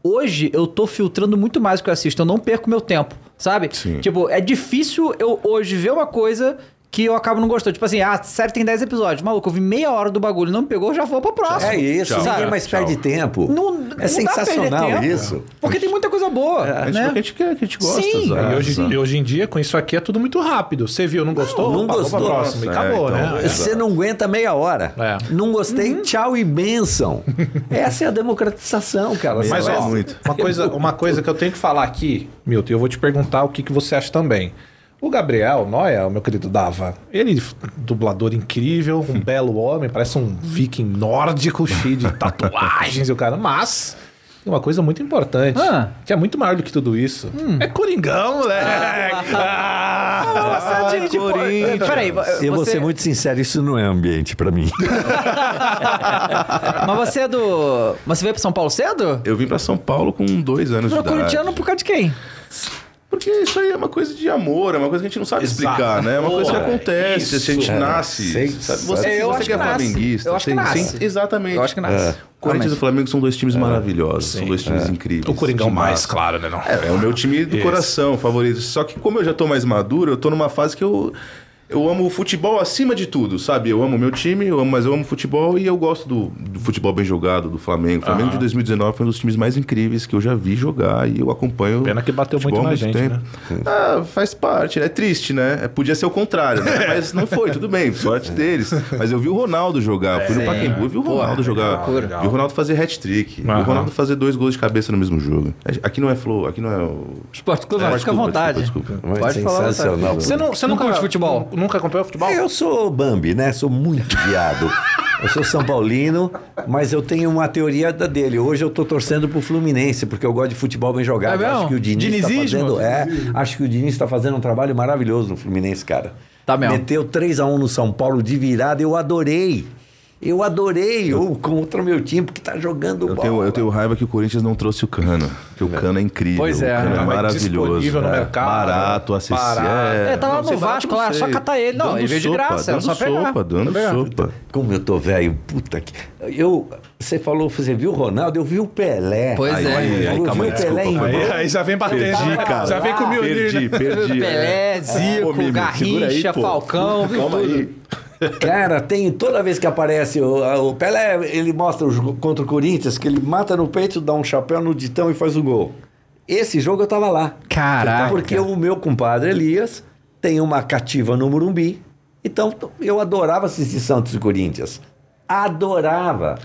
[SPEAKER 1] hoje eu tô filtrando muito mais o que eu assisto, eu não perco meu tempo, sabe?
[SPEAKER 4] Sim.
[SPEAKER 1] Tipo, é difícil eu hoje ver uma coisa que eu acabo não gostando. Tipo assim, ah, a série tem 10 episódios. Maluco, eu vi meia hora do bagulho, não me pegou, já vou pro próximo.
[SPEAKER 3] É isso,
[SPEAKER 4] Tchau.
[SPEAKER 3] ninguém
[SPEAKER 1] Sabe?
[SPEAKER 3] mais
[SPEAKER 4] Tchau.
[SPEAKER 3] perde tempo.
[SPEAKER 1] Não- não dá
[SPEAKER 3] é
[SPEAKER 1] pra perder
[SPEAKER 3] sensacional
[SPEAKER 1] tempo.
[SPEAKER 3] isso. É, tipo,
[SPEAKER 1] Porque tem muita coisa boa,
[SPEAKER 4] A gente
[SPEAKER 1] né?
[SPEAKER 4] fala que a gente quer, que a gente gosta.
[SPEAKER 1] Sim.
[SPEAKER 4] exato,
[SPEAKER 2] E hoje,
[SPEAKER 4] exato.
[SPEAKER 2] e hoje em dia, com isso aqui, é tudo muito rápido. Você viu, não gostou?
[SPEAKER 3] não
[SPEAKER 2] Opa, vamos pra
[SPEAKER 3] gostou.
[SPEAKER 2] próxima. E
[SPEAKER 4] Nossa, é,
[SPEAKER 2] acabou,
[SPEAKER 4] então,
[SPEAKER 2] né?
[SPEAKER 4] é.
[SPEAKER 3] Você não aguenta meia hora.
[SPEAKER 2] É.
[SPEAKER 3] Não gostei,
[SPEAKER 1] Uhum.
[SPEAKER 3] tchau e benção. Essa é a democratização, cara. Você
[SPEAKER 2] Mas,
[SPEAKER 3] vai-
[SPEAKER 2] ó,
[SPEAKER 4] é muito.
[SPEAKER 2] Uma, coisa, uma coisa que eu tenho que falar aqui, Milton, e eu vou te perguntar o que, que você acha também. O Gabriel Noia, o meu querido Dava, ele, dublador incrível, um belo homem, parece um viking nórdico, cheio de tatuagens e o cara, mas. tem Uma coisa muito importante,
[SPEAKER 1] Ah. Hum.
[SPEAKER 2] que é muito maior do que tudo isso. É Coringão, moleque! Ah,
[SPEAKER 1] Nossa, é de- de-
[SPEAKER 4] Corinthians.
[SPEAKER 1] Peraí,
[SPEAKER 3] eu vou
[SPEAKER 1] você,
[SPEAKER 3] ser muito sincero, isso não é ambiente pra mim.
[SPEAKER 1] mas você é do. Mas você veio pra São Paulo cedo?
[SPEAKER 4] Eu vim pra São Paulo com dois anos de
[SPEAKER 1] Pro
[SPEAKER 4] idade.
[SPEAKER 1] corintiano por causa de quem?
[SPEAKER 4] Porque isso aí é uma coisa de amor, é uma coisa que a gente não sabe
[SPEAKER 2] Exato.
[SPEAKER 4] explicar, né? É uma coisa que
[SPEAKER 2] Porra,
[SPEAKER 4] acontece, se a gente
[SPEAKER 2] isso.
[SPEAKER 4] nasce.
[SPEAKER 3] É,
[SPEAKER 4] sabe? Você,
[SPEAKER 1] eu acho
[SPEAKER 4] você que é
[SPEAKER 1] que nasce.
[SPEAKER 4] flamenguista.
[SPEAKER 1] Eu acho que
[SPEAKER 4] sim,
[SPEAKER 1] nasce.
[SPEAKER 4] sim, exatamente.
[SPEAKER 1] Eu acho que nasce.
[SPEAKER 4] Corinthians e Flamengo são dois times maravilhosos, são
[SPEAKER 2] Sim.
[SPEAKER 4] dois times incríveis.
[SPEAKER 2] o Coringão
[SPEAKER 4] timaço.
[SPEAKER 2] mais, claro, né? Não?
[SPEAKER 4] É, é o meu time do
[SPEAKER 2] Isso.
[SPEAKER 4] coração favorito. Só que como eu já tô mais maduro, eu tô numa fase que eu eu amo o futebol acima de tudo, sabe? Eu amo o meu time, eu amo, mas eu amo futebol e eu gosto do, do futebol bem jogado, do Flamengo. O Flamengo de 2019 foi um dos times mais incríveis que eu já vi jogar e eu acompanho.
[SPEAKER 2] Pena que bateu
[SPEAKER 4] futebol
[SPEAKER 2] muito
[SPEAKER 4] há
[SPEAKER 2] na gente, né?
[SPEAKER 1] É.
[SPEAKER 4] Ah, faz parte, né? É triste, né? É, Podia ser o contrário, né? Mas não foi, tudo bem,
[SPEAKER 1] É.
[SPEAKER 4] sorte deles. Mas eu vi o Ronaldo jogar, fui no Pacaembu e vi o Ronaldo jogar.
[SPEAKER 2] legal.
[SPEAKER 4] Vi o Ronaldo fazer hat-trick, vi o
[SPEAKER 2] Aham.
[SPEAKER 4] Ronaldo fazer dois gols de cabeça no mesmo jogo. Aqui não é flow, aqui não é o
[SPEAKER 1] Esporte Clube,
[SPEAKER 4] Esporte
[SPEAKER 1] fica à
[SPEAKER 4] Clube,
[SPEAKER 1] vontade.
[SPEAKER 4] desculpa,
[SPEAKER 3] Mas
[SPEAKER 4] desculpa.
[SPEAKER 1] Pode falar,
[SPEAKER 3] sensacional.
[SPEAKER 2] Você não, você
[SPEAKER 1] Não
[SPEAKER 2] nunca
[SPEAKER 1] curte futebol?
[SPEAKER 2] Nunca acompanhou futebol?
[SPEAKER 3] Eu sou Bambi, né? Sou muito viado. Eu sou São Paulino, mas eu tenho uma teoria da dele. Hoje eu tô torcendo pro Fluminense, porque eu gosto de futebol bem jogado.
[SPEAKER 1] É mesmo?
[SPEAKER 3] acho que o Diniz tá
[SPEAKER 1] Dinizismo?
[SPEAKER 3] fazendo, é, acho que o Diniz tá fazendo um trabalho maravilhoso no Fluminense, cara.
[SPEAKER 1] Tá mesmo.
[SPEAKER 3] Meteu 3 a 1 no São Paulo de virada, eu adorei. Eu adorei, eu contra o meu time que tá jogando
[SPEAKER 4] Eu
[SPEAKER 3] bola.
[SPEAKER 4] tenho, eu tenho raiva que o Corinthians não trouxe o Cano. Porque o Cano é incrível.
[SPEAKER 1] Pois é,
[SPEAKER 4] O Cano é
[SPEAKER 2] tava
[SPEAKER 4] maravilhoso.
[SPEAKER 2] disponível no
[SPEAKER 4] né?
[SPEAKER 2] mercado,
[SPEAKER 4] Barato,
[SPEAKER 2] né?
[SPEAKER 4] acessível.
[SPEAKER 2] Barato.
[SPEAKER 1] É, tava
[SPEAKER 4] Não,
[SPEAKER 1] no
[SPEAKER 4] sei, barato,
[SPEAKER 1] Vasco
[SPEAKER 4] não
[SPEAKER 1] lá,
[SPEAKER 4] sei.
[SPEAKER 1] só catar ele. Não,
[SPEAKER 4] Dando
[SPEAKER 1] ele veio de
[SPEAKER 4] sopa,
[SPEAKER 1] graça, era
[SPEAKER 4] Dando
[SPEAKER 1] só pegar.
[SPEAKER 4] sopa, dando
[SPEAKER 1] Tá vendo?
[SPEAKER 4] sopa.
[SPEAKER 3] Como eu tô velho, puta que. Eu, você falou, você viu o Ronaldo, eu vi o Pelé.
[SPEAKER 1] Pois
[SPEAKER 4] Aí,
[SPEAKER 1] é.
[SPEAKER 4] aí, aí,
[SPEAKER 3] Eu
[SPEAKER 4] calma
[SPEAKER 3] vi
[SPEAKER 4] aí,
[SPEAKER 3] o Pelé
[SPEAKER 4] desculpa.
[SPEAKER 3] em
[SPEAKER 4] foi
[SPEAKER 2] Aí,
[SPEAKER 4] mal.
[SPEAKER 2] aí já vem batendo. né?
[SPEAKER 4] Perdi, cara.
[SPEAKER 2] tá, Já vem com o Mildinho, né?
[SPEAKER 4] Perdi, perdi. é.
[SPEAKER 1] Pelé, Zico,
[SPEAKER 4] Ô, Mimi, segura aí,
[SPEAKER 1] Garrincha,
[SPEAKER 4] pô.
[SPEAKER 1] Falcão, viu
[SPEAKER 4] Calma
[SPEAKER 1] tudo.
[SPEAKER 4] aí.
[SPEAKER 3] Cara, tem toda vez que aparece o, o Pelé, ele mostra o jogo contra o Corinthians, que ele mata no peito, dá um chapéu no ditão e faz o gol. Esse jogo eu tava lá. Então,
[SPEAKER 1] Caraca.
[SPEAKER 3] Porque o meu compadre Elias tem uma cativa no Murumbi. Então eu adorava assistir Santos e Corinthians. Adorava.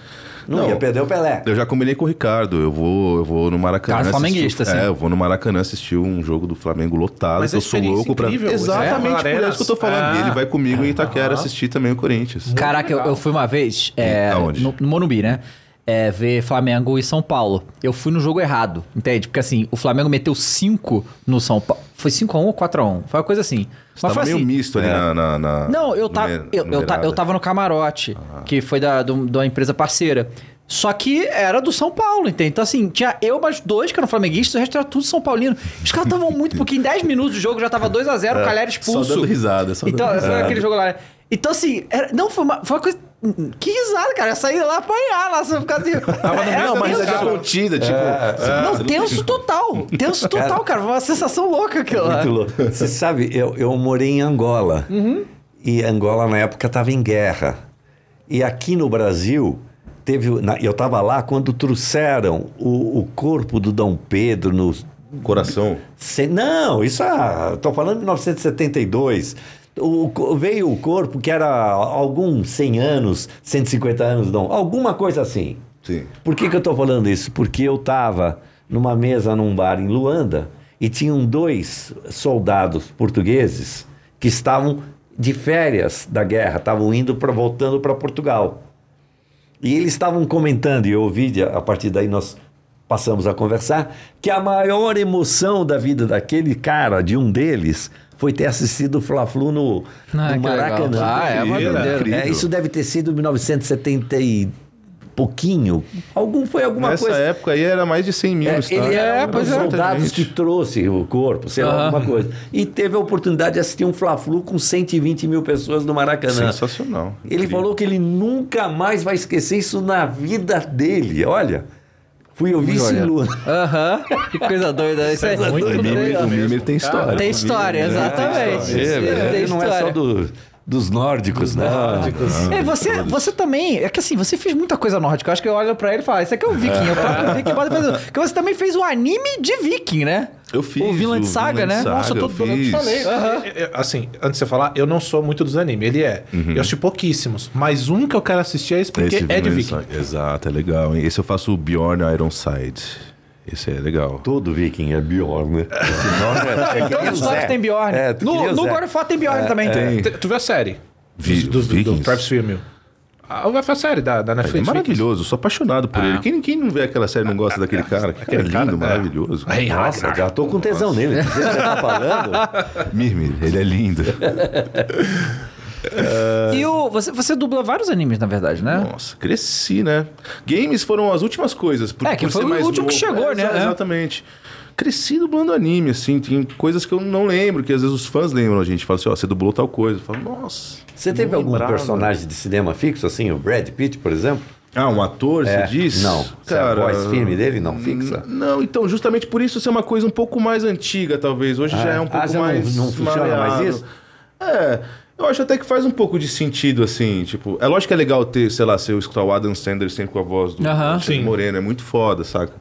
[SPEAKER 3] Não,
[SPEAKER 4] Não.
[SPEAKER 3] ia perder o Pelé.
[SPEAKER 4] Eu já combinei com o Ricardo. Eu vou, eu vou no Maracanã.
[SPEAKER 1] Cara,
[SPEAKER 4] assistir-
[SPEAKER 1] flamenguista, assim.
[SPEAKER 4] É, eu vou no Maracanã assistir um jogo do Flamengo lotado.
[SPEAKER 2] Mas
[SPEAKER 4] que
[SPEAKER 2] a
[SPEAKER 4] eu sou
[SPEAKER 2] experiência
[SPEAKER 4] louco pra.
[SPEAKER 2] incrível, né?
[SPEAKER 4] Exatamente, por
[SPEAKER 2] Arenas.
[SPEAKER 4] isso que eu tô falando.
[SPEAKER 2] Ah.
[SPEAKER 4] E ele vai comigo em Itaquera
[SPEAKER 2] Aham.
[SPEAKER 4] assistir também o Corinthians.
[SPEAKER 1] Caraca, eu, eu fui uma vez é,
[SPEAKER 4] Aonde?
[SPEAKER 1] no, no Morumbi, né? É, ver Flamengo e São Paulo. Eu fui no jogo errado, entende? Porque assim, o Flamengo meteu 5 no São Paulo. Foi 5x1 ou 4x1? Foi uma coisa assim.
[SPEAKER 4] Você tava
[SPEAKER 1] foi
[SPEAKER 4] meio
[SPEAKER 1] assim.
[SPEAKER 4] misto
[SPEAKER 2] É.
[SPEAKER 4] ali na, na- na-
[SPEAKER 1] Não, eu
[SPEAKER 4] no
[SPEAKER 1] tava,
[SPEAKER 4] me-
[SPEAKER 1] eu, eu, ta-
[SPEAKER 4] Tá numerada.
[SPEAKER 1] eu tava no camarote, que foi da, do, da empresa parceira. Só que era do São Paulo, entende? Então, assim, tinha eu mais dois que eram flamenguistas, o resto era tudo São Paulino. Os caras estavam muito, porque em 10 minutos do jogo já tava 2x0, o Calera expulso.
[SPEAKER 4] Só dando risada. Só
[SPEAKER 1] Então,
[SPEAKER 4] dando
[SPEAKER 1] foi
[SPEAKER 4] risada.
[SPEAKER 1] aquele jogo lá. né? Então, assim, era- não, foi uma, foi uma coisa. Que risada, cara. Eu saí lá apanhar lá, só ficar assim.
[SPEAKER 2] Tava no meio
[SPEAKER 1] Era
[SPEAKER 4] Não,
[SPEAKER 2] da
[SPEAKER 4] mas é
[SPEAKER 1] tenso.
[SPEAKER 4] de contida, tipo...
[SPEAKER 2] É,
[SPEAKER 4] ah,
[SPEAKER 1] Não, tenso total. Tenso total, cara. Foi uma sensação louca aquilo lá.
[SPEAKER 3] Muito louco. Você sabe, eu, eu morei em Angola. E Angola, na época, estava em guerra. E aqui no Brasil, teve. o- na- eu estava lá quando trouxeram o, o corpo do Dom Pedro no.
[SPEAKER 4] Coração.
[SPEAKER 3] se- não, isso é. Estou falando de 1972. O, co- veio o corpo que era algum 100 anos, 150 anos, não, alguma coisa assim.
[SPEAKER 4] Sim.
[SPEAKER 3] Por que, que eu estou falando isso? Porque eu estava numa mesa num bar em Luanda e tinham dois soldados portugueses que estavam de férias da guerra, estavam indo para voltando para Portugal. E eles estavam comentando, e eu ouvi, de- a partir daí nós passamos a conversar, que a maior emoção da vida daquele cara, de um deles, foi ter assistido o Fla-Flu no,
[SPEAKER 1] Ah,
[SPEAKER 3] no
[SPEAKER 1] que legal.
[SPEAKER 3] Maracanã.
[SPEAKER 1] Ah, é uma
[SPEAKER 2] Incrível,
[SPEAKER 1] doideira.
[SPEAKER 4] incrível.
[SPEAKER 3] É, isso deve ter sido 1970 e pouquinho. Algum foi alguma
[SPEAKER 4] Nessa
[SPEAKER 3] coisa.
[SPEAKER 4] época aí era mais de 100 mil
[SPEAKER 3] É,
[SPEAKER 4] no estádio.
[SPEAKER 3] ele
[SPEAKER 1] é,
[SPEAKER 3] era um dos
[SPEAKER 1] pois é.
[SPEAKER 3] soldados que trouxe o corpo, sei lá,
[SPEAKER 1] Aham.
[SPEAKER 3] alguma coisa. E teve a oportunidade de assistir um Fla-Flu com 120 mil pessoas no Maracanã.
[SPEAKER 4] Sensacional.
[SPEAKER 3] Ele falou que ele nunca mais vai esquecer isso na vida dele. Olha, Fui eu vi esse
[SPEAKER 1] olhar.
[SPEAKER 3] Luan.
[SPEAKER 1] Aham, que coisa doida. Isso é
[SPEAKER 3] Coisa
[SPEAKER 1] muito
[SPEAKER 3] doida.
[SPEAKER 4] O Mimir,
[SPEAKER 1] doido.
[SPEAKER 4] o Mimir tem história.
[SPEAKER 1] Tem história, exatamente.
[SPEAKER 3] É,
[SPEAKER 1] Sim,
[SPEAKER 3] velho,
[SPEAKER 1] tem
[SPEAKER 3] ele não é só
[SPEAKER 1] história.
[SPEAKER 3] do- dos nórdicos, né?
[SPEAKER 1] É, você, você também. É que assim, você fez muita coisa nórdica. Eu acho que eu olho pra ele e falo, isso aqui é o Viking, é o próprio Viking bota pra Porque você também fez o anime de Viking, né?
[SPEAKER 4] Eu fiz.
[SPEAKER 1] O Vinland Saga, né?
[SPEAKER 4] Nossa, eu tô fiz.
[SPEAKER 2] Falei, é, é, assim, antes de você falar, eu não sou muito dos animes, ele é. Eu assisti pouquíssimos, mas um que eu quero assistir é esse porque
[SPEAKER 4] Uhum. Esse
[SPEAKER 2] é de
[SPEAKER 4] Vinland
[SPEAKER 2] Viking.
[SPEAKER 4] Saga. Exato, é legal. hein? Esse eu faço o Bjorn Ironside. Esse é legal.
[SPEAKER 3] Todo viking é Bjorn, né? Esse nome é, é que nem
[SPEAKER 1] Todos
[SPEAKER 3] o
[SPEAKER 1] os
[SPEAKER 3] Zé.
[SPEAKER 1] blocos tem Bjorn.
[SPEAKER 3] É, tu
[SPEAKER 1] no
[SPEAKER 3] queria É, o
[SPEAKER 1] no
[SPEAKER 3] Zé.
[SPEAKER 1] God of War tem Bjorn também.
[SPEAKER 4] Tem.
[SPEAKER 2] Tu, tu viu a série
[SPEAKER 4] Vi-
[SPEAKER 2] do, do, do,
[SPEAKER 4] Vikings?
[SPEAKER 2] do Travis Fimmel? Ah, eu vi a série da, da
[SPEAKER 4] Ele é
[SPEAKER 2] Netflix.
[SPEAKER 4] maravilhoso, eu sou apaixonado por ele. Quem, quem não vê aquela série e não gosta daquele cara? Que cara
[SPEAKER 2] É. Aquele
[SPEAKER 4] lindo,
[SPEAKER 2] cara, é. né?
[SPEAKER 4] maravilhoso.
[SPEAKER 2] Vikings. Ei,
[SPEAKER 3] Nossa, já tô com tesão nele. Do jeito que Você tá falando?
[SPEAKER 4] Mirmir, né? ele é lindo.
[SPEAKER 3] é.
[SPEAKER 1] E o, você, você dubla vários animes, na verdade, né?
[SPEAKER 4] Nossa, cresci, né? Games foram as últimas coisas. Por,
[SPEAKER 1] É, que
[SPEAKER 4] por
[SPEAKER 1] foi
[SPEAKER 4] ser
[SPEAKER 1] o
[SPEAKER 4] mais
[SPEAKER 1] último que
[SPEAKER 4] novo.
[SPEAKER 1] chegou, né?
[SPEAKER 4] exa-
[SPEAKER 1] É.
[SPEAKER 4] Exatamente. Cresci dublando anime, assim. Tem coisas que eu não lembro, que às vezes os fãs lembram a gente. Fala assim, ó, você dublou tal coisa. Eu falo, nossa.
[SPEAKER 3] Você teve
[SPEAKER 4] não
[SPEAKER 3] algum
[SPEAKER 4] lembrava.
[SPEAKER 3] personagem de cinema fixo, assim, o Brad Pitt, por exemplo?
[SPEAKER 4] Ah, um ator,
[SPEAKER 3] É,
[SPEAKER 4] você diz?
[SPEAKER 3] Não. Cara,
[SPEAKER 4] Cara, hum,
[SPEAKER 3] a voz firme dele não fixa?
[SPEAKER 4] Não, então, justamente por isso ser uma coisa um pouco mais antiga, talvez. Hoje já é um
[SPEAKER 3] ah,
[SPEAKER 4] pouco
[SPEAKER 3] já não-
[SPEAKER 4] mais.
[SPEAKER 3] não funciona mais
[SPEAKER 4] maleável.
[SPEAKER 3] isso?
[SPEAKER 4] É. Eu acho até que faz um pouco de sentido, assim, tipo... É lógico que é legal ter, sei lá, seu escutar o Adam Sandler sempre com a voz do
[SPEAKER 1] Aham.
[SPEAKER 4] Alexandre
[SPEAKER 2] Sim.
[SPEAKER 4] Moreno, é muito foda, saca?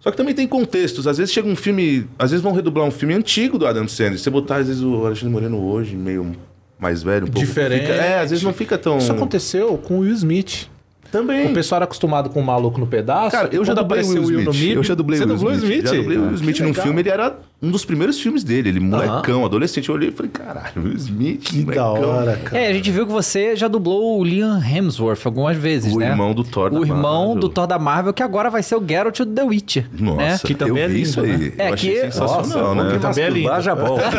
[SPEAKER 4] Só que também tem contextos, às vezes chega um filme... Às vezes vão redublar um filme antigo do Adam Sandler, você botar, às vezes, o Alexandre Moreno hoje, meio mais velho, um pouco...
[SPEAKER 2] Diferente.
[SPEAKER 4] fica- é, às vezes não fica tão...
[SPEAKER 2] Isso aconteceu com o Will Smith.
[SPEAKER 4] Também.
[SPEAKER 2] O pessoal era acostumado com o maluco no pedaço.
[SPEAKER 4] Cara, eu já
[SPEAKER 2] Quando
[SPEAKER 4] dublei o
[SPEAKER 2] apareceu
[SPEAKER 4] Will Smith.
[SPEAKER 2] no MIB,
[SPEAKER 4] eu já dublei
[SPEAKER 2] Você
[SPEAKER 4] o Will
[SPEAKER 2] dublou o
[SPEAKER 4] Smith.
[SPEAKER 2] Smith? Ah,
[SPEAKER 4] Já dublei o Will Smith
[SPEAKER 2] que
[SPEAKER 4] num
[SPEAKER 2] legal.
[SPEAKER 4] filme, ele era um dos primeiros filmes dele. Ele, molecão, adolescente. Eu olhei e falei, caralho, Will Smith,
[SPEAKER 2] Que da hora, cara.
[SPEAKER 1] É, a gente viu que você já dublou o Liam Hemsworth algumas vezes,
[SPEAKER 4] O
[SPEAKER 1] né?
[SPEAKER 4] irmão do Thor da
[SPEAKER 1] O irmão
[SPEAKER 4] Marvel.
[SPEAKER 1] do Thor da Marvel, que agora vai ser o Geralt do The Witcher.
[SPEAKER 4] Nossa,
[SPEAKER 1] né?
[SPEAKER 2] Que também
[SPEAKER 4] eu
[SPEAKER 2] é
[SPEAKER 4] vi
[SPEAKER 2] lindo,
[SPEAKER 4] isso aí.
[SPEAKER 2] né?
[SPEAKER 1] É,
[SPEAKER 4] eu achei
[SPEAKER 1] que-
[SPEAKER 4] sensacional,
[SPEAKER 3] bom que
[SPEAKER 4] né?
[SPEAKER 2] também é lindo.
[SPEAKER 3] masturbar já volta.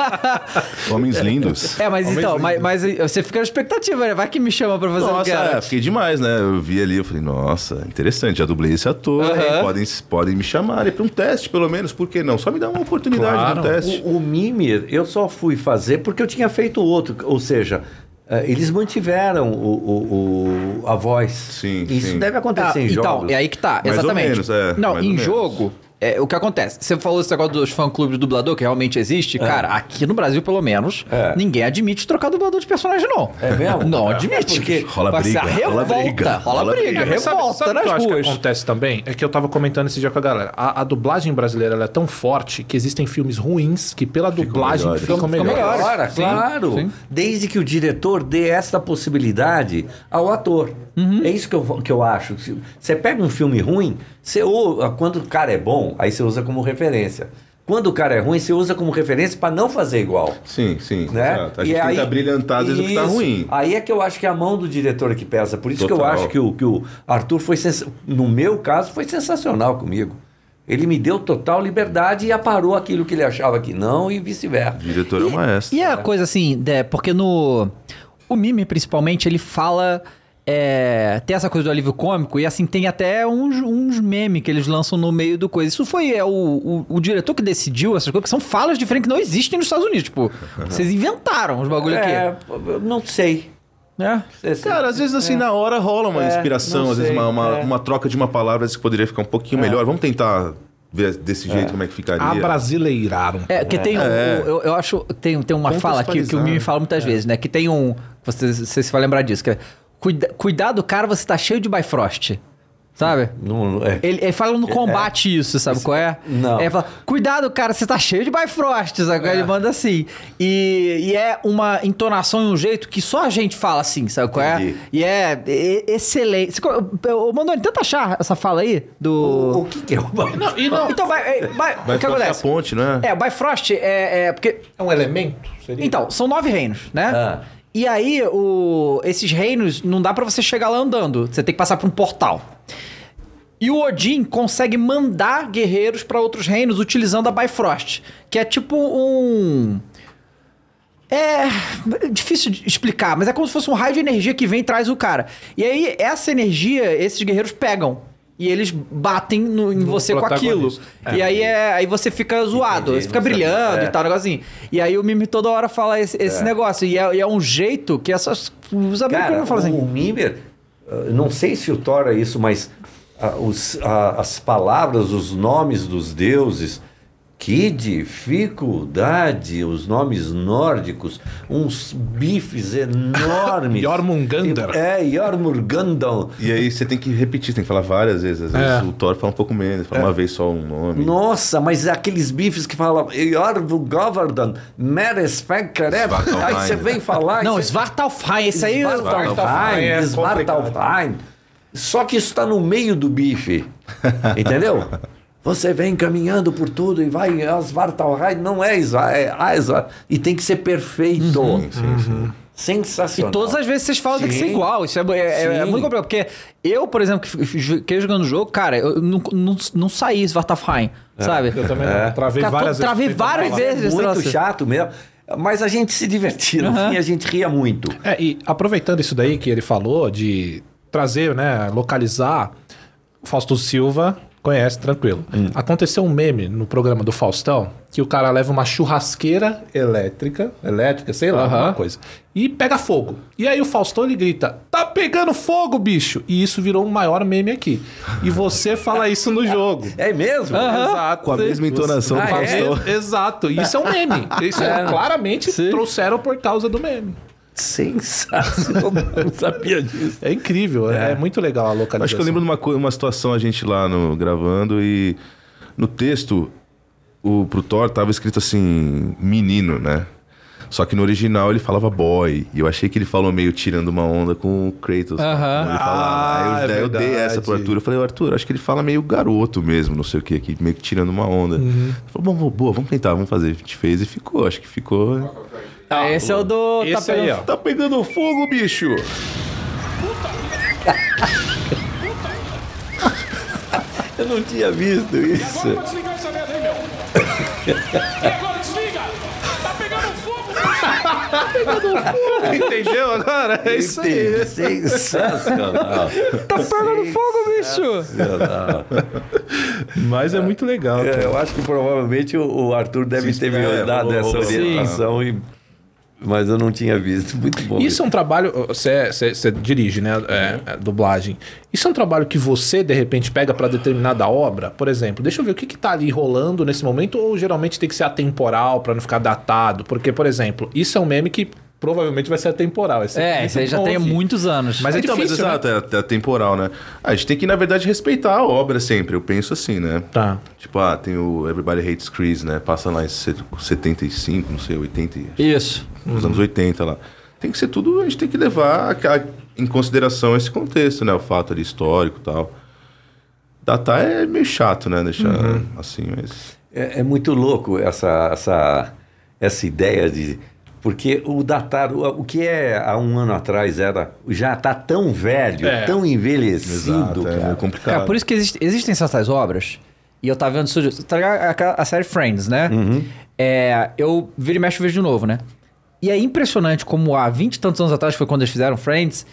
[SPEAKER 4] Homens lindos.
[SPEAKER 1] É, mas
[SPEAKER 2] Ao
[SPEAKER 1] então,
[SPEAKER 2] mesmo
[SPEAKER 1] mas, mas você fica na expectativa, né? Vai que me chama pra fazer o
[SPEAKER 4] Nossa, é,
[SPEAKER 1] Geralt.
[SPEAKER 4] fiquei demais, né? Eu vi ali, eu falei, nossa, interessante, já dublei esse ator, hein? podem, podem me chamar para um teste, pelo menos, por que não? Só me dá uma oportunidade
[SPEAKER 2] Claro.
[SPEAKER 4] no teste.
[SPEAKER 3] O, o Mimir, eu só fui fazer porque eu tinha feito outro. Ou seja, eh, eles mantiveram o, o- o- a voz.
[SPEAKER 4] Sim,
[SPEAKER 3] Isso
[SPEAKER 4] sim.
[SPEAKER 3] deve acontecer
[SPEAKER 1] Ah,
[SPEAKER 3] em
[SPEAKER 1] então,
[SPEAKER 3] jogos.
[SPEAKER 1] é aí que tá,
[SPEAKER 4] Mais ou
[SPEAKER 1] exatamente.
[SPEAKER 4] menos, é,
[SPEAKER 1] Não,
[SPEAKER 4] mais
[SPEAKER 1] em
[SPEAKER 4] ou
[SPEAKER 1] jogo, é, o que acontece? Você falou esse negócio dos fã-clubes do dublador, que realmente
[SPEAKER 2] É.
[SPEAKER 1] existe. Cara, aqui no Brasil, pelo menos,
[SPEAKER 3] É.
[SPEAKER 1] ninguém admite trocar dublador de personagem, não.
[SPEAKER 3] É mesmo?
[SPEAKER 1] Não
[SPEAKER 3] É.
[SPEAKER 1] admite.
[SPEAKER 3] É porque
[SPEAKER 4] rola
[SPEAKER 1] Vai ser a
[SPEAKER 4] briga, rola
[SPEAKER 1] revolta,
[SPEAKER 4] briga,
[SPEAKER 1] rola
[SPEAKER 4] rola
[SPEAKER 1] briga,
[SPEAKER 4] briga.
[SPEAKER 2] Mas sabe-
[SPEAKER 1] revolta
[SPEAKER 2] sabe o que eu
[SPEAKER 1] nas
[SPEAKER 2] acho
[SPEAKER 1] ruas.
[SPEAKER 2] que acontece também? É que eu tava comentando esse dia com a galera. A, a dublagem brasileira ela é tão forte que existem filmes ruins que pela dublagem
[SPEAKER 4] melhores.
[SPEAKER 2] ficam
[SPEAKER 4] Ficam
[SPEAKER 2] melhores.
[SPEAKER 1] melhores.
[SPEAKER 3] Agora,
[SPEAKER 1] Sim,
[SPEAKER 3] claro.
[SPEAKER 1] sim.
[SPEAKER 3] Desde que o diretor dê essa possibilidade ao ator.
[SPEAKER 4] Uhum.
[SPEAKER 3] É isso que eu, que eu acho. Se- Você pega um filme ruim, você, ou, quando o cara é bom, aí você usa como referência. Quando o cara é ruim, você usa como referência para não fazer igual.
[SPEAKER 4] Sim, sim,
[SPEAKER 3] né?
[SPEAKER 4] exato. A
[SPEAKER 3] E
[SPEAKER 4] gente tenta
[SPEAKER 3] aí-
[SPEAKER 4] brilhantar, às vezes, o que tá
[SPEAKER 3] Isso.
[SPEAKER 4] ruim.
[SPEAKER 3] Aí é que eu acho que é a mão do diretor que pesa. Por isso que eu
[SPEAKER 4] Total.
[SPEAKER 3] acho que o, que o Arthur foi, sensa- no meu caso, foi sensacional comigo. Ele me deu total liberdade e aparou aquilo que ele achava que não e vice-versa.
[SPEAKER 4] O diretor é o maestro.
[SPEAKER 1] E a coisa assim, Dé, porque no. O Mime, principalmente, ele fala. é, tem essa coisa do alívio cômico, e assim, tem até uns, uns memes que eles lançam no meio do coisa. Isso foi é, o, o, o diretor que decidiu essas coisas, porque são falas diferentes que não existem nos Estados Unidos. Tipo, vocês inventaram os bagulho
[SPEAKER 3] É,
[SPEAKER 1] aqui.
[SPEAKER 3] eu não sei.
[SPEAKER 1] Né?
[SPEAKER 3] Sei, sei.
[SPEAKER 4] Cara, às vezes assim, na hora rola uma
[SPEAKER 3] É,
[SPEAKER 4] inspiração,
[SPEAKER 3] não
[SPEAKER 4] às vezes
[SPEAKER 3] sei,
[SPEAKER 4] uma, uma,
[SPEAKER 3] é.
[SPEAKER 4] uma troca de uma palavra às vezes, que poderia ficar um pouquinho melhor. Vamos tentar ver desse jeito como é que ficaria.
[SPEAKER 2] Abrasileiraram.
[SPEAKER 1] É, porque tem um, o- eu, eu acho tem, tem uma fala aqui que o Mimi fala muitas vezes, né? Que tem um. Você, você se vai lembrar disso, que é. Cuida, cuidado, cara, você tá cheio de Bifrost. Sabe?
[SPEAKER 3] Não, é.
[SPEAKER 1] Ele, ele fala no combate isso, sabe qual é?
[SPEAKER 3] Não.
[SPEAKER 1] Ele fala, cuidado, cara, você tá cheio de Bifrost, sabe? qual é? Ele manda assim. E, e é uma entonação e um jeito que só a gente fala assim, sabe qual
[SPEAKER 3] Entendi.
[SPEAKER 1] é? E é e- excelente. Você co- Ô, Mandoni, tenta achar essa fala aí
[SPEAKER 3] O
[SPEAKER 1] do...
[SPEAKER 3] que, que é o barulho?
[SPEAKER 2] Não, e não,
[SPEAKER 1] Então, vai, é, vai,
[SPEAKER 4] Vai
[SPEAKER 1] o que
[SPEAKER 4] ficar a
[SPEAKER 1] acontece?
[SPEAKER 4] ponte, né?
[SPEAKER 1] É, o Bifrost é, é... Porque
[SPEAKER 2] é um elemento? Seria?
[SPEAKER 1] então, são nove reinos, né?
[SPEAKER 3] Ah.
[SPEAKER 1] E aí, o- esses reinos, não dá pra você chegar lá andando. Você tem que passar por um portal. E o Odin consegue mandar guerreiros pra outros reinos utilizando a Bifrost, que é tipo um. É difícil de explicar, mas é como se fosse um raio de energia que vem e traz o cara. E aí, essa energia, esses guerreiros pegam. E eles batem no- em
[SPEAKER 2] No
[SPEAKER 1] você com aquilo.
[SPEAKER 2] protagonista. É.
[SPEAKER 1] E aí, é, aí você fica zoado,
[SPEAKER 3] Entendi,
[SPEAKER 1] você fica
[SPEAKER 3] não sabia.
[SPEAKER 1] brilhando
[SPEAKER 3] É.
[SPEAKER 1] e tal, um negocinho. E aí o Mimi toda hora fala esse, esse negócio. E é, e é um jeito que essas, os
[SPEAKER 3] Cara, um ah,
[SPEAKER 1] americanos falam assim.
[SPEAKER 3] o Mimir, eh, não sei se o Thor é isso, mas a- os- a- as palavras, os nomes dos deuses. Que dificuldade! Os nomes nórdicos, uns bifes enormes.
[SPEAKER 2] Jormungandr.
[SPEAKER 3] É, Jormungandr.
[SPEAKER 4] E aí você tem que repetir, tem que falar várias vezes. Às vezes
[SPEAKER 2] É.
[SPEAKER 4] o Thor fala um pouco menos, fala uma vez só um nome.
[SPEAKER 3] Nossa, mas é aqueles bifes que falam Jormungandr, Meresfenkerev. Aí
[SPEAKER 4] Svartalfheim.
[SPEAKER 3] você vem falar...
[SPEAKER 1] Não,
[SPEAKER 3] e você-
[SPEAKER 1] Svartalfheim, esse aí... é
[SPEAKER 3] Svartalfheim,
[SPEAKER 2] é
[SPEAKER 3] Svartalfheim. Só que isso está no meio do bife. Entendeu? Você vem caminhando por tudo e vai é Svartalfheim, não é Svar- é Asvar. E tem que ser perfeito.
[SPEAKER 1] E
[SPEAKER 3] Sensacional.
[SPEAKER 1] todas as vezes vocês falam tem que ser
[SPEAKER 3] Sim.
[SPEAKER 1] igual. Isso é, é- é- é
[SPEAKER 3] Sim.
[SPEAKER 1] muito complicado. Porque eu, por exemplo, que f- f- fiquei jogando o jogo, cara, eu não, não, não saí
[SPEAKER 3] É.
[SPEAKER 1] Svartalfheim, sabe?
[SPEAKER 2] Eu também não, travei
[SPEAKER 1] Cara,
[SPEAKER 2] várias
[SPEAKER 1] tô- travei
[SPEAKER 2] vezes. tentando
[SPEAKER 1] várias
[SPEAKER 2] falar.
[SPEAKER 1] vezes. esse
[SPEAKER 3] é Muito
[SPEAKER 1] troço.
[SPEAKER 3] chato mesmo. Mas a gente se divertia. No
[SPEAKER 1] Aham.
[SPEAKER 3] fim, a gente ria muito.
[SPEAKER 2] É, e aproveitando isso daí que ele falou de trazer, né, localizar, o Fausto Silva conhece, tranquilo.
[SPEAKER 4] Hum.
[SPEAKER 2] Aconteceu um meme no programa do Faustão que o cara leva uma churrasqueira elétrica, elétrica, sei lá, alguma coisa, e pega fogo. E aí o Faustão ele grita: "Tá pegando fogo, bicho!" E isso virou o maior meme aqui. E você fala isso no jogo.
[SPEAKER 3] É mesmo?
[SPEAKER 2] Exato.
[SPEAKER 4] Com a mesma entonação
[SPEAKER 3] do
[SPEAKER 2] Ah, é?
[SPEAKER 4] Faustão.
[SPEAKER 2] Exato. Isso é um meme. Isso é, claramente trouxeram por causa do meme.
[SPEAKER 3] Sensacional. Não sabia disso.
[SPEAKER 2] É incrível, é, é muito legal a localização.
[SPEAKER 4] Acho que eu lembro de uma, co- uma situação a gente lá no, gravando e no texto o, pro Thor tava escrito assim, menino, né? Só que no original ele falava boy. E eu achei que ele falou meio tirando uma onda com o Kratos.
[SPEAKER 1] Aham.
[SPEAKER 4] como ele falava.
[SPEAKER 2] Ah,
[SPEAKER 4] Aí eu,
[SPEAKER 2] é
[SPEAKER 4] daí eu dei
[SPEAKER 2] verdade.
[SPEAKER 4] essa pro Arthur. Eu falei, "Ô, Arthur, acho que ele fala meio garoto mesmo, não sei o que aqui, meio que tirando uma onda.
[SPEAKER 2] Uhum.
[SPEAKER 4] Ele falou, bom, boa, vamos tentar, vamos fazer. A gente fez e ficou, acho que ficou.
[SPEAKER 1] Ah, esse é o do... tá
[SPEAKER 2] Esse aí,
[SPEAKER 1] pegando-
[SPEAKER 2] ó.
[SPEAKER 4] Tá pegando fogo, bicho!
[SPEAKER 3] Eu não tinha visto isso.
[SPEAKER 5] Agora pra desligar essa merda aí, meu. E agora desliga. Tá pegando fogo.
[SPEAKER 2] Entendeu agora? É isso aí.
[SPEAKER 3] Entendi. Sensacional.
[SPEAKER 1] Tá pegando fogo, bicho!
[SPEAKER 4] Mas é muito legal.
[SPEAKER 3] É,
[SPEAKER 2] um
[SPEAKER 3] Eu acho que provavelmente o o Arthur deve
[SPEAKER 4] Sim,
[SPEAKER 3] ter me
[SPEAKER 4] é,
[SPEAKER 3] dado
[SPEAKER 4] o-
[SPEAKER 3] essa
[SPEAKER 4] o- sim.
[SPEAKER 3] orientação, e- mas eu não tinha visto. Muito bom.
[SPEAKER 2] Isso é um trabalho. Você, você- você dirige, né? é, é, dublagem. Isso é um trabalho que você, de repente, pega pra determinada obra? Por exemplo, deixa eu ver o que, que tá ali rolando nesse momento, ou geralmente tem que ser atemporal pra não ficar datado? Porque, por exemplo, isso é um meme que provavelmente vai ser atemporal. Esse
[SPEAKER 1] É, esse aí já tem há
[SPEAKER 2] muito.
[SPEAKER 1] muitos anos.
[SPEAKER 2] Mas é
[SPEAKER 4] então,
[SPEAKER 2] difícil,
[SPEAKER 4] mas exato, é, é temporal, né? A gente tem que, na verdade, respeitar a obra sempre. Eu penso assim, né?
[SPEAKER 2] Tá.
[SPEAKER 4] Tipo, ah, tem o Everybody Hates Chris, né? Passa lá em se- 75, não sei, 80,
[SPEAKER 1] Isso.
[SPEAKER 4] nos anos 80 lá. Tem que ser tudo, a gente tem que levar aquela- em consideração esse contexto, né? O fato ali histórico e tal. Datar é meio chato, né? Deixar assim, mas.
[SPEAKER 3] É, é muito louco essa, essa, essa ideia de. Porque o datar, o, o que é há um ano atrás era. Já está tão velho,
[SPEAKER 2] É.
[SPEAKER 3] tão envelhecido,
[SPEAKER 4] Exato, é meio
[SPEAKER 3] cara.
[SPEAKER 4] complicado.
[SPEAKER 1] Cara, por isso que existe- existem certas obras, e eu tava vendo isso, tá ligado? Aquela- a, série Friends, né?
[SPEAKER 2] Uhum.
[SPEAKER 1] É, eu viro e mexo vejo de novo, né? E é impressionante como há 20 e tantos anos atrás, foi quando eles fizeram Friends,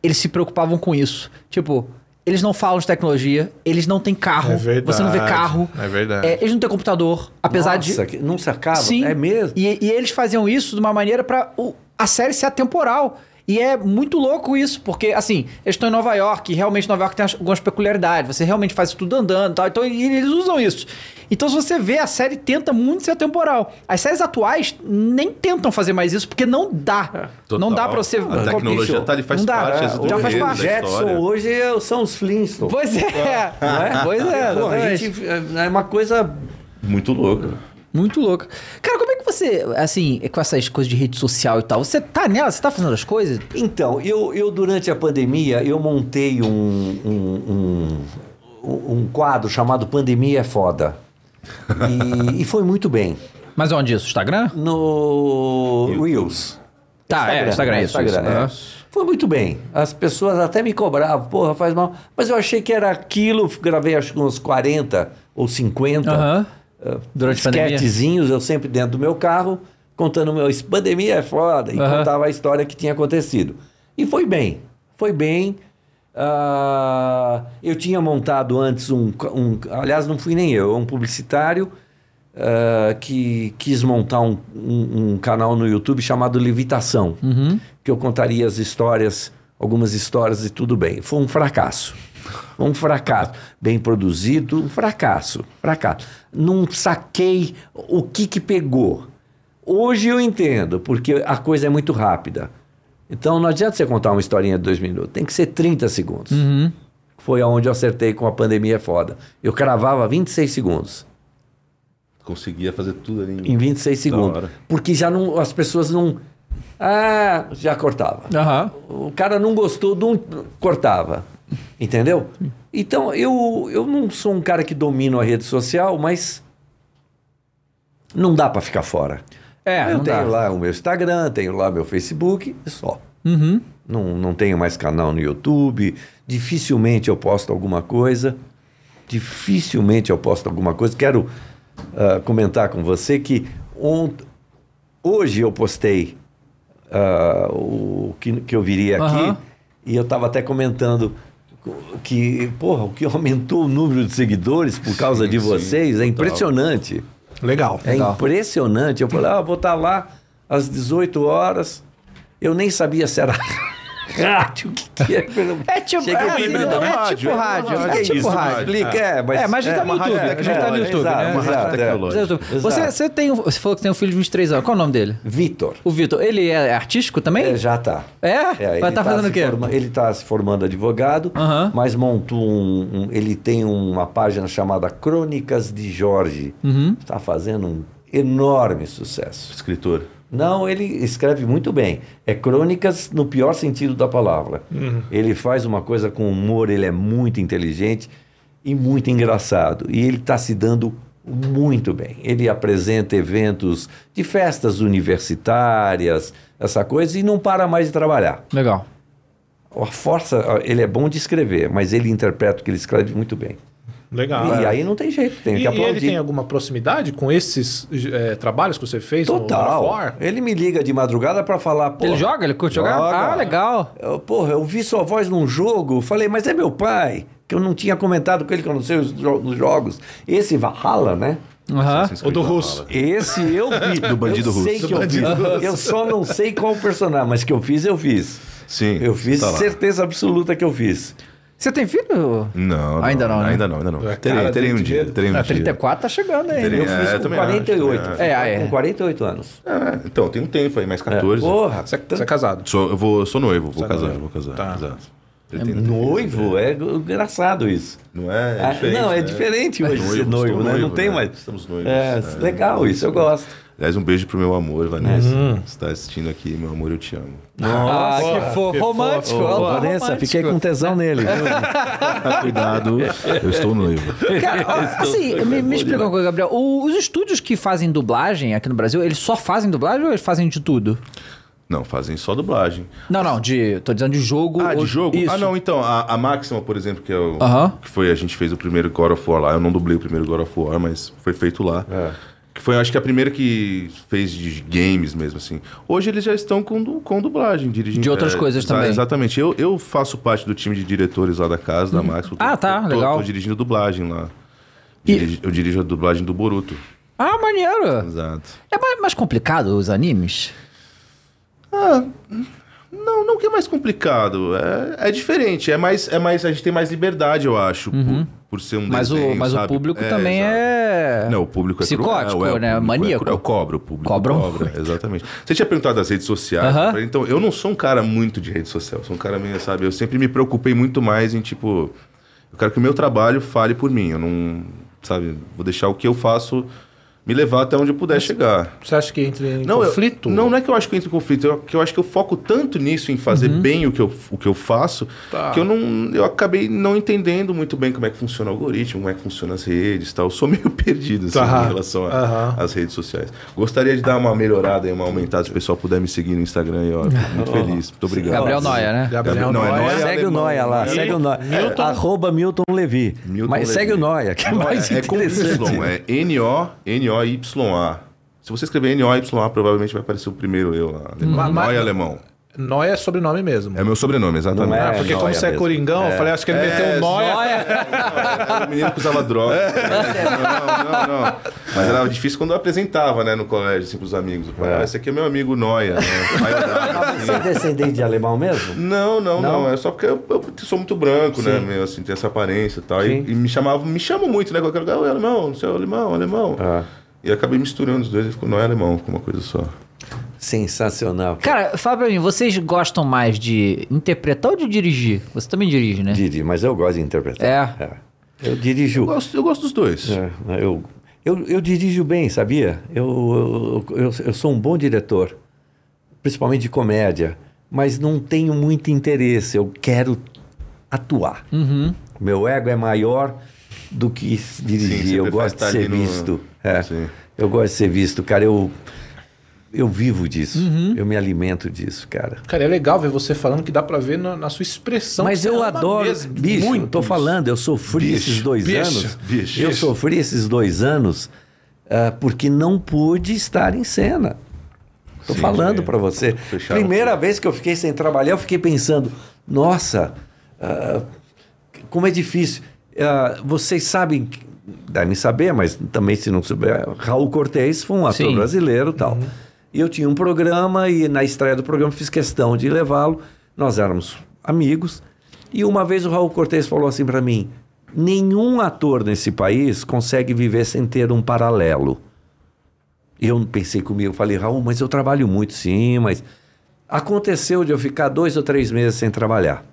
[SPEAKER 1] eles se preocupavam com isso. Tipo, eles não falam de tecnologia, eles não têm carro,
[SPEAKER 2] É verdade,
[SPEAKER 1] você não vê carro,
[SPEAKER 2] é verdade.
[SPEAKER 1] é, eles não têm computador, apesar de...
[SPEAKER 3] Nossa, que- não se acaba,
[SPEAKER 1] Sim.
[SPEAKER 3] é mesmo.
[SPEAKER 1] E, e eles faziam isso de uma maneira pra o- a série ser atemporal. E é muito louco isso, porque, assim, eles estão em Nova York, e realmente Nova York tem as- algumas peculiaridades. Você realmente faz isso tudo andando e tal. Então, e eles usam isso. Então, se você vê, a série tenta muito ser atemporal. As séries atuais nem tentam fazer mais isso, porque não dá. Não dá pra você.
[SPEAKER 4] É, A tecnologia tá ali, faz
[SPEAKER 1] Não dá.
[SPEAKER 4] parte, às vezes,
[SPEAKER 1] É, já
[SPEAKER 4] do
[SPEAKER 1] faz
[SPEAKER 4] enredo,
[SPEAKER 1] parte.
[SPEAKER 4] da história.
[SPEAKER 3] Jetson hoje é- são os Flintstones.
[SPEAKER 1] Pois é. Pois é.
[SPEAKER 3] Pô, a
[SPEAKER 1] exatamente.
[SPEAKER 3] gente, é é uma coisa
[SPEAKER 4] Muito louco.
[SPEAKER 1] Muito louco. Cara, como é que você, assim, com essas coisas de rede social e tal, você tá nela? Você tá fazendo as coisas?
[SPEAKER 3] Então, eu, eu durante a pandemia, eu montei um, um, um, um quadro chamado Pandemia é Foda. E, e foi muito bem.
[SPEAKER 1] Mas onde isso? Instagram?
[SPEAKER 3] No Reels.
[SPEAKER 1] Tá, é, Instagram, é isso.
[SPEAKER 3] Instagram, é.
[SPEAKER 1] isso.
[SPEAKER 3] Foi muito bem. As pessoas até me cobravam, porra, faz mal. Mas eu achei que era aquilo, gravei acho que uns 40 ou 50
[SPEAKER 1] Aham.
[SPEAKER 3] ah,
[SPEAKER 1] Durante a pandemia.
[SPEAKER 3] esquetezinhos, eu sempre dentro do meu carro, contando meu. "Isso, Pandemia é foda. E
[SPEAKER 1] Aham.
[SPEAKER 3] contava a história que tinha acontecido. E foi bem. Foi bem. Ah, eu tinha montado antes um, ca- um- Aliás, não fui nem eu, um publicitário ah, que quis montar um, um- um canal no YouTube chamado Levitação, que eu contaria as histórias, algumas histórias e tudo bem. Foi um fracasso. Um fracasso. Bem produzido, um fracasso. Fracasso. Não saquei o que que pegou. Hoje eu entendo, porque a coisa é muito rápida. Então não adianta você contar uma historinha de dois minutos. Tem que ser 30 segundos. Foi aonde eu acertei com a pandemia é foda. Eu cravava 26 segundos.
[SPEAKER 4] Conseguia fazer tudo ali.
[SPEAKER 3] Em 26 segundos.
[SPEAKER 4] hora.
[SPEAKER 3] Porque já não, as pessoas não. Ah, já cortava.
[SPEAKER 1] Aham.
[SPEAKER 3] O cara não gostou de um. cortava. Entendeu? Então, eu, eu não sou um cara que domino a rede social, mas. Não dá pra ficar fora.
[SPEAKER 1] É,
[SPEAKER 3] eu
[SPEAKER 1] não
[SPEAKER 3] tenho
[SPEAKER 1] dá.
[SPEAKER 3] lá o meu Instagram, tenho lá meu Facebook e só.
[SPEAKER 1] Uhum.
[SPEAKER 3] Não, não tenho mais canal no YouTube. Dificilmente eu posto alguma coisa. Dificilmente eu posto alguma coisa. Quero ah, comentar com você que ont- hoje eu postei ah, o que, que eu viria aqui
[SPEAKER 1] Aham.
[SPEAKER 3] e eu estava até comentando que, porra, o que aumentou o número de seguidores por causa
[SPEAKER 4] Sim,
[SPEAKER 3] de
[SPEAKER 4] sim,
[SPEAKER 3] vocês é
[SPEAKER 4] total.
[SPEAKER 3] impressionante.
[SPEAKER 2] Legal.
[SPEAKER 3] É impressionante. Eu falei, ah, vou estar lá às 18 horas. Eu nem sabia se era rádio, o que, que é.
[SPEAKER 1] É tipo,
[SPEAKER 3] Chega
[SPEAKER 1] é,
[SPEAKER 3] um
[SPEAKER 1] é,
[SPEAKER 3] híbrido, é
[SPEAKER 1] é
[SPEAKER 4] rádio,
[SPEAKER 1] tipo
[SPEAKER 4] é
[SPEAKER 1] rádio.
[SPEAKER 4] rádio.
[SPEAKER 1] É,
[SPEAKER 4] Que
[SPEAKER 1] tipo
[SPEAKER 4] isso,
[SPEAKER 1] rádio.
[SPEAKER 4] rádio?
[SPEAKER 3] Explica, é, mas,
[SPEAKER 1] É, mas a gente tá no
[SPEAKER 3] uma
[SPEAKER 1] YouTube,
[SPEAKER 3] rádio
[SPEAKER 1] a gente tá no
[SPEAKER 3] tecnológica,
[SPEAKER 1] YouTube, né?
[SPEAKER 3] exato,
[SPEAKER 4] Uma rádio
[SPEAKER 3] exato, é.
[SPEAKER 4] tecnológica.
[SPEAKER 1] Você,
[SPEAKER 3] Exato.
[SPEAKER 1] você, tem, você falou que tem um filho de 23 anos. Qual o nome dele?
[SPEAKER 3] é Vitor,
[SPEAKER 1] O Vitor. Ele é artístico também?
[SPEAKER 3] é, já tá.
[SPEAKER 1] É?
[SPEAKER 3] É,
[SPEAKER 1] Vai estar
[SPEAKER 3] tá
[SPEAKER 1] fazendo
[SPEAKER 3] se
[SPEAKER 1] o quê?
[SPEAKER 3] forma- ele está se formando advogado,
[SPEAKER 1] Aham.
[SPEAKER 3] mas montou um, um- Ele tem uma página chamada Crônicas de Jorge.
[SPEAKER 1] Uhum.
[SPEAKER 3] Está fazendo um enorme sucesso.
[SPEAKER 4] Escritor.
[SPEAKER 3] Não, ele escreve muito bem. É crônicas no pior sentido da palavra.
[SPEAKER 1] Uhum.
[SPEAKER 3] Ele faz uma coisa com humor, ele é muito inteligente e muito engraçado. E ele está se dando muito bem. Ele apresenta eventos de festas universitárias, essa coisa, e não para mais de trabalhar.
[SPEAKER 1] Legal.
[SPEAKER 3] A força, ele é bom de escrever, mas ele interpreta o que ele escreve muito bem.
[SPEAKER 2] Legal.
[SPEAKER 3] e
[SPEAKER 1] Ah,
[SPEAKER 2] É.
[SPEAKER 3] aí não tem jeito, tem
[SPEAKER 2] E,
[SPEAKER 3] que
[SPEAKER 2] e
[SPEAKER 3] aplaudir.
[SPEAKER 2] ele tem alguma proximidade com esses eh, trabalhos que você fez no
[SPEAKER 3] Total.
[SPEAKER 2] Drafor?
[SPEAKER 3] Ele me liga de madrugada para falar. pô,
[SPEAKER 1] Ele joga? Ele curte jogar?
[SPEAKER 3] joga.
[SPEAKER 1] Ah, legal.
[SPEAKER 3] Eu, porra, eu vi sua voz num jogo, falei, mas é meu pai, que eu não tinha comentado com ele, que eu não sei os, jo- os jogos. Esse Valhalla, né?
[SPEAKER 1] Aham.
[SPEAKER 4] Esse
[SPEAKER 2] Ou do
[SPEAKER 4] escritor
[SPEAKER 2] Russo.
[SPEAKER 4] fala.
[SPEAKER 3] Esse eu vi. Do
[SPEAKER 4] bandido
[SPEAKER 3] eu sei
[SPEAKER 4] russo.
[SPEAKER 3] que eu, vi. eu só não sei qual personagem, mas que eu fiz, eu fiz.
[SPEAKER 4] Sim.
[SPEAKER 3] Eu fiz,
[SPEAKER 4] tá lá.
[SPEAKER 3] certeza absoluta que eu fiz.
[SPEAKER 1] Você tem filho?
[SPEAKER 4] Não,
[SPEAKER 1] Ainda não, né?
[SPEAKER 4] Ainda não, ainda não.
[SPEAKER 2] É,
[SPEAKER 4] Terei,
[SPEAKER 2] cara,
[SPEAKER 4] terei um
[SPEAKER 2] tem
[SPEAKER 4] dia,
[SPEAKER 2] dinheiro.
[SPEAKER 4] terei um
[SPEAKER 1] Ah,
[SPEAKER 4] dia.
[SPEAKER 1] 34 tá chegando aí.
[SPEAKER 4] Teria-
[SPEAKER 3] Eu
[SPEAKER 1] né?
[SPEAKER 4] É,
[SPEAKER 3] fiz com
[SPEAKER 4] também acho,
[SPEAKER 3] 48.
[SPEAKER 4] também acho.
[SPEAKER 1] É, ah, é.
[SPEAKER 3] Com 48 anos.
[SPEAKER 4] Ah, então, tem um tempo aí, mais 14.
[SPEAKER 3] Porra,
[SPEAKER 2] Você, é- você é casado?
[SPEAKER 4] Sou, eu vou, sou noivo, vou
[SPEAKER 2] Você é
[SPEAKER 4] casar,
[SPEAKER 2] noivo.
[SPEAKER 4] vou casar.
[SPEAKER 2] Tá.
[SPEAKER 4] Exato. um
[SPEAKER 3] noivo, é engraçado isso.
[SPEAKER 4] Não é? é
[SPEAKER 3] Ah,
[SPEAKER 4] diferente,
[SPEAKER 3] não, é
[SPEAKER 4] né?
[SPEAKER 3] diferente hoje
[SPEAKER 4] Noivo,
[SPEAKER 3] ser
[SPEAKER 4] estou
[SPEAKER 3] noivo, né? não
[SPEAKER 4] noivo,
[SPEAKER 3] tem
[SPEAKER 4] né?
[SPEAKER 3] mais.
[SPEAKER 4] Estamos noivos,
[SPEAKER 3] É,
[SPEAKER 4] né?
[SPEAKER 3] legal isso, eu gosto. Uhum.
[SPEAKER 4] Aliás, um beijo pro meu amor, Vanessa. Você tá assistindo aqui, meu amor, eu te amo.
[SPEAKER 1] Ah, que fofo.
[SPEAKER 2] que
[SPEAKER 1] Romântico.
[SPEAKER 2] fofo.
[SPEAKER 1] olha lá,
[SPEAKER 3] Vanessa,
[SPEAKER 1] romântico.
[SPEAKER 3] fiquei com tesão nele.
[SPEAKER 4] Cuidado, eu estou noivo.
[SPEAKER 1] Cara, ó, assim, me, me explica uma coisa, Gabriel. O- os estúdios que fazem dublagem aqui no Brasil, eles só fazem dublagem ou eles fazem de tudo?
[SPEAKER 4] Não, fazem só dublagem.
[SPEAKER 1] Não, não, de. Tô dizendo de jogo.
[SPEAKER 4] Ah,
[SPEAKER 1] ou-
[SPEAKER 4] de jogo?
[SPEAKER 1] Isso.
[SPEAKER 4] Ah, não, então, a, a Máxima, por exemplo, que, é o,
[SPEAKER 1] Aham.
[SPEAKER 4] que foi, a gente fez o primeiro God of War lá. Eu não dublei o primeiro God of War, mas foi feito lá. Que foi, acho que, a primeira que fez de games mesmo, assim. Hoje eles já estão com, du- com dublagem, dirigindo. É,
[SPEAKER 1] De outras coisas
[SPEAKER 4] exa-
[SPEAKER 1] também.
[SPEAKER 4] Exatamente. Eu, eu faço parte do time de diretores lá da casa, da Máxima.
[SPEAKER 1] Ah, tá,
[SPEAKER 4] tô,
[SPEAKER 1] legal.
[SPEAKER 4] Tô dirigindo dublagem lá.
[SPEAKER 1] E-
[SPEAKER 4] Dirigi- Eu dirijo a dublagem do Boruto.
[SPEAKER 1] Ah, maneiro.
[SPEAKER 4] Exato.
[SPEAKER 1] É mais, mais complicado os animes?
[SPEAKER 4] Ah, Não, não que é mais complicado. É, é diferente. É mais, é mais. A gente tem mais liberdade, eu acho, por, por ser um
[SPEAKER 1] Uhum. Mas,
[SPEAKER 4] desenho,
[SPEAKER 1] o, mas o
[SPEAKER 4] sabe? É,
[SPEAKER 1] público também
[SPEAKER 4] exato.
[SPEAKER 1] é.
[SPEAKER 4] Não, o público é cruel,
[SPEAKER 1] Psicótico,
[SPEAKER 4] é, o
[SPEAKER 1] né?
[SPEAKER 4] público
[SPEAKER 1] Maníaco.
[SPEAKER 4] É, cruel, cobra, o público
[SPEAKER 1] Cobra
[SPEAKER 4] cobra. Exatamente. Você tinha perguntado das redes sociais.
[SPEAKER 1] Aham.
[SPEAKER 4] né? Então, eu não sou um cara muito de rede social. Sou um cara meio, sabe? Eu sempre me preocupei muito mais em, tipo... Eu quero que o meu trabalho fale por mim. Eu não... Sabe? Vou deixar o que eu faço me levar até onde eu puder chegar.
[SPEAKER 2] Você acha que entra em
[SPEAKER 4] eu-
[SPEAKER 2] conflito?
[SPEAKER 4] não, não é que eu acho que eu entro em conflito, eu, que eu acho que eu foco tanto nisso, em fazer bem o que eu, o que eu faço,
[SPEAKER 2] Uhum. Tá.
[SPEAKER 4] que eu não. Eu acabei não entendendo muito bem como é que funciona o algoritmo, como é que funcionam as redes e tal. Eu sou meio perdido assim,
[SPEAKER 2] Tá.
[SPEAKER 4] em relação a-
[SPEAKER 2] Aham.
[SPEAKER 4] às redes sociais. Gostaria de dar uma melhorada e uma aumentada, se o pessoal puder me seguir no Instagram aí, ó. eu fico Muito feliz. Muito obrigado.
[SPEAKER 1] Gabriel Noia, né?
[SPEAKER 2] Gabriel
[SPEAKER 4] Gabriel- não, é
[SPEAKER 2] Noia.
[SPEAKER 4] Noia.
[SPEAKER 3] Segue o
[SPEAKER 4] alemão,
[SPEAKER 3] Noia lá,
[SPEAKER 4] né?
[SPEAKER 3] segue o Noia.
[SPEAKER 2] Milton-
[SPEAKER 3] Arroba Milton Levi.
[SPEAKER 4] Milton
[SPEAKER 3] Mas
[SPEAKER 4] Levi.
[SPEAKER 3] segue o Noia, que é
[SPEAKER 4] Noia,
[SPEAKER 3] mais
[SPEAKER 4] é com
[SPEAKER 3] interessante.
[SPEAKER 4] Y, é N-O-N-O-Y-A. Se você escrever N-O-Y-A, provavelmente vai aparecer o primeiro eu lá. alemão.
[SPEAKER 2] Mas-
[SPEAKER 4] Noia alemão.
[SPEAKER 2] Noia é sobrenome mesmo.
[SPEAKER 4] É meu sobrenome, exatamente.
[SPEAKER 3] Não
[SPEAKER 2] Ah, porque
[SPEAKER 3] É,
[SPEAKER 2] como
[SPEAKER 3] Noia
[SPEAKER 2] você é
[SPEAKER 3] mesmo.
[SPEAKER 2] coringão, eu falei, acho que ele
[SPEAKER 4] É,
[SPEAKER 2] meteu um Noia.
[SPEAKER 4] Era um menino que usava droga. Não, não, não. Mas era difícil quando eu apresentava, né, no colégio, assim, pros amigos. Eu falava, "Ah, esse aqui é meu amigo Noia. Né? Pai Noia,
[SPEAKER 3] Você é
[SPEAKER 4] assim.
[SPEAKER 3] descendente de alemão mesmo?
[SPEAKER 4] Não, não, não,
[SPEAKER 3] Não?
[SPEAKER 4] É só porque eu, eu sou muito branco, né? Meu, assim, tem essa aparência e tal. E,
[SPEAKER 3] Sim.
[SPEAKER 4] e me chamavam, me chamam muito, né? Qualquer lugar, "Oi, alemão, não sei, alemão, alemão.
[SPEAKER 3] Ah.
[SPEAKER 4] E eu acabei misturando os dois e ficou Noia alemão, ficou uma coisa só.
[SPEAKER 3] Sensacional.
[SPEAKER 1] Cara, fala pra mim, vocês gostam mais de interpretar ou de dirigir? Você também dirige, né?
[SPEAKER 3] Didi, mas eu gosto de interpretar.
[SPEAKER 1] É.
[SPEAKER 3] Eu dirijo.
[SPEAKER 4] Eu gosto, eu gosto dos dois.
[SPEAKER 3] É, eu, eu, eu dirijo bem, sabia? Eu, eu, eu, eu sou um bom diretor, principalmente de comédia, mas não tenho muito interesse. Eu quero atuar. Meu ego é maior do que dirigir.
[SPEAKER 4] Sim, você
[SPEAKER 3] eu
[SPEAKER 4] prefere
[SPEAKER 3] gosto de
[SPEAKER 4] estar
[SPEAKER 3] ser
[SPEAKER 4] ali no-
[SPEAKER 3] visto. É,
[SPEAKER 4] Sim.
[SPEAKER 3] eu gosto de ser visto, cara. Eu, eu vivo disso. Eu me alimento disso, cara.
[SPEAKER 2] Cara, é legal ver você falando que dá pra ver na, na sua expressão.
[SPEAKER 3] Mas
[SPEAKER 2] que
[SPEAKER 3] eu
[SPEAKER 2] você ama
[SPEAKER 3] adoro.
[SPEAKER 2] mesmo,
[SPEAKER 3] bicho,
[SPEAKER 2] muito
[SPEAKER 3] tô
[SPEAKER 2] isso.
[SPEAKER 3] falando, eu sofri
[SPEAKER 4] Bicho,
[SPEAKER 3] esses dois
[SPEAKER 2] bicho,
[SPEAKER 3] anos.
[SPEAKER 4] bicho.
[SPEAKER 3] eu
[SPEAKER 4] Bicho.
[SPEAKER 3] sofri esses dois anos ah, porque não pude estar em cena. Tô
[SPEAKER 4] Sim,
[SPEAKER 3] falando
[SPEAKER 4] sim.
[SPEAKER 3] pra você.
[SPEAKER 4] Fecharam
[SPEAKER 3] Primeira
[SPEAKER 4] tudo.
[SPEAKER 3] vez que eu fiquei sem trabalhar, eu fiquei pensando, nossa, ah, como é difícil. Ah, vocês sabem, que- devem saber, mas também se não souber, Raul Cortez foi um ator
[SPEAKER 1] Sim.
[SPEAKER 3] brasileiro e tal. E eu tinha um programa e na estreia do programa fiz questão de levá-lo. Nós éramos amigos. E uma vez o Raul Cortez falou assim para mim, nenhum ator nesse país consegue viver sem ter um paralelo. E eu pensei comigo, eu falei, Raul, mas eu trabalho muito, sim, mas... Aconteceu de eu ficar dois ou três meses sem trabalhar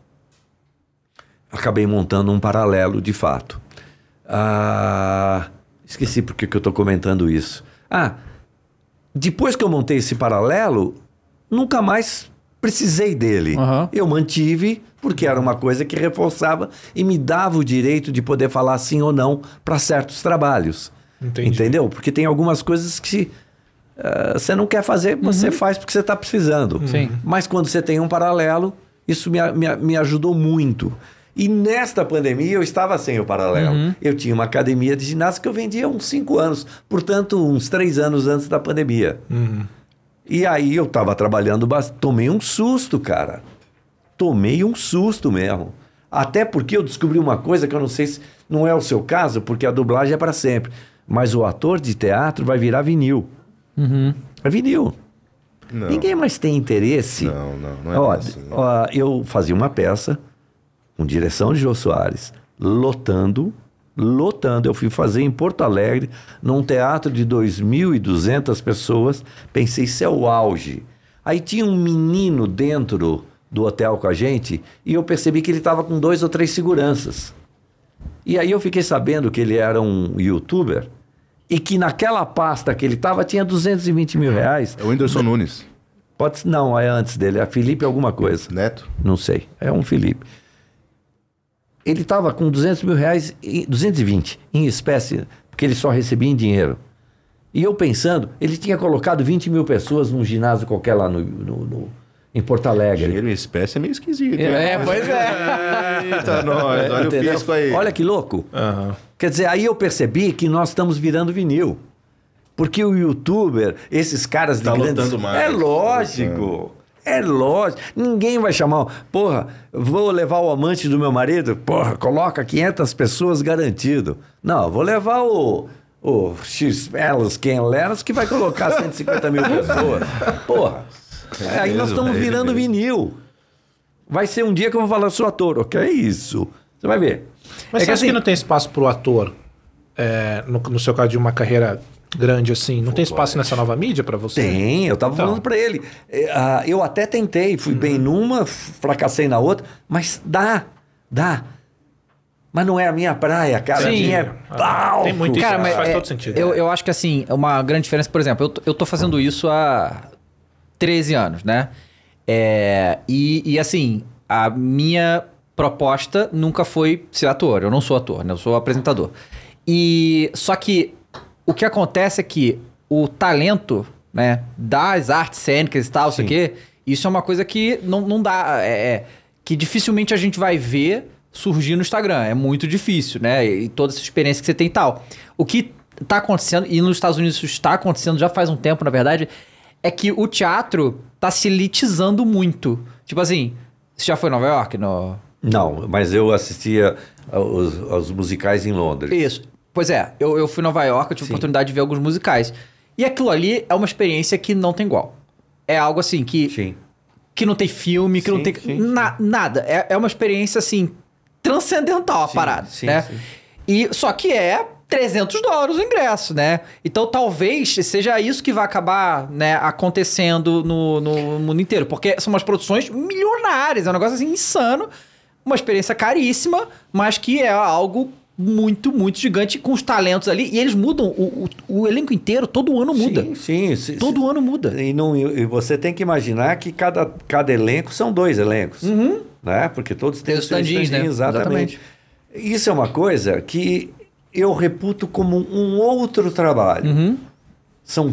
[SPEAKER 3] acabei montando um paralelo de fato. Ah, esqueci porque que eu estou comentando isso. Ah, depois que eu montei esse paralelo, nunca mais precisei dele.
[SPEAKER 1] Aham.
[SPEAKER 3] Eu mantive porque era uma coisa que reforçava e me dava o direito de poder falar sim ou não para certos trabalhos.
[SPEAKER 2] Entendi.
[SPEAKER 3] Entendeu? Porque tem algumas coisas que ah, você não quer fazer, você faz porque você está precisando.
[SPEAKER 1] Sim.
[SPEAKER 3] Mas quando você tem um paralelo, isso me, a- me, a- me ajudou muito. E nesta pandemia eu estava sem o paralelo. Eu tinha uma academia de ginástica que eu vendia há uns cinco anos, portanto, uns três anos antes da pandemia. E aí eu estava trabalhando bastante. Tomei um susto, cara. Tomei um susto mesmo. Até porque eu descobri uma coisa que eu não sei se não é o seu caso, porque a dublagem é para sempre. Mas o ator de teatro vai virar vinil. É vinil.
[SPEAKER 4] Não.
[SPEAKER 3] Ninguém mais tem interesse.
[SPEAKER 4] Não, não, não é
[SPEAKER 3] ó,
[SPEAKER 4] bem assim.
[SPEAKER 3] ó, eu fazia uma peça com direção de Jô Soares, lotando, lotando. Eu fui fazer em Porto Alegre, num teatro de 2.200 pessoas. Pensei, isso é o auge. Aí tinha um menino dentro do hotel com a gente e eu percebi que ele estava com dois ou três seguranças. E aí eu fiquei sabendo que ele era um youtuber e que naquela pasta que ele estava tinha 220 mil reais.
[SPEAKER 4] É o Whindersson Nunes,
[SPEAKER 3] Pode ser, não, é antes dele, é Felipe alguma coisa.
[SPEAKER 4] neto.
[SPEAKER 3] Não sei, é um Felipe. Ele estava com 200 mil reais, e- 220 em espécie, porque ele só recebia em dinheiro. E eu pensando, ele tinha colocado 20 mil pessoas num ginásio qualquer lá no, no- no- em Porto Alegre.
[SPEAKER 4] Dinheiro em espécie é meio esquisito.
[SPEAKER 1] É, pois é.
[SPEAKER 4] Eita, nós, olha o
[SPEAKER 3] É, Entendeu?
[SPEAKER 4] fisco aí.
[SPEAKER 3] Olha que louco.
[SPEAKER 2] Aham.
[SPEAKER 3] Quer dizer, aí eu percebi que nós estamos virando vinil. Porque o youtuber, esses caras de
[SPEAKER 4] Tá
[SPEAKER 3] grandes...
[SPEAKER 4] lotando mais.
[SPEAKER 3] É lógico. É lógico. Ninguém vai chamar... o- Porra, vou levar o amante do meu marido? Porra, coloca 500 pessoas garantido. Não, vou levar o... O X Elas, quem Elas, que vai colocar 150 mil pessoas. Porra.
[SPEAKER 4] É
[SPEAKER 3] aí nós
[SPEAKER 4] mesmo, é
[SPEAKER 3] estamos
[SPEAKER 4] ele
[SPEAKER 3] virando
[SPEAKER 4] mesmo.
[SPEAKER 3] vinil. Vai ser um dia que eu vou falar, sou ator. O que é isso? Você vai ver.
[SPEAKER 2] Mas
[SPEAKER 3] é
[SPEAKER 2] você acha que não tem espaço pro ator, é, no, no seu caso de uma carreira grande assim, não tem espaço nessa nova mídia pra você?
[SPEAKER 3] Tem, eu tava
[SPEAKER 2] Então.
[SPEAKER 3] falando pra ele. É, ah, Eu até tentei, fui bem numa, fracassei na outra, mas dá, dá. Mas não é a minha praia, cara. A
[SPEAKER 1] Sim.
[SPEAKER 3] minha é palco.
[SPEAKER 2] Tem muito
[SPEAKER 1] Cara, mas
[SPEAKER 2] faz
[SPEAKER 1] é,
[SPEAKER 2] todo sentido.
[SPEAKER 1] Eu, eu acho que assim, é uma grande diferença, por exemplo, eu, tô- eu tô fazendo isso há 13 anos, né? É, e, e, assim, a minha proposta nunca foi ser ator. Eu não sou ator, né? Eu sou apresentador. E só que o que acontece é que o talento, né, das artes cênicas e tal, isso aqui, isso é uma coisa que não, não dá. é- é, que dificilmente a gente vai ver surgir no Instagram. É muito difícil, né? E toda essa experiência que você tem e tal. O que tá acontecendo, e nos Estados Unidos isso está acontecendo já faz um tempo, na verdade, é que o teatro tá se elitizando muito. Tipo assim, você já foi em Nova York? No...
[SPEAKER 3] Não, mas eu assistia aos, aos musicais em Londres.
[SPEAKER 1] Isso. Pois é, eu, eu fui em Nova York, eu tive
[SPEAKER 3] Sim.
[SPEAKER 1] oportunidade de ver alguns musicais. E aquilo ali é uma experiência que não tem igual. É algo assim que
[SPEAKER 3] Sim.
[SPEAKER 1] que não tem filme, que não
[SPEAKER 3] Sim,
[SPEAKER 1] tem
[SPEAKER 3] sim,
[SPEAKER 1] na- nada. É, é uma experiência assim transcendental a
[SPEAKER 3] Sim,
[SPEAKER 1] parada,
[SPEAKER 3] sim,
[SPEAKER 1] né?
[SPEAKER 3] sim.
[SPEAKER 1] E só que é 300 dólares o ingresso, né? Então talvez seja isso que vai acabar né, acontecendo no, no mundo inteiro, porque são umas produções milionárias, é um negócio assim insano, uma experiência caríssima, mas que é algo muito, muito gigante com os talentos ali. E eles mudam, o, o- o elenco inteiro todo ano muda.
[SPEAKER 3] Sim, sim. se- se-
[SPEAKER 1] Todo ano muda.
[SPEAKER 3] E, não, e e você tem que imaginar que cada, cada elenco são dois elencos. Né? Porque todos têm
[SPEAKER 1] Uhum. Tem
[SPEAKER 3] o
[SPEAKER 1] os
[SPEAKER 3] seu
[SPEAKER 1] stand-ins,
[SPEAKER 3] stand-in,
[SPEAKER 1] né?
[SPEAKER 3] Exatamente. Isso é uma coisa que eu reputo como um outro trabalho.
[SPEAKER 1] Uhum.
[SPEAKER 3] São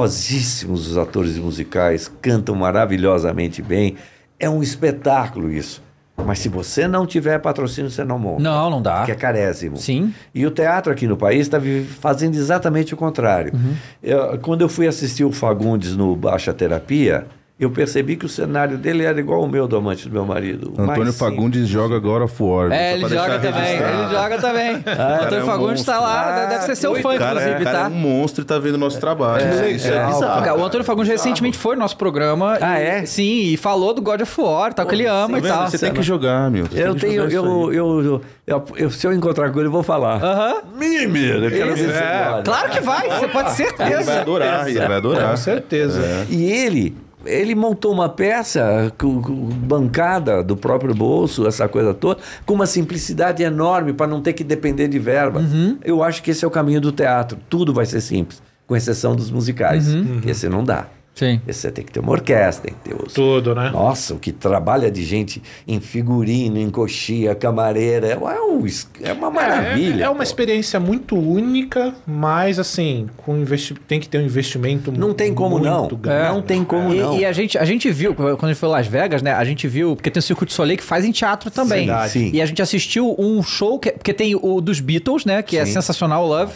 [SPEAKER 3] talentosíssimos os atores musicais, cantam maravilhosamente bem. É um espetáculo isso. Mas se você não tiver patrocínio, você não monta.
[SPEAKER 1] Não, não dá.
[SPEAKER 3] Que é carésimo.
[SPEAKER 1] Ah, Sim.
[SPEAKER 3] E o teatro aqui no país está fazendo exatamente o contrário.
[SPEAKER 1] Uhum.
[SPEAKER 3] Eu- quando eu fui assistir o Fagundes no Baixa Terapia, eu percebi que o cenário dele era igual o meu, do amante do meu marido. o mais
[SPEAKER 4] Antônio
[SPEAKER 3] simples.
[SPEAKER 4] Fagundes joga agora of War.
[SPEAKER 1] É,
[SPEAKER 4] só
[SPEAKER 1] ele
[SPEAKER 4] pra
[SPEAKER 1] joga
[SPEAKER 4] deixar
[SPEAKER 1] também,
[SPEAKER 4] registrado.
[SPEAKER 1] ele joga também.
[SPEAKER 4] cara
[SPEAKER 1] Antônio
[SPEAKER 4] é um
[SPEAKER 1] Fagundes tá lá,
[SPEAKER 3] monstro.
[SPEAKER 1] deve ser seu
[SPEAKER 3] Ah,
[SPEAKER 1] fã,
[SPEAKER 4] O cara, é,
[SPEAKER 1] inclusive,
[SPEAKER 4] cara é
[SPEAKER 1] tá?
[SPEAKER 4] um monstro e tá vendo nosso trabalho. isso é,
[SPEAKER 3] legal,
[SPEAKER 4] bizarro.
[SPEAKER 3] cara.
[SPEAKER 1] O Antônio Fagundes recentemente foi no nosso programa.
[SPEAKER 3] Ah,
[SPEAKER 1] e-
[SPEAKER 3] é?
[SPEAKER 1] Sim, e falou do God of War, tal, que ele ama
[SPEAKER 4] Tá
[SPEAKER 1] e
[SPEAKER 4] vendo?
[SPEAKER 1] tal.
[SPEAKER 4] Você tem que jogar, meu. Você
[SPEAKER 3] Eu
[SPEAKER 4] tem que
[SPEAKER 3] tenho.
[SPEAKER 4] jogar isso
[SPEAKER 3] Eu,
[SPEAKER 4] aí.
[SPEAKER 3] eu, eu, eu- se eu encontrar com ele, eu vou falar.
[SPEAKER 1] Aham.
[SPEAKER 3] Mimir, eu quero ver
[SPEAKER 2] Isso,
[SPEAKER 3] se
[SPEAKER 2] é.
[SPEAKER 3] ele olha.
[SPEAKER 1] Claro que vai, você pode ter
[SPEAKER 4] Ele vai
[SPEAKER 1] certeza.
[SPEAKER 4] é adorar, é ele vai adorar.
[SPEAKER 2] Com certeza.
[SPEAKER 3] E ele, ele montou uma peça com, com bancada do próprio bolso, essa coisa toda, com uma simplicidade enorme para não ter que depender de verba.
[SPEAKER 1] Uhum.
[SPEAKER 3] Eu acho que esse é o caminho do teatro. Tudo vai ser simples, com exceção dos musicais.
[SPEAKER 1] Uhum.
[SPEAKER 2] Uhum.
[SPEAKER 3] Esse não dá.
[SPEAKER 1] Sim.
[SPEAKER 3] Esse você tem que ter uma orquestra, tem que ter os...
[SPEAKER 2] Tudo, né?
[SPEAKER 3] Nossa, o que trabalha de gente em figurino, em coxia, camareira, é, um es- é uma maravilha.
[SPEAKER 2] É, é uma
[SPEAKER 3] pô.
[SPEAKER 2] experiência muito única, mas assim, com investi... tem que ter um investimento
[SPEAKER 3] Não tem como
[SPEAKER 2] muito
[SPEAKER 3] não.
[SPEAKER 2] grande. né?
[SPEAKER 3] Não tem como não.
[SPEAKER 1] E, e a, gente, a gente viu, quando a gente foi a Las Vegas, né? A gente viu, porque tem o Circuito de Soleil que faz em teatro também.
[SPEAKER 3] Verdade. Sim.
[SPEAKER 1] E a gente assistiu um show, que, porque tem o dos Beatles, né? Que é
[SPEAKER 3] Sim.
[SPEAKER 1] sensacional, Love.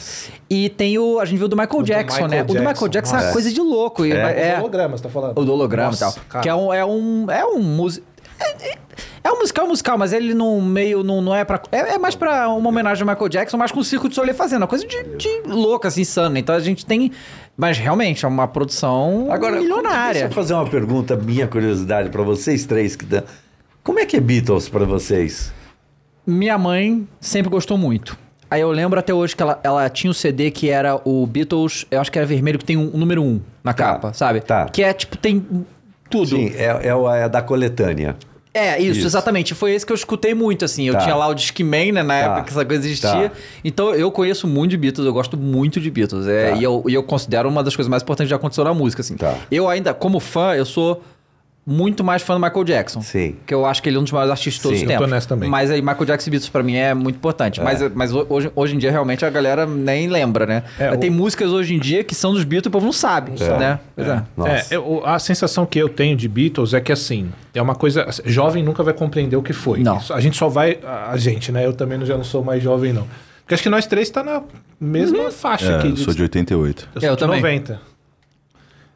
[SPEAKER 1] E tem o, a gente viu o do Michael
[SPEAKER 2] do
[SPEAKER 1] Jackson,
[SPEAKER 2] Michael
[SPEAKER 1] né? O do Michael
[SPEAKER 2] Jackson,
[SPEAKER 1] Jackson é uma
[SPEAKER 2] nossa.
[SPEAKER 1] coisa de louco. e-
[SPEAKER 2] É.
[SPEAKER 1] é.
[SPEAKER 2] O holograma, você tá falando.
[SPEAKER 1] O do holograma e
[SPEAKER 2] Nossa,
[SPEAKER 1] tal.
[SPEAKER 2] cara.
[SPEAKER 1] Que é um. É um. É um músico. É um musical, musical, mas ele não meio não, não é para é, é mais pra uma homenagem ao Michael Jackson, mas com o Circo de Soleil fazendo, é uma coisa de, de louca, assim, insana. Então a gente tem, mas realmente é uma produção
[SPEAKER 3] Deixa
[SPEAKER 1] milionária.
[SPEAKER 3] eu fazer uma pergunta, minha curiosidade, pra vocês três que dão. Como é que é Beatles pra vocês?
[SPEAKER 1] Minha mãe sempre gostou muito. Aí eu lembro até hoje que ela, ela tinha um CD que era o Beatles, eu acho que era vermelho, que tem um, um número um na
[SPEAKER 3] Tá,
[SPEAKER 1] capa, sabe?
[SPEAKER 3] tá.
[SPEAKER 1] Que é tipo, tem tudo.
[SPEAKER 3] Sim, é, é, o- é da coletânea.
[SPEAKER 1] É, isso,
[SPEAKER 3] Isso.
[SPEAKER 1] exatamente. Foi esse que eu escutei muito, assim. Eu
[SPEAKER 3] Tá.
[SPEAKER 1] tinha lá o Discman, né, na época que essa coisa existia.
[SPEAKER 3] Tá.
[SPEAKER 1] Então eu conheço muito de Beatles, eu gosto muito de Beatles. É,
[SPEAKER 3] Tá.
[SPEAKER 1] e, eu, e eu considero uma das coisas mais importantes que já aconteceu na música, assim.
[SPEAKER 3] Tá.
[SPEAKER 1] Eu ainda, como fã, eu sou muito mais fã do Michael Jackson.
[SPEAKER 3] Sim.
[SPEAKER 1] Que eu acho que ele é um dos maiores artistas de todos
[SPEAKER 3] Sim,
[SPEAKER 1] os
[SPEAKER 2] eu tô
[SPEAKER 1] tempos.
[SPEAKER 2] nessa também.
[SPEAKER 1] Mas aí Michael Jackson e Beatles pra mim é muito importante. Mas, mas ho- hoje, hoje em dia, realmente, a galera nem lembra, né?
[SPEAKER 2] É,
[SPEAKER 1] Mas
[SPEAKER 2] o-
[SPEAKER 1] Tem músicas hoje em dia que são dos Beatles e o povo não sabe, né? Pois é.
[SPEAKER 3] Nossa.
[SPEAKER 2] É, eu- a sensação que eu tenho de Beatles é que assim, é uma coisa. Jovem nunca vai compreender o que foi.
[SPEAKER 1] Não.
[SPEAKER 2] Isso- A gente só vai. A a gente, né? Eu também não- já não sou mais jovem, não. Porque acho que nós três tá na mesma faixa
[SPEAKER 4] É,
[SPEAKER 2] aqui.
[SPEAKER 4] eu sou de 88.
[SPEAKER 2] eu
[SPEAKER 1] É, Eu
[SPEAKER 2] de
[SPEAKER 1] também.
[SPEAKER 2] 90.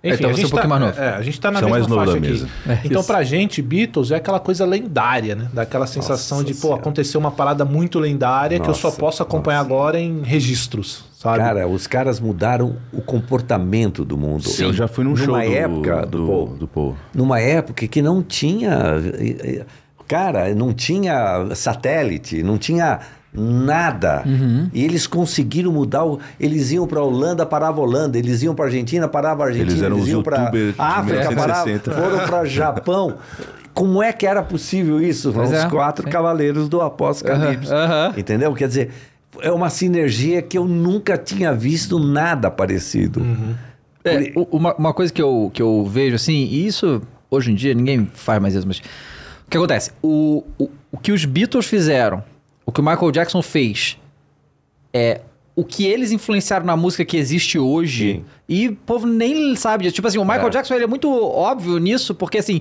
[SPEAKER 1] Então você é um
[SPEAKER 2] tá,
[SPEAKER 1] pouquinho mais novo. É
[SPEAKER 2] É, a gente tá na
[SPEAKER 4] Você é o mais
[SPEAKER 2] mesma
[SPEAKER 4] novo
[SPEAKER 2] faixa
[SPEAKER 4] da
[SPEAKER 2] aqui.
[SPEAKER 4] mesa.
[SPEAKER 2] então, pra gente, Beatles é aquela coisa lendária, né? Daquela sensação
[SPEAKER 3] Nossa
[SPEAKER 2] de, pô,
[SPEAKER 3] Senhora.
[SPEAKER 2] aconteceu uma parada muito lendária que eu só
[SPEAKER 3] Nossa,
[SPEAKER 2] posso acompanhar
[SPEAKER 3] nossa.
[SPEAKER 2] agora em registros, sabe?
[SPEAKER 3] Cara, os caras mudaram o comportamento do mundo.
[SPEAKER 4] Eu já fui num
[SPEAKER 3] Numa
[SPEAKER 4] show do-
[SPEAKER 3] época do
[SPEAKER 4] do,
[SPEAKER 3] Paul.
[SPEAKER 4] do Paul.
[SPEAKER 3] Numa época que não tinha. eh, eh, Cara, não tinha satélite, não tinha nada.
[SPEAKER 1] Uhum.
[SPEAKER 3] E eles conseguiram mudar. o- Eles iam para a Holanda, parava a Holanda. Eles iam para a Argentina, parava a Argentina.
[SPEAKER 4] Eles eram os
[SPEAKER 3] iam pra
[SPEAKER 4] youtubers de
[SPEAKER 3] África, parava,
[SPEAKER 4] 1960.
[SPEAKER 3] foram para Japão. Como é que era possível isso?
[SPEAKER 1] Pois
[SPEAKER 3] Os
[SPEAKER 1] é,
[SPEAKER 3] quatro
[SPEAKER 1] sim.
[SPEAKER 3] cavaleiros do Apocalipse.
[SPEAKER 1] Aham, aham.
[SPEAKER 3] Entendeu? Quer dizer, é uma sinergia que eu nunca tinha visto nada parecido.
[SPEAKER 1] É, u- uma, uma coisa que eu, que eu vejo assim, e isso hoje em dia ninguém faz mais isso, mas. O que acontece? O, o, o que os Beatles fizeram, o que o Michael Jackson fez, é. O que eles influenciaram na música que existe hoje.
[SPEAKER 3] Sim.
[SPEAKER 1] E o povo nem sabe disso. Tipo assim, o Michael
[SPEAKER 3] É.
[SPEAKER 1] Jackson ele é muito óbvio nisso, porque assim.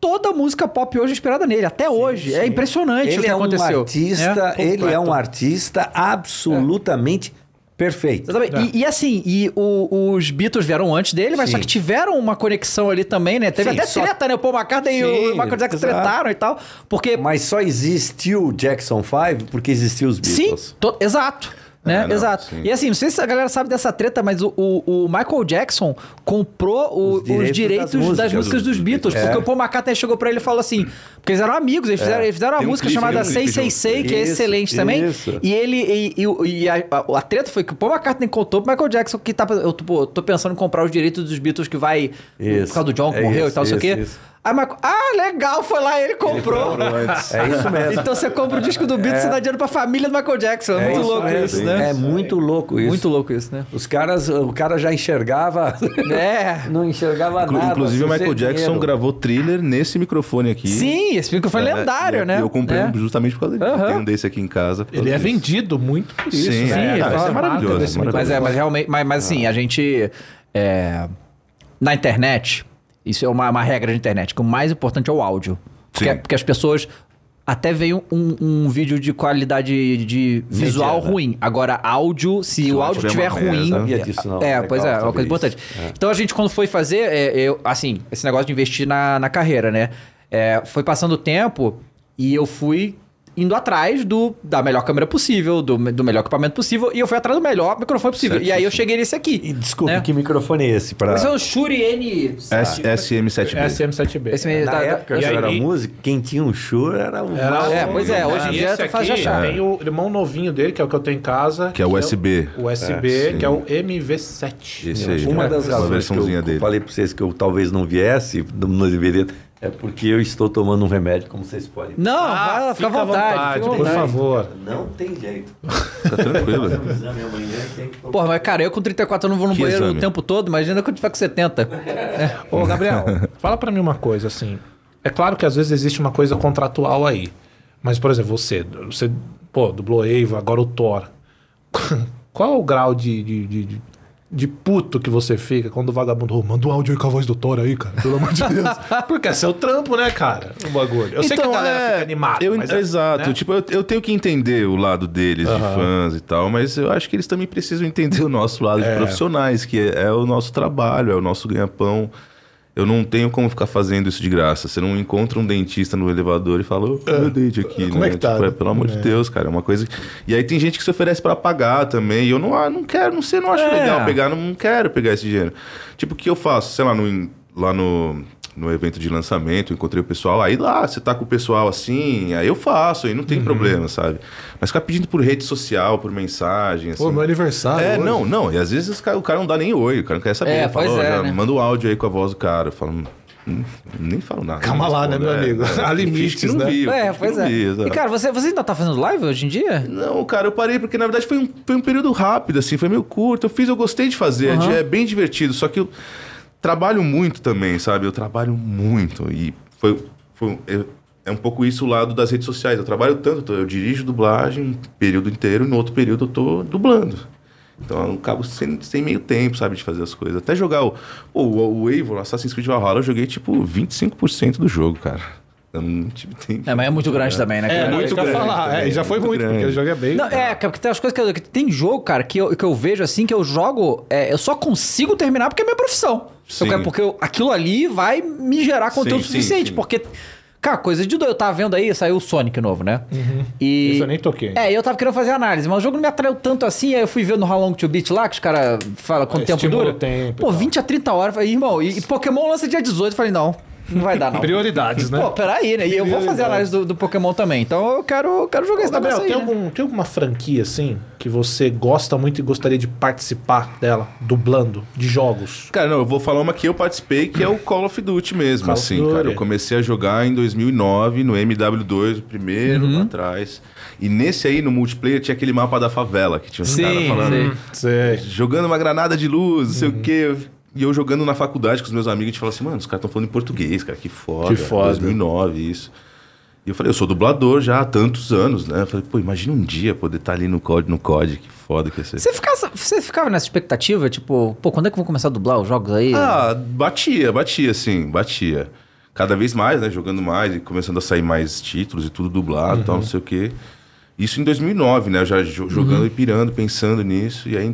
[SPEAKER 1] Toda música pop hoje é inspirada nele, até hoje. É impressionante o
[SPEAKER 3] Ele
[SPEAKER 1] que né?
[SPEAKER 3] é um
[SPEAKER 1] aconteceu.
[SPEAKER 3] artista,
[SPEAKER 1] É,
[SPEAKER 3] ele é
[SPEAKER 1] completo.
[SPEAKER 3] um artista absolutamente Perfeito.
[SPEAKER 1] Exatamente.
[SPEAKER 2] É.
[SPEAKER 1] E, e assim, e o- os Beatles vieram antes dele, mas
[SPEAKER 3] Sim.
[SPEAKER 1] só que tiveram uma conexão ali também, né? Teve
[SPEAKER 3] Sim,
[SPEAKER 1] até
[SPEAKER 3] só-
[SPEAKER 1] treta, né? O Paul McCartney e o
[SPEAKER 3] Sim,
[SPEAKER 1] Michael Jackson
[SPEAKER 3] exato.
[SPEAKER 1] tretaram e tal. Porque.
[SPEAKER 3] Mas só existiu Jackson 5 porque existiu os
[SPEAKER 1] sim,
[SPEAKER 3] Beatles.
[SPEAKER 1] to- exato. Né?
[SPEAKER 4] É, não,
[SPEAKER 1] exato.
[SPEAKER 4] sim.
[SPEAKER 1] E assim, não sei se a galera sabe dessa treta, mas o, o- o Michael Jackson comprou o- os
[SPEAKER 3] Os direitos
[SPEAKER 1] direitos, das,
[SPEAKER 3] das
[SPEAKER 1] músicas,
[SPEAKER 3] músicas
[SPEAKER 1] dos
[SPEAKER 4] dos
[SPEAKER 1] Beatles.
[SPEAKER 3] Beatles.
[SPEAKER 1] Porque
[SPEAKER 3] É.
[SPEAKER 1] o Paul McCartney chegou pra ele e falou assim: porque eles eram amigos, eles fizeram, eles fizeram
[SPEAKER 4] Tem
[SPEAKER 1] uma
[SPEAKER 4] um
[SPEAKER 1] música
[SPEAKER 4] clipe,
[SPEAKER 1] chamada
[SPEAKER 4] tem um clipe junto.
[SPEAKER 1] 666, que é
[SPEAKER 3] Isso,
[SPEAKER 1] excelente também.
[SPEAKER 3] isso.
[SPEAKER 1] E ele. E, e- e a, a- a treta foi que o Paul McCartney contou pro Michael Jackson que tá. Eu tô, tô pensando em comprar os direitos dos Beatles que vai.
[SPEAKER 3] Isso.
[SPEAKER 1] Por causa do John que
[SPEAKER 3] É
[SPEAKER 1] morreu e
[SPEAKER 3] isso,
[SPEAKER 1] tal, não sei o
[SPEAKER 3] isso,
[SPEAKER 1] quê.
[SPEAKER 3] isso.
[SPEAKER 1] Aí, Michael, ah, legal, foi lá e ele comprou.
[SPEAKER 3] É isso mesmo.
[SPEAKER 1] Então você compra o disco do Beatles e você dá dinheiro pra família do Michael Jackson. É,
[SPEAKER 3] É
[SPEAKER 1] muito
[SPEAKER 3] isso
[SPEAKER 1] louco
[SPEAKER 3] mesmo.
[SPEAKER 1] isso, né?
[SPEAKER 3] É muito louco isso.
[SPEAKER 1] Muito louco isso, né?
[SPEAKER 3] Os caras, o cara já enxergava,
[SPEAKER 1] É.
[SPEAKER 3] não enxergava
[SPEAKER 4] Inclu-
[SPEAKER 3] nada.
[SPEAKER 4] Inclusive, o
[SPEAKER 3] sem
[SPEAKER 4] Michael
[SPEAKER 3] dinheiro.
[SPEAKER 4] Jackson gravou thriller nesse microfone aqui.
[SPEAKER 1] Sim, esse microfone é
[SPEAKER 4] É,
[SPEAKER 1] lendário,
[SPEAKER 4] e
[SPEAKER 1] né?
[SPEAKER 4] Eu comprei
[SPEAKER 1] É.
[SPEAKER 4] um justamente por causa dele.
[SPEAKER 1] Aham.
[SPEAKER 4] Tem um desse aqui em casa. por
[SPEAKER 2] Ele
[SPEAKER 4] causa
[SPEAKER 2] é
[SPEAKER 4] disso.
[SPEAKER 2] vendido muito por isso.
[SPEAKER 4] Sim,
[SPEAKER 2] né?
[SPEAKER 1] sim,
[SPEAKER 2] Cara,
[SPEAKER 1] é
[SPEAKER 2] isso é maravilhoso.
[SPEAKER 4] maravilhoso,
[SPEAKER 2] desse
[SPEAKER 4] maravilhoso.
[SPEAKER 1] Mas
[SPEAKER 2] microfone.
[SPEAKER 1] é, mas realmente. Mas, mas assim, a gente. é, na internet, isso é uma, uma regra de internet, que o mais importante é o áudio. Porque,
[SPEAKER 4] Sim.
[SPEAKER 1] porque as pessoas. Até veio um, um vídeo de qualidade de visual
[SPEAKER 3] Mediana.
[SPEAKER 1] ruim. Agora, áudio, se, o
[SPEAKER 4] o
[SPEAKER 1] áudio
[SPEAKER 4] áudio
[SPEAKER 1] tiver
[SPEAKER 4] é uma merda.
[SPEAKER 1] ruim.
[SPEAKER 4] Não
[SPEAKER 3] sabia disso, não.
[SPEAKER 1] É,
[SPEAKER 3] Legal
[SPEAKER 1] pois é, é uma
[SPEAKER 3] saber
[SPEAKER 1] coisa
[SPEAKER 3] isso.
[SPEAKER 1] importante. Então a gente, quando foi fazer, é, eu, assim, esse negócio de investir na, na carreira, né? É, foi passando o tempo e eu fui indo atrás do, da melhor câmera possível, do, me- do melhor equipamento possível, e eu fui atrás do melhor microfone possível. E aí eu cheguei nesse
[SPEAKER 3] E
[SPEAKER 1] aqui.
[SPEAKER 3] desculpe,
[SPEAKER 1] Né?
[SPEAKER 3] que microfone é esse? Pra...
[SPEAKER 1] Esse é um Shure N.
[SPEAKER 4] S-
[SPEAKER 2] é,
[SPEAKER 4] SM7B.
[SPEAKER 2] SM7B.
[SPEAKER 1] Esse meio
[SPEAKER 3] Na
[SPEAKER 1] da-
[SPEAKER 3] época,
[SPEAKER 2] E
[SPEAKER 3] quando eu era
[SPEAKER 2] aí-
[SPEAKER 3] músico, quem tinha um show era o...
[SPEAKER 2] Era
[SPEAKER 1] É,
[SPEAKER 2] um-
[SPEAKER 1] pois é, hoje em
[SPEAKER 2] E
[SPEAKER 1] dia
[SPEAKER 2] esse
[SPEAKER 1] tu faz já
[SPEAKER 2] aqui
[SPEAKER 1] chá.
[SPEAKER 2] Tem o irmão novinho dele, que é o que eu tenho em casa.
[SPEAKER 4] Que é o USB.
[SPEAKER 2] o USB,
[SPEAKER 4] É, sim.
[SPEAKER 2] que é o MV7.
[SPEAKER 4] Esse aí.
[SPEAKER 3] Uma
[SPEAKER 4] É,
[SPEAKER 3] das
[SPEAKER 4] uma
[SPEAKER 3] razões que eu
[SPEAKER 4] versãozinha dele.
[SPEAKER 3] falei pra vocês que eu talvez não viesse, não deveria, é porque eu estou tomando um remédio, como vocês podem.
[SPEAKER 1] Não, vai,
[SPEAKER 2] Ah,
[SPEAKER 1] fica à vontade. fica à
[SPEAKER 2] por
[SPEAKER 1] vontade.
[SPEAKER 2] favor.
[SPEAKER 3] Não tem jeito.
[SPEAKER 4] Tá tranquilo.
[SPEAKER 3] Exame amanhã, tem é que tomar.
[SPEAKER 1] Porra, mas cara, eu com 34 anos não vou no
[SPEAKER 4] Que
[SPEAKER 1] banheiro o
[SPEAKER 4] exame?
[SPEAKER 1] tempo todo, imagina quando tiver com 70.
[SPEAKER 2] Ô, Gabriel, fala pra mim uma coisa, assim. É claro que às vezes existe uma coisa contratual aí. Mas, por exemplo, você, você pô, dublou Eva, agora o Thor. Qual é o grau de, de, de- de- de puto que você fica quando o vagabundo. "Ô, manda um áudio aí com a voz do Thor aí, cara, pelo amor de Deus. Porque é seu trampo, né, cara? O bagulho. Eu sei que a galera fica animada.
[SPEAKER 4] Então, eu-
[SPEAKER 2] mas é-
[SPEAKER 4] exato.
[SPEAKER 2] né?
[SPEAKER 4] Tipo, eu, eu tenho que entender o lado deles, de fãs e tal, mas eu acho que eles também precisam entender o nosso lado de profissionais, que é, é o nosso trabalho, é o nosso ganha-pão. Eu não tenho como ficar fazendo isso de graça. Você não encontra um dentista no elevador e fala, "Ô, meu dente aqui,
[SPEAKER 2] como
[SPEAKER 4] né?
[SPEAKER 2] é que tá,
[SPEAKER 4] Tipo,
[SPEAKER 2] né?
[SPEAKER 4] pelo amor de Deus, cara, é uma coisa. que- E aí tem gente que se oferece pra pagar também. E eu não, ah, não quero, não sei, não acho
[SPEAKER 1] É.
[SPEAKER 4] legal pegar, não, não quero pegar esse dinheiro. Tipo, o que eu faço? Sei lá, no, lá no, no evento de lançamento, eu encontrei o pessoal, aí lá, você tá com o pessoal assim, aí eu faço, aí não
[SPEAKER 2] Uhum.
[SPEAKER 4] tem problema, sabe? Mas ficar pedindo por rede social, por mensagem, assim.
[SPEAKER 2] Pô, meu aniversário.
[SPEAKER 4] É,
[SPEAKER 2] hoje.
[SPEAKER 4] não, não. E às vezes os ca- o cara não dá nem oi, o cara não quer saber.
[SPEAKER 1] É,
[SPEAKER 4] Ele fala,
[SPEAKER 1] pois
[SPEAKER 4] "Ó,
[SPEAKER 1] é,
[SPEAKER 4] já
[SPEAKER 1] né?"
[SPEAKER 4] manda o áudio aí com a voz do cara. Eu falo, "Hum, nem falo nada.
[SPEAKER 2] Calma
[SPEAKER 4] não
[SPEAKER 2] lá, né,
[SPEAKER 4] respondo, É,
[SPEAKER 2] meu amigo? Há
[SPEAKER 4] Tem
[SPEAKER 2] limites,
[SPEAKER 4] gente que não
[SPEAKER 2] né?
[SPEAKER 4] viu, tem
[SPEAKER 1] é,
[SPEAKER 4] gente que
[SPEAKER 1] pois
[SPEAKER 4] não
[SPEAKER 1] é.
[SPEAKER 4] viu,
[SPEAKER 1] E
[SPEAKER 4] exato.
[SPEAKER 1] cara, você, você ainda tá fazendo live hoje em dia?
[SPEAKER 4] Não, cara, eu parei porque na verdade foi um, foi um período rápido, assim, foi meio curto. Eu fiz, eu gostei de fazer,
[SPEAKER 1] Aham.
[SPEAKER 4] é bem divertido, só que eu trabalho muito também, sabe? Eu trabalho muito e foi, foi eu- é um pouco isso o lado das redes sociais. Eu trabalho tanto, eu tô- eu dirijo dublagem um período inteiro e no outro período eu tô dublando. Então eu acabo sem, sem meio tempo, sabe, de fazer as coisas. Até jogar o, pô, o, o Eivor, Assassin's Creed Valhalla, eu joguei tipo 25% do jogo, cara. Eu não tive tempo.
[SPEAKER 1] É, mas é muito grande também, né?
[SPEAKER 2] É,
[SPEAKER 1] cara?
[SPEAKER 2] muito
[SPEAKER 4] muito
[SPEAKER 2] isso que eu ia
[SPEAKER 4] grande
[SPEAKER 2] falar.
[SPEAKER 4] também,
[SPEAKER 2] É, já foi
[SPEAKER 4] muito
[SPEAKER 2] muito, porque
[SPEAKER 4] grande.
[SPEAKER 2] o jogo é bem.
[SPEAKER 1] Não, é, cara, porque tem umas coisas que, eu- que tem jogo, cara, que eu, que eu vejo assim, que eu jogo, é, eu só consigo terminar porque é minha profissão. Eu
[SPEAKER 4] Sim.
[SPEAKER 1] quero, porque eu- aquilo ali vai me gerar conteúdo
[SPEAKER 4] Sim, sim,
[SPEAKER 1] suficiente,
[SPEAKER 4] sim.
[SPEAKER 1] porque. Cara, coisa de doido. Eu tava vendo aí, saiu o Sonic novo, né? E...
[SPEAKER 2] Isso Uhum. eu nem toquei.
[SPEAKER 1] É, eu tava querendo fazer análise, mas o jogo não me atraiu tanto assim. Aí eu fui ver no How Long to Beat lá, que os caras falam quanto
[SPEAKER 2] É,
[SPEAKER 1] tempo
[SPEAKER 2] estimula
[SPEAKER 1] dura.
[SPEAKER 2] o tempo e
[SPEAKER 1] Pô,
[SPEAKER 2] tal.
[SPEAKER 1] 20 a 30 horas. Eu Falei, irmão, e, e Pokémon lança dia 18. Eu Falei, não, não vai dar não.
[SPEAKER 2] Prioridades, né?
[SPEAKER 1] Pô, peraí, né? E eu vou fazer análise do, do Pokémon também. Então eu quero, quero jogar esse
[SPEAKER 2] Gabriel,
[SPEAKER 1] negócio aí,
[SPEAKER 2] tem,
[SPEAKER 1] né?
[SPEAKER 2] algum, tem alguma franquia, assim, que você gosta muito e gostaria de participar dela, dublando, de jogos?
[SPEAKER 4] Cara, não, eu vou falar uma que eu participei, que é o Call of Duty mesmo,
[SPEAKER 2] Call of
[SPEAKER 4] assim,
[SPEAKER 2] Duty.
[SPEAKER 4] cara. Eu comecei a jogar em 2009, no MW2, o primeiro,
[SPEAKER 2] Uhum.
[SPEAKER 4] lá atrás. E nesse aí, no multiplayer, tinha aquele mapa da favela, que tinha os caras falando...
[SPEAKER 2] Sei.
[SPEAKER 4] Jogando uma granada de luz, não sei
[SPEAKER 2] Uhum.
[SPEAKER 4] o quê. E eu jogando na faculdade com os meus amigos, a gente falava assim, mano, os caras estão falando em português, cara, que foda.
[SPEAKER 2] Que foda.
[SPEAKER 4] 2009, isso. E eu falei, eu sou dublador já há tantos anos, né? Eu falei, pô, imagina um dia poder estar ali no COD, no COD, que foda que ia ser.
[SPEAKER 1] Você ficava, você ficava nessa expectativa, tipo, pô, quando é que eu vou começar a dublar os jogos aí?
[SPEAKER 4] Ah, batia, batia, sim, batia. Cada vez mais, né? Jogando mais e começando a sair mais títulos e tudo dublado e tal, não sei o quê. Isso em 2009, né? Eu já jo- jogando e pirando, pensando nisso. E aí em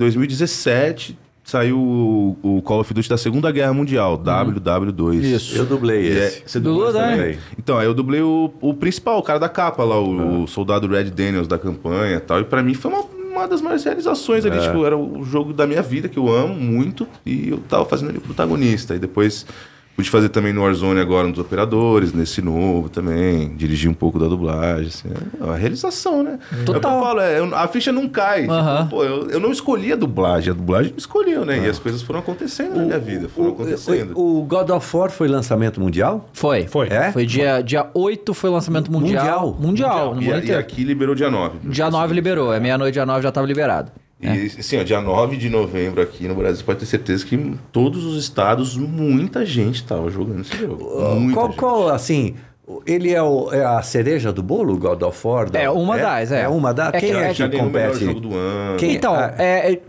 [SPEAKER 4] 2017 saiu o, o Call of Duty da Segunda Guerra Mundial, WW2.
[SPEAKER 3] Eu dublei
[SPEAKER 4] E é-
[SPEAKER 3] esse.
[SPEAKER 4] você
[SPEAKER 1] Dublou, né?
[SPEAKER 4] dublou também?
[SPEAKER 3] Dublei.
[SPEAKER 4] Então, aí eu dublei o, o principal, o cara da capa lá, o, o soldado Red Daniels da campanha e tal. E pra mim foi uma, uma das maiores realizações ali. Tipo, era o jogo da minha vida, que eu amo muito. E eu tava fazendo ele protagonista. E depois pude fazer também no Warzone agora, nos operadores, nesse novo também. Dirigir um pouco da dublagem. assim. É uma realização, né? É o que
[SPEAKER 1] Total.
[SPEAKER 4] eu falo, é, eu- a ficha não cai. Tipo,
[SPEAKER 1] Aham.
[SPEAKER 4] pô, eu, eu não escolhi a dublagem, a dublagem me escolheu, né? E as coisas foram acontecendo na minha vida. Foram acontecendo.
[SPEAKER 3] O, o God of War foi lançamento mundial?
[SPEAKER 1] Foi.
[SPEAKER 2] Foi.
[SPEAKER 3] É?
[SPEAKER 1] Foi dia, dia 8 foi o lançamento mundial.
[SPEAKER 3] Mundial?
[SPEAKER 1] Mundial. no
[SPEAKER 4] E,
[SPEAKER 1] mundo
[SPEAKER 4] e
[SPEAKER 1] inteiro.
[SPEAKER 4] aqui liberou dia né? 9.
[SPEAKER 1] Dia 9 liberou. É meia-noite, dia 9 já tava liberado. É.
[SPEAKER 4] E
[SPEAKER 3] É.
[SPEAKER 4] assim, ó, dia 9 de novembro aqui no Brasil, pode ter certeza que em todos os estados, muita gente tava jogando esse jogo. Muita
[SPEAKER 3] qual,
[SPEAKER 4] gente.
[SPEAKER 3] qual, assim, ele é, o- é a cereja do bolo, o God of War? da-
[SPEAKER 1] É uma das, é.
[SPEAKER 3] É uma das?
[SPEAKER 1] É
[SPEAKER 3] Quem
[SPEAKER 1] que-
[SPEAKER 3] é,
[SPEAKER 1] é
[SPEAKER 4] Já
[SPEAKER 3] que
[SPEAKER 4] ganhou o melhor
[SPEAKER 3] compete?
[SPEAKER 4] jogo do ano.
[SPEAKER 3] Quem-
[SPEAKER 1] Então,
[SPEAKER 3] ah.
[SPEAKER 1] é, é,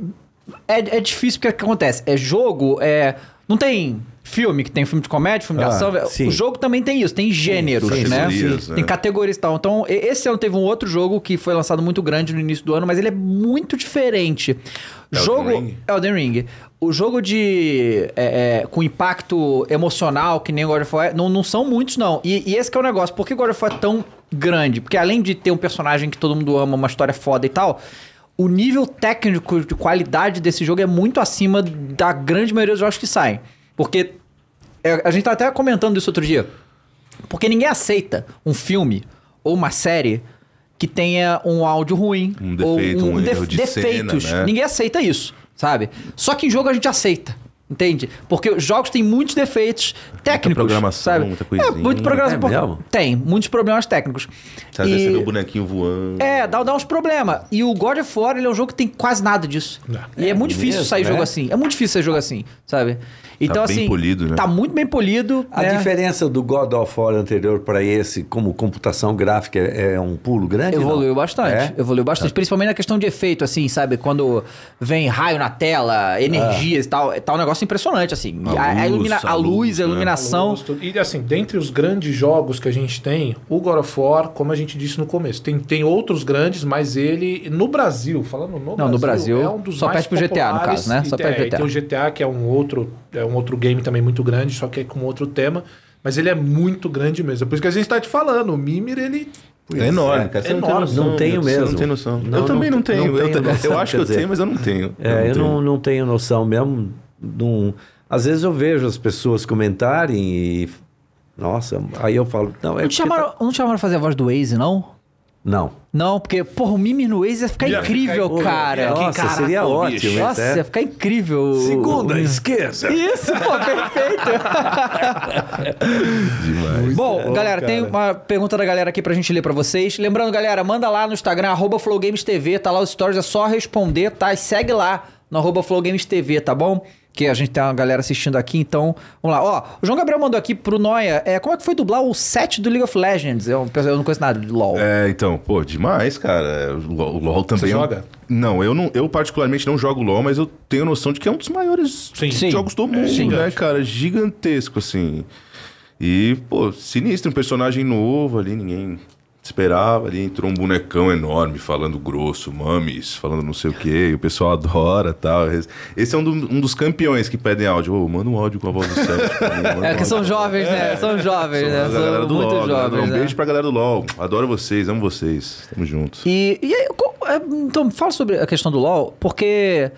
[SPEAKER 1] é, é difícil porque o que acontece? É jogo, é. Não tem filme, que tem filme de comédia, filme de
[SPEAKER 3] Ah,
[SPEAKER 1] ação.
[SPEAKER 3] sim.
[SPEAKER 1] O jogo também tem isso, tem gêneros,
[SPEAKER 4] sim,
[SPEAKER 1] né?
[SPEAKER 4] categorias,
[SPEAKER 1] Sim.
[SPEAKER 4] né?
[SPEAKER 1] Tem categorias e tal. Então, e- esse ano teve um outro jogo que foi lançado muito grande no início do ano, mas ele é muito diferente.
[SPEAKER 4] Elden
[SPEAKER 1] jogo.
[SPEAKER 4] Ring?
[SPEAKER 1] Elden Ring. O jogo de. é, é, com impacto emocional, que nem o God of War, não, não são muitos, não. E, e esse que é o negócio. Por que God of War é tão grande? Porque além de ter um personagem que todo mundo ama, uma história foda e tal, o nível técnico de qualidade desse jogo é muito acima da grande maioria dos jogos que saem. Porque. é, a gente tá até comentando isso outro dia. Porque ninguém aceita um filme ou uma série que tenha um áudio ruim.
[SPEAKER 4] Um defeito,
[SPEAKER 1] ou
[SPEAKER 4] um erro de
[SPEAKER 1] defeitos.
[SPEAKER 4] cena, né?
[SPEAKER 1] Ninguém aceita isso, sabe? Só que em jogo a gente aceita. Entende? Porque os jogos têm muitos defeitos técnicos.
[SPEAKER 4] programação,
[SPEAKER 1] sabe?
[SPEAKER 4] muita coisinha.
[SPEAKER 1] É, muito programação.
[SPEAKER 3] É
[SPEAKER 1] pô,
[SPEAKER 3] mesmo?
[SPEAKER 1] tem, muitos problemas técnicos.
[SPEAKER 4] Sabe,
[SPEAKER 1] E-
[SPEAKER 4] Tá, você vê um o bonequinho voando.
[SPEAKER 1] é, dá, dá uns problemas. E o God of War ele é um jogo que tem quase nada disso. E é, muito difícil
[SPEAKER 3] mesmo,
[SPEAKER 1] sair
[SPEAKER 3] né?
[SPEAKER 1] jogo assim. É muito difícil sair jogo assim, sabe? Então,
[SPEAKER 4] bem
[SPEAKER 1] assim.
[SPEAKER 4] polido, né?
[SPEAKER 1] Tá muito bem polido.
[SPEAKER 3] A
[SPEAKER 1] né?
[SPEAKER 3] diferença do God of War anterior para esse, como computação gráfica, é é um pulo grande? não?
[SPEAKER 1] Evoluiu bastante.
[SPEAKER 3] É?
[SPEAKER 1] Evoluiu bastante. Principalmente na questão de efeito, assim, sabe? Quando vem raio na tela, energias e tal. Tá um negócio impressionante, assim.
[SPEAKER 4] A
[SPEAKER 1] A, a
[SPEAKER 4] luz,
[SPEAKER 1] ilumina-
[SPEAKER 4] a
[SPEAKER 1] a luz,
[SPEAKER 4] luz,
[SPEAKER 1] a
[SPEAKER 4] né?
[SPEAKER 1] iluminação.
[SPEAKER 2] Gosto. E assim, dentre os grandes jogos que a gente tem, o God of War, como a gente disse no começo, tem, tem outros grandes, mas ele, no Brasil, falando no Brasil,
[SPEAKER 1] Não, no Brasil,
[SPEAKER 2] é um dos
[SPEAKER 1] só
[SPEAKER 2] mais
[SPEAKER 1] perde pro GTA, no
[SPEAKER 2] populares.
[SPEAKER 1] caso, né?
[SPEAKER 2] E
[SPEAKER 1] Só
[SPEAKER 2] tem-
[SPEAKER 1] perde pro
[SPEAKER 2] é, e tem o GTA, que é um outro, é um outro game também muito grande, só que é com outro tema. Mas ele é muito grande mesmo. É por isso que a gente tá te falando. O Mimir, ele.
[SPEAKER 3] Pois
[SPEAKER 4] É enorme,
[SPEAKER 3] é.
[SPEAKER 4] cara. Você
[SPEAKER 3] Enorme.
[SPEAKER 4] não, tem noção,
[SPEAKER 3] Não tenho
[SPEAKER 4] Você
[SPEAKER 3] mesmo.
[SPEAKER 4] não tem noção.
[SPEAKER 3] Não,
[SPEAKER 4] eu também não
[SPEAKER 3] te-
[SPEAKER 4] tenho. eu,
[SPEAKER 3] tenho
[SPEAKER 4] te- eu
[SPEAKER 3] noção,
[SPEAKER 4] acho que eu
[SPEAKER 3] quer dizer,
[SPEAKER 4] tenho, mas eu não tenho.
[SPEAKER 3] É, eu
[SPEAKER 4] tenho.
[SPEAKER 3] não, não tenho noção mesmo. Não, às vezes eu vejo as pessoas comentarem e. Nossa, aí eu falo. Não, é
[SPEAKER 1] Não te,
[SPEAKER 3] porque
[SPEAKER 1] chamaram,
[SPEAKER 3] tá-
[SPEAKER 1] não te chamaram a fazer a voz do Waze, não?
[SPEAKER 3] Não.
[SPEAKER 1] Não, porque, porra, o Mimi no Waze ia ficar
[SPEAKER 2] Ia
[SPEAKER 1] incrível,
[SPEAKER 2] ficar-
[SPEAKER 1] cara.
[SPEAKER 3] Nossa, seria
[SPEAKER 4] ô,
[SPEAKER 3] ótimo.
[SPEAKER 4] bicho.
[SPEAKER 3] mas
[SPEAKER 1] Nossa,
[SPEAKER 3] é.
[SPEAKER 1] ia ficar incrível.
[SPEAKER 3] esquerda.
[SPEAKER 1] Isso, pô, perfeito.
[SPEAKER 4] Demais.
[SPEAKER 1] Bom, galera, tem uma pergunta da galera aqui pra gente ler pra vocês. Lembrando, galera, manda lá no Instagram, arroba FlowGamesTV, tá lá os stories, é só responder, tá? E segue lá no arroba FlowGamesTV, tá bom? Que a gente tem uma galera assistindo aqui, então vamos lá. Ó, o João Gabriel mandou aqui pro Noia, é, como é que foi dublar o set do League of Legends? Eu, eu não conheço nada de LoL.
[SPEAKER 4] É, então, pô, demais, cara. O LoL o LoL também.
[SPEAKER 2] Você
[SPEAKER 4] é um-
[SPEAKER 2] joga?
[SPEAKER 4] Não, eu não, eu particularmente não jogo LoL, mas eu tenho noção de que é um dos maiores
[SPEAKER 2] Sim. É,
[SPEAKER 1] Sim.
[SPEAKER 4] jogos do mundo,
[SPEAKER 2] Sim.
[SPEAKER 4] né, cara? Gigantesco, assim. E, pô, sinistro, um personagem novo ali, ninguém esperava ali, entrou um bonecão enorme falando grosso, mames, falando não sei o quê, e o pessoal adora tal. Esse é um, do- um dos campeões que pedem áudio. Ô, manda um áudio com a voz do céu. um
[SPEAKER 1] É, que são jovens, né? São jovens, né?
[SPEAKER 4] Somos a galera
[SPEAKER 1] São
[SPEAKER 4] do
[SPEAKER 1] muito
[SPEAKER 4] LOL. galera do LOL.
[SPEAKER 1] jovens,
[SPEAKER 4] Um
[SPEAKER 1] né?
[SPEAKER 4] beijo pra galera do LOL. Adoro vocês, amo vocês. Tamo junto.
[SPEAKER 1] E, e aí, co- é, então, fala sobre a questão do LoL, porque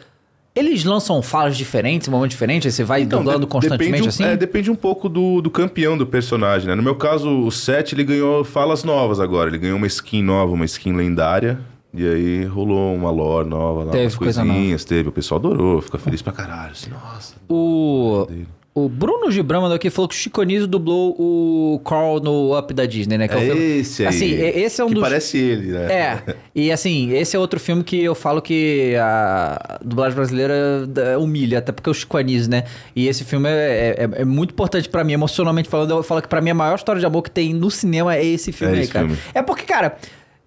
[SPEAKER 1] eles lançam falas diferentes, em momentos diferentes, aí você vai
[SPEAKER 4] Então,
[SPEAKER 1] dublando
[SPEAKER 4] de-
[SPEAKER 1] um constantemente
[SPEAKER 4] depende, um-
[SPEAKER 1] assim?
[SPEAKER 4] é, depende um pouco do, do campeão do personagem, né? No meu caso, o Seth, ele ganhou falas novas agora. Ele ganhou uma skin nova, uma skin lendária. E aí rolou uma lore nova lá,
[SPEAKER 1] Teve
[SPEAKER 4] umas
[SPEAKER 1] coisa
[SPEAKER 4] coisinhas, teve. O pessoal adorou, fica feliz pra caralho. assim, nossa.
[SPEAKER 1] O, o Bruno Gibran mandou aqui falou que o Chico Anísio dublou o Carl no Up da Disney, né? Que o filme-
[SPEAKER 4] É esse aí.
[SPEAKER 1] Assim, é- esse é um
[SPEAKER 4] que
[SPEAKER 1] dos.
[SPEAKER 4] parece ele, né?
[SPEAKER 1] É, e assim, esse é outro filme que eu falo que a dublagem brasileira da- humilha, até porque é o Chico Anísio, né? E esse filme é, é- é muito importante pra mim, emocionalmente falando. Eu falo que pra mim a maior história de amor que tem no cinema é esse filme
[SPEAKER 4] É
[SPEAKER 1] aí,
[SPEAKER 4] esse
[SPEAKER 1] cara.
[SPEAKER 4] filme.
[SPEAKER 1] É porque, cara.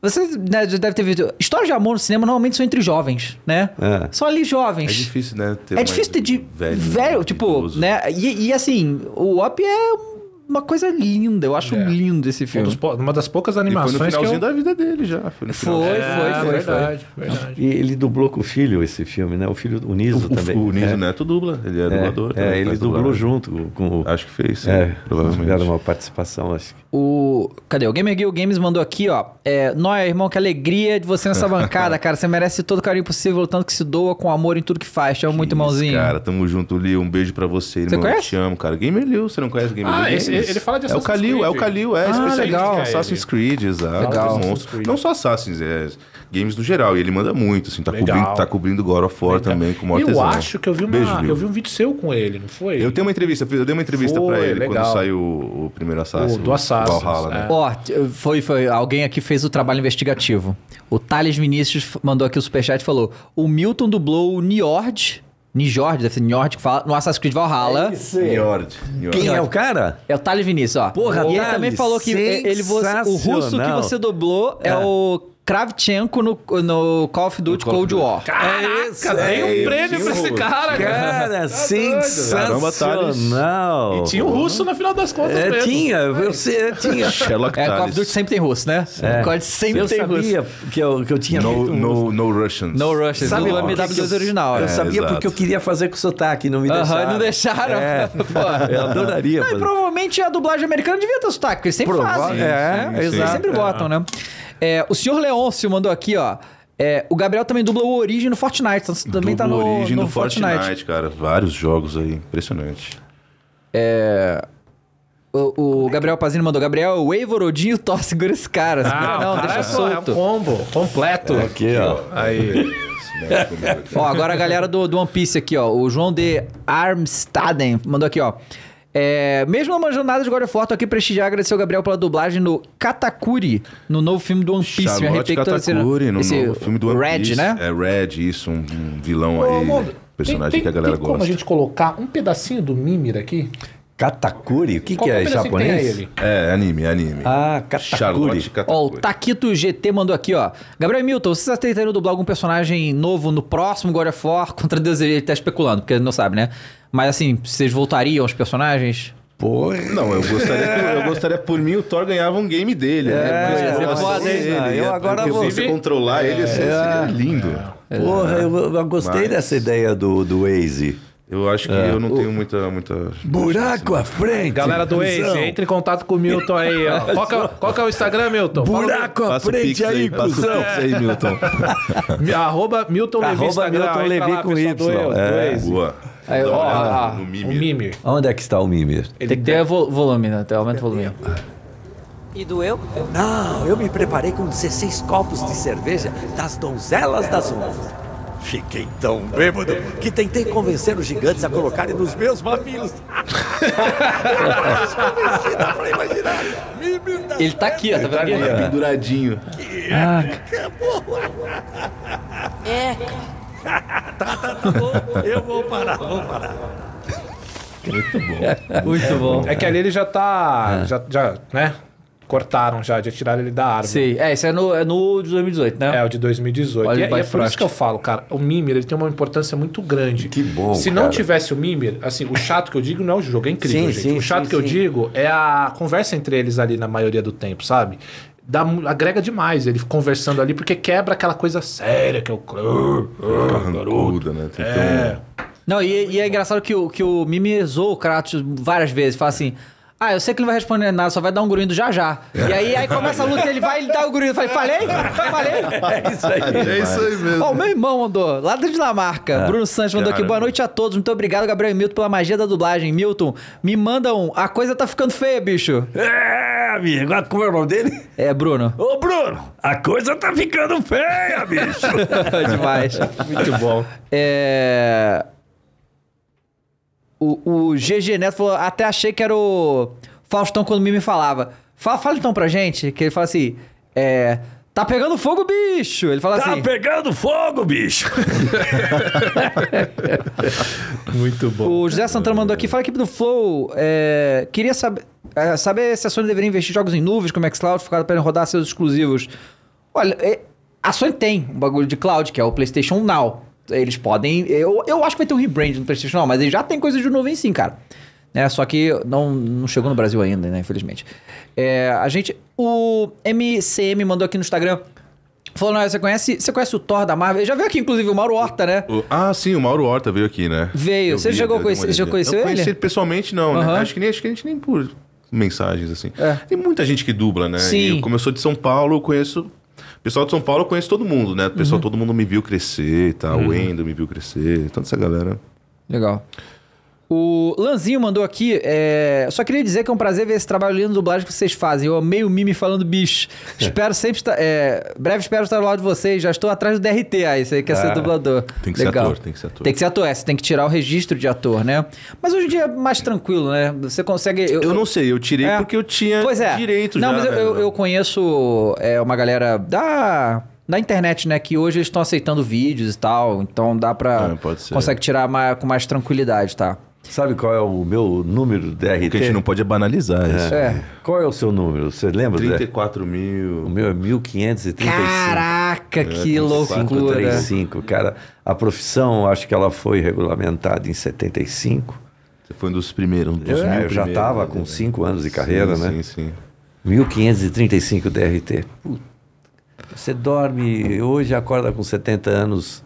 [SPEAKER 1] Você né, já deve ter visto. Histórias de amor no cinema normalmente são entre jovens, né?
[SPEAKER 3] É.
[SPEAKER 1] São ali
[SPEAKER 4] É
[SPEAKER 1] jovens.
[SPEAKER 4] difícil, né? ter
[SPEAKER 1] É
[SPEAKER 4] mais
[SPEAKER 1] difícil ter de velho,
[SPEAKER 4] né?
[SPEAKER 1] tipo,
[SPEAKER 4] Idoso.
[SPEAKER 1] né? E, e assim, o Up é um- uma coisa linda. Eu acho
[SPEAKER 2] É.
[SPEAKER 1] lindo esse
[SPEAKER 2] Um
[SPEAKER 1] filme.
[SPEAKER 2] dos po- uma das poucas
[SPEAKER 4] E foi
[SPEAKER 2] animações
[SPEAKER 4] no finalzinho
[SPEAKER 2] que eu...
[SPEAKER 4] da vida dele já. no final.
[SPEAKER 1] Foi,
[SPEAKER 2] É,
[SPEAKER 1] foi, foi,
[SPEAKER 2] verdade, verdade.
[SPEAKER 3] E ele dublou com o filho esse filme, né? O filho, o Niso também.
[SPEAKER 4] O, o Niso
[SPEAKER 3] é,
[SPEAKER 4] Neto dubla, ele
[SPEAKER 3] é,
[SPEAKER 4] é, dublador.
[SPEAKER 3] é,
[SPEAKER 4] também,
[SPEAKER 3] ele
[SPEAKER 4] faz
[SPEAKER 3] dublou
[SPEAKER 4] dublagem.
[SPEAKER 3] junto com o...
[SPEAKER 4] Acho que fez, sim,
[SPEAKER 3] é, tiveram
[SPEAKER 4] provavelmente.
[SPEAKER 3] uma participação, acho que.
[SPEAKER 1] O. Cadê? O Gamer Guild Games mandou aqui, ó. É, Noia, irmão, que alegria de você nessa bancada, cara. Você merece todo o carinho possível, o tanto que se doa com amor em tudo que faz. Te amo muito, irmãozinho.
[SPEAKER 4] Cara, tamo junto, Lio. Um beijo pra você, irmão.
[SPEAKER 1] conhece?
[SPEAKER 4] Te amo, cara. Gamer Leo, você não conhece Gamer
[SPEAKER 2] Ah,
[SPEAKER 4] Leo?
[SPEAKER 2] esse-
[SPEAKER 4] Games?
[SPEAKER 2] ele fala de
[SPEAKER 4] É o
[SPEAKER 2] Assassin's
[SPEAKER 4] Kalil,
[SPEAKER 2] Creed.
[SPEAKER 4] é o Kalil, é.
[SPEAKER 1] Ah,
[SPEAKER 4] especialista
[SPEAKER 1] legal.
[SPEAKER 4] em Assassin's Creed, exato.
[SPEAKER 1] Legal.
[SPEAKER 4] dos monstros.
[SPEAKER 2] Assassin's Creed.
[SPEAKER 4] Não só Assassin's, é games no geral. E ele manda muito, assim. Tá,
[SPEAKER 2] Legal.
[SPEAKER 4] cobrindo, tá cobrindo God of War também com o maior
[SPEAKER 2] Eu
[SPEAKER 4] tesão.
[SPEAKER 2] acho que eu vi, uma,
[SPEAKER 4] Beijo, Leo.
[SPEAKER 2] eu vi um vídeo seu com ele, não foi?
[SPEAKER 4] Eu tenho uma entrevista, eu fiz- eu dei uma entrevista
[SPEAKER 2] Foi,
[SPEAKER 4] pra ele
[SPEAKER 2] legal.
[SPEAKER 4] quando saiu o, o primeiro Assassin.
[SPEAKER 2] O do Assassin,
[SPEAKER 4] Valhalla, né?
[SPEAKER 2] é.
[SPEAKER 1] Ó, t- foi, foi. Alguém aqui fez o trabalho investigativo. O Thales Vinícius f- mandou aqui o superchat e falou: o Milton dublou o Niord. Nijord, deve ser Niord que fala, no Assassin's Creed Valhalla. É,
[SPEAKER 4] Njord.
[SPEAKER 3] Quem é o cara?
[SPEAKER 1] o Thales Vinícius, ó.
[SPEAKER 3] Porra,
[SPEAKER 1] e ele
[SPEAKER 3] Thales,
[SPEAKER 1] também falou que e- ele você- o russo que
[SPEAKER 3] sensacional.
[SPEAKER 1] você dublou é, o Kravchenko no, no Call of Duty Cold War.
[SPEAKER 3] É isso,
[SPEAKER 2] Tem um
[SPEAKER 4] É,
[SPEAKER 2] prêmio
[SPEAKER 4] eu
[SPEAKER 2] pra
[SPEAKER 4] vi
[SPEAKER 2] esse
[SPEAKER 4] o-
[SPEAKER 2] cara, cara.
[SPEAKER 3] Cara,
[SPEAKER 4] Caramba, Thales.
[SPEAKER 3] sensacional.
[SPEAKER 2] E tinha um russo no final das contas
[SPEAKER 3] É,
[SPEAKER 2] mesmo.
[SPEAKER 3] tinha, eu sei, é, tinha.
[SPEAKER 4] Sherlock
[SPEAKER 1] É, Call of Duty
[SPEAKER 4] Tales.
[SPEAKER 1] sempre tem russo, né? É. Call of Duty sempre
[SPEAKER 3] Eu
[SPEAKER 1] tem russo.
[SPEAKER 3] sabia que eu, que eu tinha
[SPEAKER 4] No,
[SPEAKER 3] feito um russo.
[SPEAKER 4] no, no Russians.
[SPEAKER 1] No Russians,
[SPEAKER 3] Sabe
[SPEAKER 1] no
[SPEAKER 3] lá por que
[SPEAKER 1] MW2
[SPEAKER 3] que eu-
[SPEAKER 1] original.
[SPEAKER 3] Eu
[SPEAKER 1] é.
[SPEAKER 3] sabia
[SPEAKER 4] exato.
[SPEAKER 3] porque eu queria fazer com sotaque, não me
[SPEAKER 1] Aham,
[SPEAKER 3] deixaram.
[SPEAKER 1] não deixaram.
[SPEAKER 3] É.
[SPEAKER 1] Pô.
[SPEAKER 3] Eu adoraria
[SPEAKER 1] Não, e
[SPEAKER 3] fazer.
[SPEAKER 1] provavelmente a dublagem americana devia ter sotaque, porque eles sempre
[SPEAKER 3] Prova-
[SPEAKER 1] fazem.
[SPEAKER 3] é,
[SPEAKER 1] Eles
[SPEAKER 4] sim, sim.
[SPEAKER 1] sempre botam, né? É, o senhor Leôncio mandou aqui, ó. É, o Gabriel também dubla o Origem no Fortnite. Então também
[SPEAKER 4] Duplo
[SPEAKER 1] tá no,
[SPEAKER 4] origem
[SPEAKER 1] no
[SPEAKER 4] do Fortnite. cara. Vários jogos aí, impressionante.
[SPEAKER 1] O, o Gabriel Pazini mandou, Gabriel, o Eivorodinho torce segura esse cara. Segura
[SPEAKER 2] Ah,
[SPEAKER 1] não,
[SPEAKER 2] o cara
[SPEAKER 1] deixa
[SPEAKER 2] é, pô, é um
[SPEAKER 1] solto.
[SPEAKER 2] combo completo.
[SPEAKER 3] Aqui, ó.
[SPEAKER 2] Aí.
[SPEAKER 1] Ó, agora a galera do, do One Piece aqui, ó. O João de Armstaden mandou aqui, ó. É, mesmo não manjando nada de God of War, tô aqui prestigiar e agradecer ao Gabriel pela dublagem no Katakuri, no novo filme do One Piece. Me
[SPEAKER 4] Charlotte
[SPEAKER 1] arrepei que tô dizendo-
[SPEAKER 4] Katakuri, no
[SPEAKER 1] esse
[SPEAKER 4] novo filme do One
[SPEAKER 1] Red,
[SPEAKER 4] Piece.
[SPEAKER 1] né?
[SPEAKER 4] É Red, isso, um, um vilão aí, personagem
[SPEAKER 2] tem,
[SPEAKER 4] que a galera
[SPEAKER 2] tem como
[SPEAKER 4] gosta.
[SPEAKER 2] a gente colocar um pedacinho do Mimir aqui?
[SPEAKER 3] Katakuri? O que, que
[SPEAKER 2] Qual
[SPEAKER 3] é?
[SPEAKER 2] o pedacinho que tem a
[SPEAKER 3] Japonês?
[SPEAKER 2] ele?
[SPEAKER 4] É, anime, anime.
[SPEAKER 3] ah,
[SPEAKER 4] Charlotte
[SPEAKER 3] Katakuri.
[SPEAKER 1] Ó, o
[SPEAKER 4] Katakuri.
[SPEAKER 1] Taquito GT mandou aqui, ó. Gabriel e Milton, vocês aceitariam dublar algum personagem novo no próximo God of War? Contra Deus, ele tá especulando, porque ele não sabe, né? Mas assim, vocês voltariam aos personagens?
[SPEAKER 3] Porra.
[SPEAKER 4] Não, eu gostaria, que- eu gostaria por mim o Thor ganhava um game dele. É,
[SPEAKER 1] ia ser foda, hein?
[SPEAKER 3] Ah, eu agora vou-
[SPEAKER 4] vou. Você é, controlar
[SPEAKER 1] É.
[SPEAKER 4] ele assim, seria lindo.
[SPEAKER 3] Porra, eu, eu gostei
[SPEAKER 4] Mas-
[SPEAKER 3] dessa ideia do, do Waze.
[SPEAKER 4] Eu acho que eu não tenho muita. muita...
[SPEAKER 3] Buraco à frente.
[SPEAKER 2] Galera do Waze,
[SPEAKER 3] cuzão.
[SPEAKER 2] entre em contato com o Milton aí, ó. Qual que é, qual que é o Instagram, Milton? Fala,
[SPEAKER 3] Buraco à
[SPEAKER 4] Passa o pix
[SPEAKER 3] frente aí,
[SPEAKER 4] aí, passa o
[SPEAKER 3] cuzão.
[SPEAKER 4] pix aí, Milton.
[SPEAKER 2] Mi- Arroba Milton Levi
[SPEAKER 3] Arroba
[SPEAKER 2] Instagram.
[SPEAKER 3] Milton
[SPEAKER 2] entra
[SPEAKER 3] Levi
[SPEAKER 2] lá,
[SPEAKER 3] com
[SPEAKER 2] pessoal,
[SPEAKER 3] Y,
[SPEAKER 2] do Waze, do
[SPEAKER 3] é.
[SPEAKER 2] Waze.
[SPEAKER 4] Boa.
[SPEAKER 1] Aí,
[SPEAKER 4] Dá
[SPEAKER 1] ó, ah,
[SPEAKER 4] uma
[SPEAKER 1] ó,
[SPEAKER 4] olhada
[SPEAKER 1] ó,
[SPEAKER 4] no
[SPEAKER 2] O
[SPEAKER 4] Mimir.
[SPEAKER 2] Mimir.
[SPEAKER 3] Onde é que está o Mimir?
[SPEAKER 1] Tem que ter vo- volume, né? Tem- Aumenta o volume.
[SPEAKER 6] E doeu?
[SPEAKER 7] Não, eu me preparei com 16 copos de cerveja das donzelas das ondas. Fiquei tão bêbado que tentei convencer os gigantes a colocarem nos meus mamilos. Desconvencida pra imaginar. Mimir das
[SPEAKER 1] Ele tá aqui, ó. Tá vendo aqui?
[SPEAKER 4] Olha, Penduradinho.
[SPEAKER 6] É,
[SPEAKER 7] ondas. Eu vou parar, vou parar.
[SPEAKER 1] Muito bom.
[SPEAKER 2] É que ali ele já tá. Já, já, né? Cortaram já, já tiraram ele da árvore.
[SPEAKER 1] Sim, é, isso é no, é no de 2018, né?
[SPEAKER 2] É, o de 2018.
[SPEAKER 1] Olha o
[SPEAKER 2] e é, e é por
[SPEAKER 1] Bifrost.
[SPEAKER 2] isso que eu falo, cara, o Mimir ele tem uma importância muito grande.
[SPEAKER 3] Que bom,
[SPEAKER 2] Se não
[SPEAKER 3] cara.
[SPEAKER 2] tivesse o Mimir, assim, o chato que eu digo não é o jogo, é incrível,
[SPEAKER 3] Sim,
[SPEAKER 2] gente.
[SPEAKER 3] sim,
[SPEAKER 2] o chato
[SPEAKER 3] sim,
[SPEAKER 2] que eu
[SPEAKER 3] sim.
[SPEAKER 2] digo é a conversa entre eles ali na maioria do tempo, sabe? Dá, mu- agrega demais ele conversando ali, porque quebra aquela coisa séria que é o.
[SPEAKER 4] Carrancuda, né? Tem que ter um-
[SPEAKER 2] É.
[SPEAKER 1] Não, e, e é engraçado que o, que o Mimi zoou o Kratos várias vezes. Fala assim: Ah, eu sei que ele não vai responder nada, só vai dar um grunhido já já. E aí, aí começa a luta, ele vai e ele dá o grunhido. Eu Falei: Falei? Falei?
[SPEAKER 3] É isso aí.
[SPEAKER 4] É isso aí mesmo.
[SPEAKER 1] Ó, o meu irmão mandou, lá da Dinamarca. Bruno Santos mandou aqui:
[SPEAKER 4] Caramba.
[SPEAKER 1] Boa noite a todos. Muito obrigado, Gabriel e Milton, pela magia da dublagem. Milton, me manda um. A coisa tá ficando feia, bicho.
[SPEAKER 3] É, amigo, ah, como é o nome dele?
[SPEAKER 1] É, Bruno.
[SPEAKER 3] Ô, Bruno, a coisa tá ficando feia, bicho.
[SPEAKER 1] é Demais. Muito bom. É. O, o GG Neto falou, até achei que era o Faustão quando o Mimi falava. Fala, fala então pra gente, que ele fala assim, é... Tá pegando fogo, bicho! Ele fala
[SPEAKER 3] tá
[SPEAKER 1] assim.
[SPEAKER 3] pegando fogo, bicho.
[SPEAKER 2] Muito bom.
[SPEAKER 1] O José Santana mandou aqui, fala equipe do Flow, é, queria saber, é, saber se a Sony deveria investir em jogos em nuvens como xCloud, focado para rodar seus exclusivos. Olha, é, a Sony tem um bagulho de cloud, que é o PlayStation Now. Eles podem... Eu, eu acho que vai ter um rebrand no PlayStation Now, mas ele já tem coisa de nuvem sim, cara. né? Só que não, não chegou no Brasil ainda, né? Infelizmente. É, a gente. O MCM mandou aqui no Instagram. Falou, "Noel, você conhece, você conhece o Thor da Marvel? Já veio aqui, inclusive, o Mauro Horta, né?
[SPEAKER 4] O- ah, sim, o Mauro Horta veio aqui, né?
[SPEAKER 1] Veio.
[SPEAKER 4] Eu
[SPEAKER 1] Você
[SPEAKER 4] vi,
[SPEAKER 1] chegou a
[SPEAKER 4] deu-
[SPEAKER 1] conhecer-
[SPEAKER 4] deu uma
[SPEAKER 1] já
[SPEAKER 4] olhadinha.
[SPEAKER 1] conheceu
[SPEAKER 4] Eu conheci
[SPEAKER 1] ele?
[SPEAKER 4] ele pessoalmente, não,
[SPEAKER 1] Aham.
[SPEAKER 4] né? Acho que, nem, acho que a gente nem por mensagens, assim.
[SPEAKER 1] É.
[SPEAKER 4] Tem muita gente que dubla, né?
[SPEAKER 1] Sim.
[SPEAKER 4] E eu, como eu sou de São Paulo, eu conheço... Pessoal de São Paulo, eu conheço todo mundo, né? Pessoal,
[SPEAKER 1] Uhum.
[SPEAKER 4] todo mundo me viu crescer e tal. O Wendel me viu crescer, toda essa galera.
[SPEAKER 1] Legal. O Lanzinho mandou aqui. É... Só queria dizer que é um prazer ver esse trabalho lindo de dublagem que vocês fazem. Eu amei o mime falando bicho. Espero sempre estar. é, Breve espero estar ao lado de vocês. Já estou atrás do DRT. Aí você quer ser dublador.
[SPEAKER 4] Ah, Tem que ser ator, tem que ser ator.
[SPEAKER 1] Tem que ser ator, é. Você tem que tirar o registro de ator, né? Mas hoje em dia é mais tranquilo, né? Você consegue.
[SPEAKER 4] Eu não sei, eu tirei
[SPEAKER 1] É.
[SPEAKER 4] porque eu tinha
[SPEAKER 1] Pois é.
[SPEAKER 4] direito
[SPEAKER 1] Não,
[SPEAKER 4] já.
[SPEAKER 1] mas eu,
[SPEAKER 4] né?
[SPEAKER 1] eu, eu conheço é, uma galera da, da internet, né? Que hoje eles estão aceitando vídeos e tal. Então dá pra.
[SPEAKER 4] É, pode ser.
[SPEAKER 1] Consegue tirar mais- com mais tranquilidade, tá?
[SPEAKER 3] Sabe qual é o meu número do DRT?
[SPEAKER 4] O que a gente não pode é banalizar isso. é.
[SPEAKER 1] É.
[SPEAKER 3] Qual é o seu número? Você lembra, Zé?
[SPEAKER 4] 34
[SPEAKER 3] O
[SPEAKER 4] mil.
[SPEAKER 3] meu é 1535.
[SPEAKER 4] É,
[SPEAKER 1] Caraca, que loucura.
[SPEAKER 3] 535, cara. A profissão, acho que ela foi regulamentada em 75.
[SPEAKER 4] Você foi um dos primeiros, um dos
[SPEAKER 3] É, Eu,
[SPEAKER 4] mil
[SPEAKER 3] eu já
[SPEAKER 4] primeiros,
[SPEAKER 3] estava
[SPEAKER 4] né?
[SPEAKER 3] com 5 anos de carreira,
[SPEAKER 4] Sim,
[SPEAKER 3] né?
[SPEAKER 4] Sim, sim.
[SPEAKER 3] 1535 DRT. Puta. Você dorme hoje e acorda com 70 anos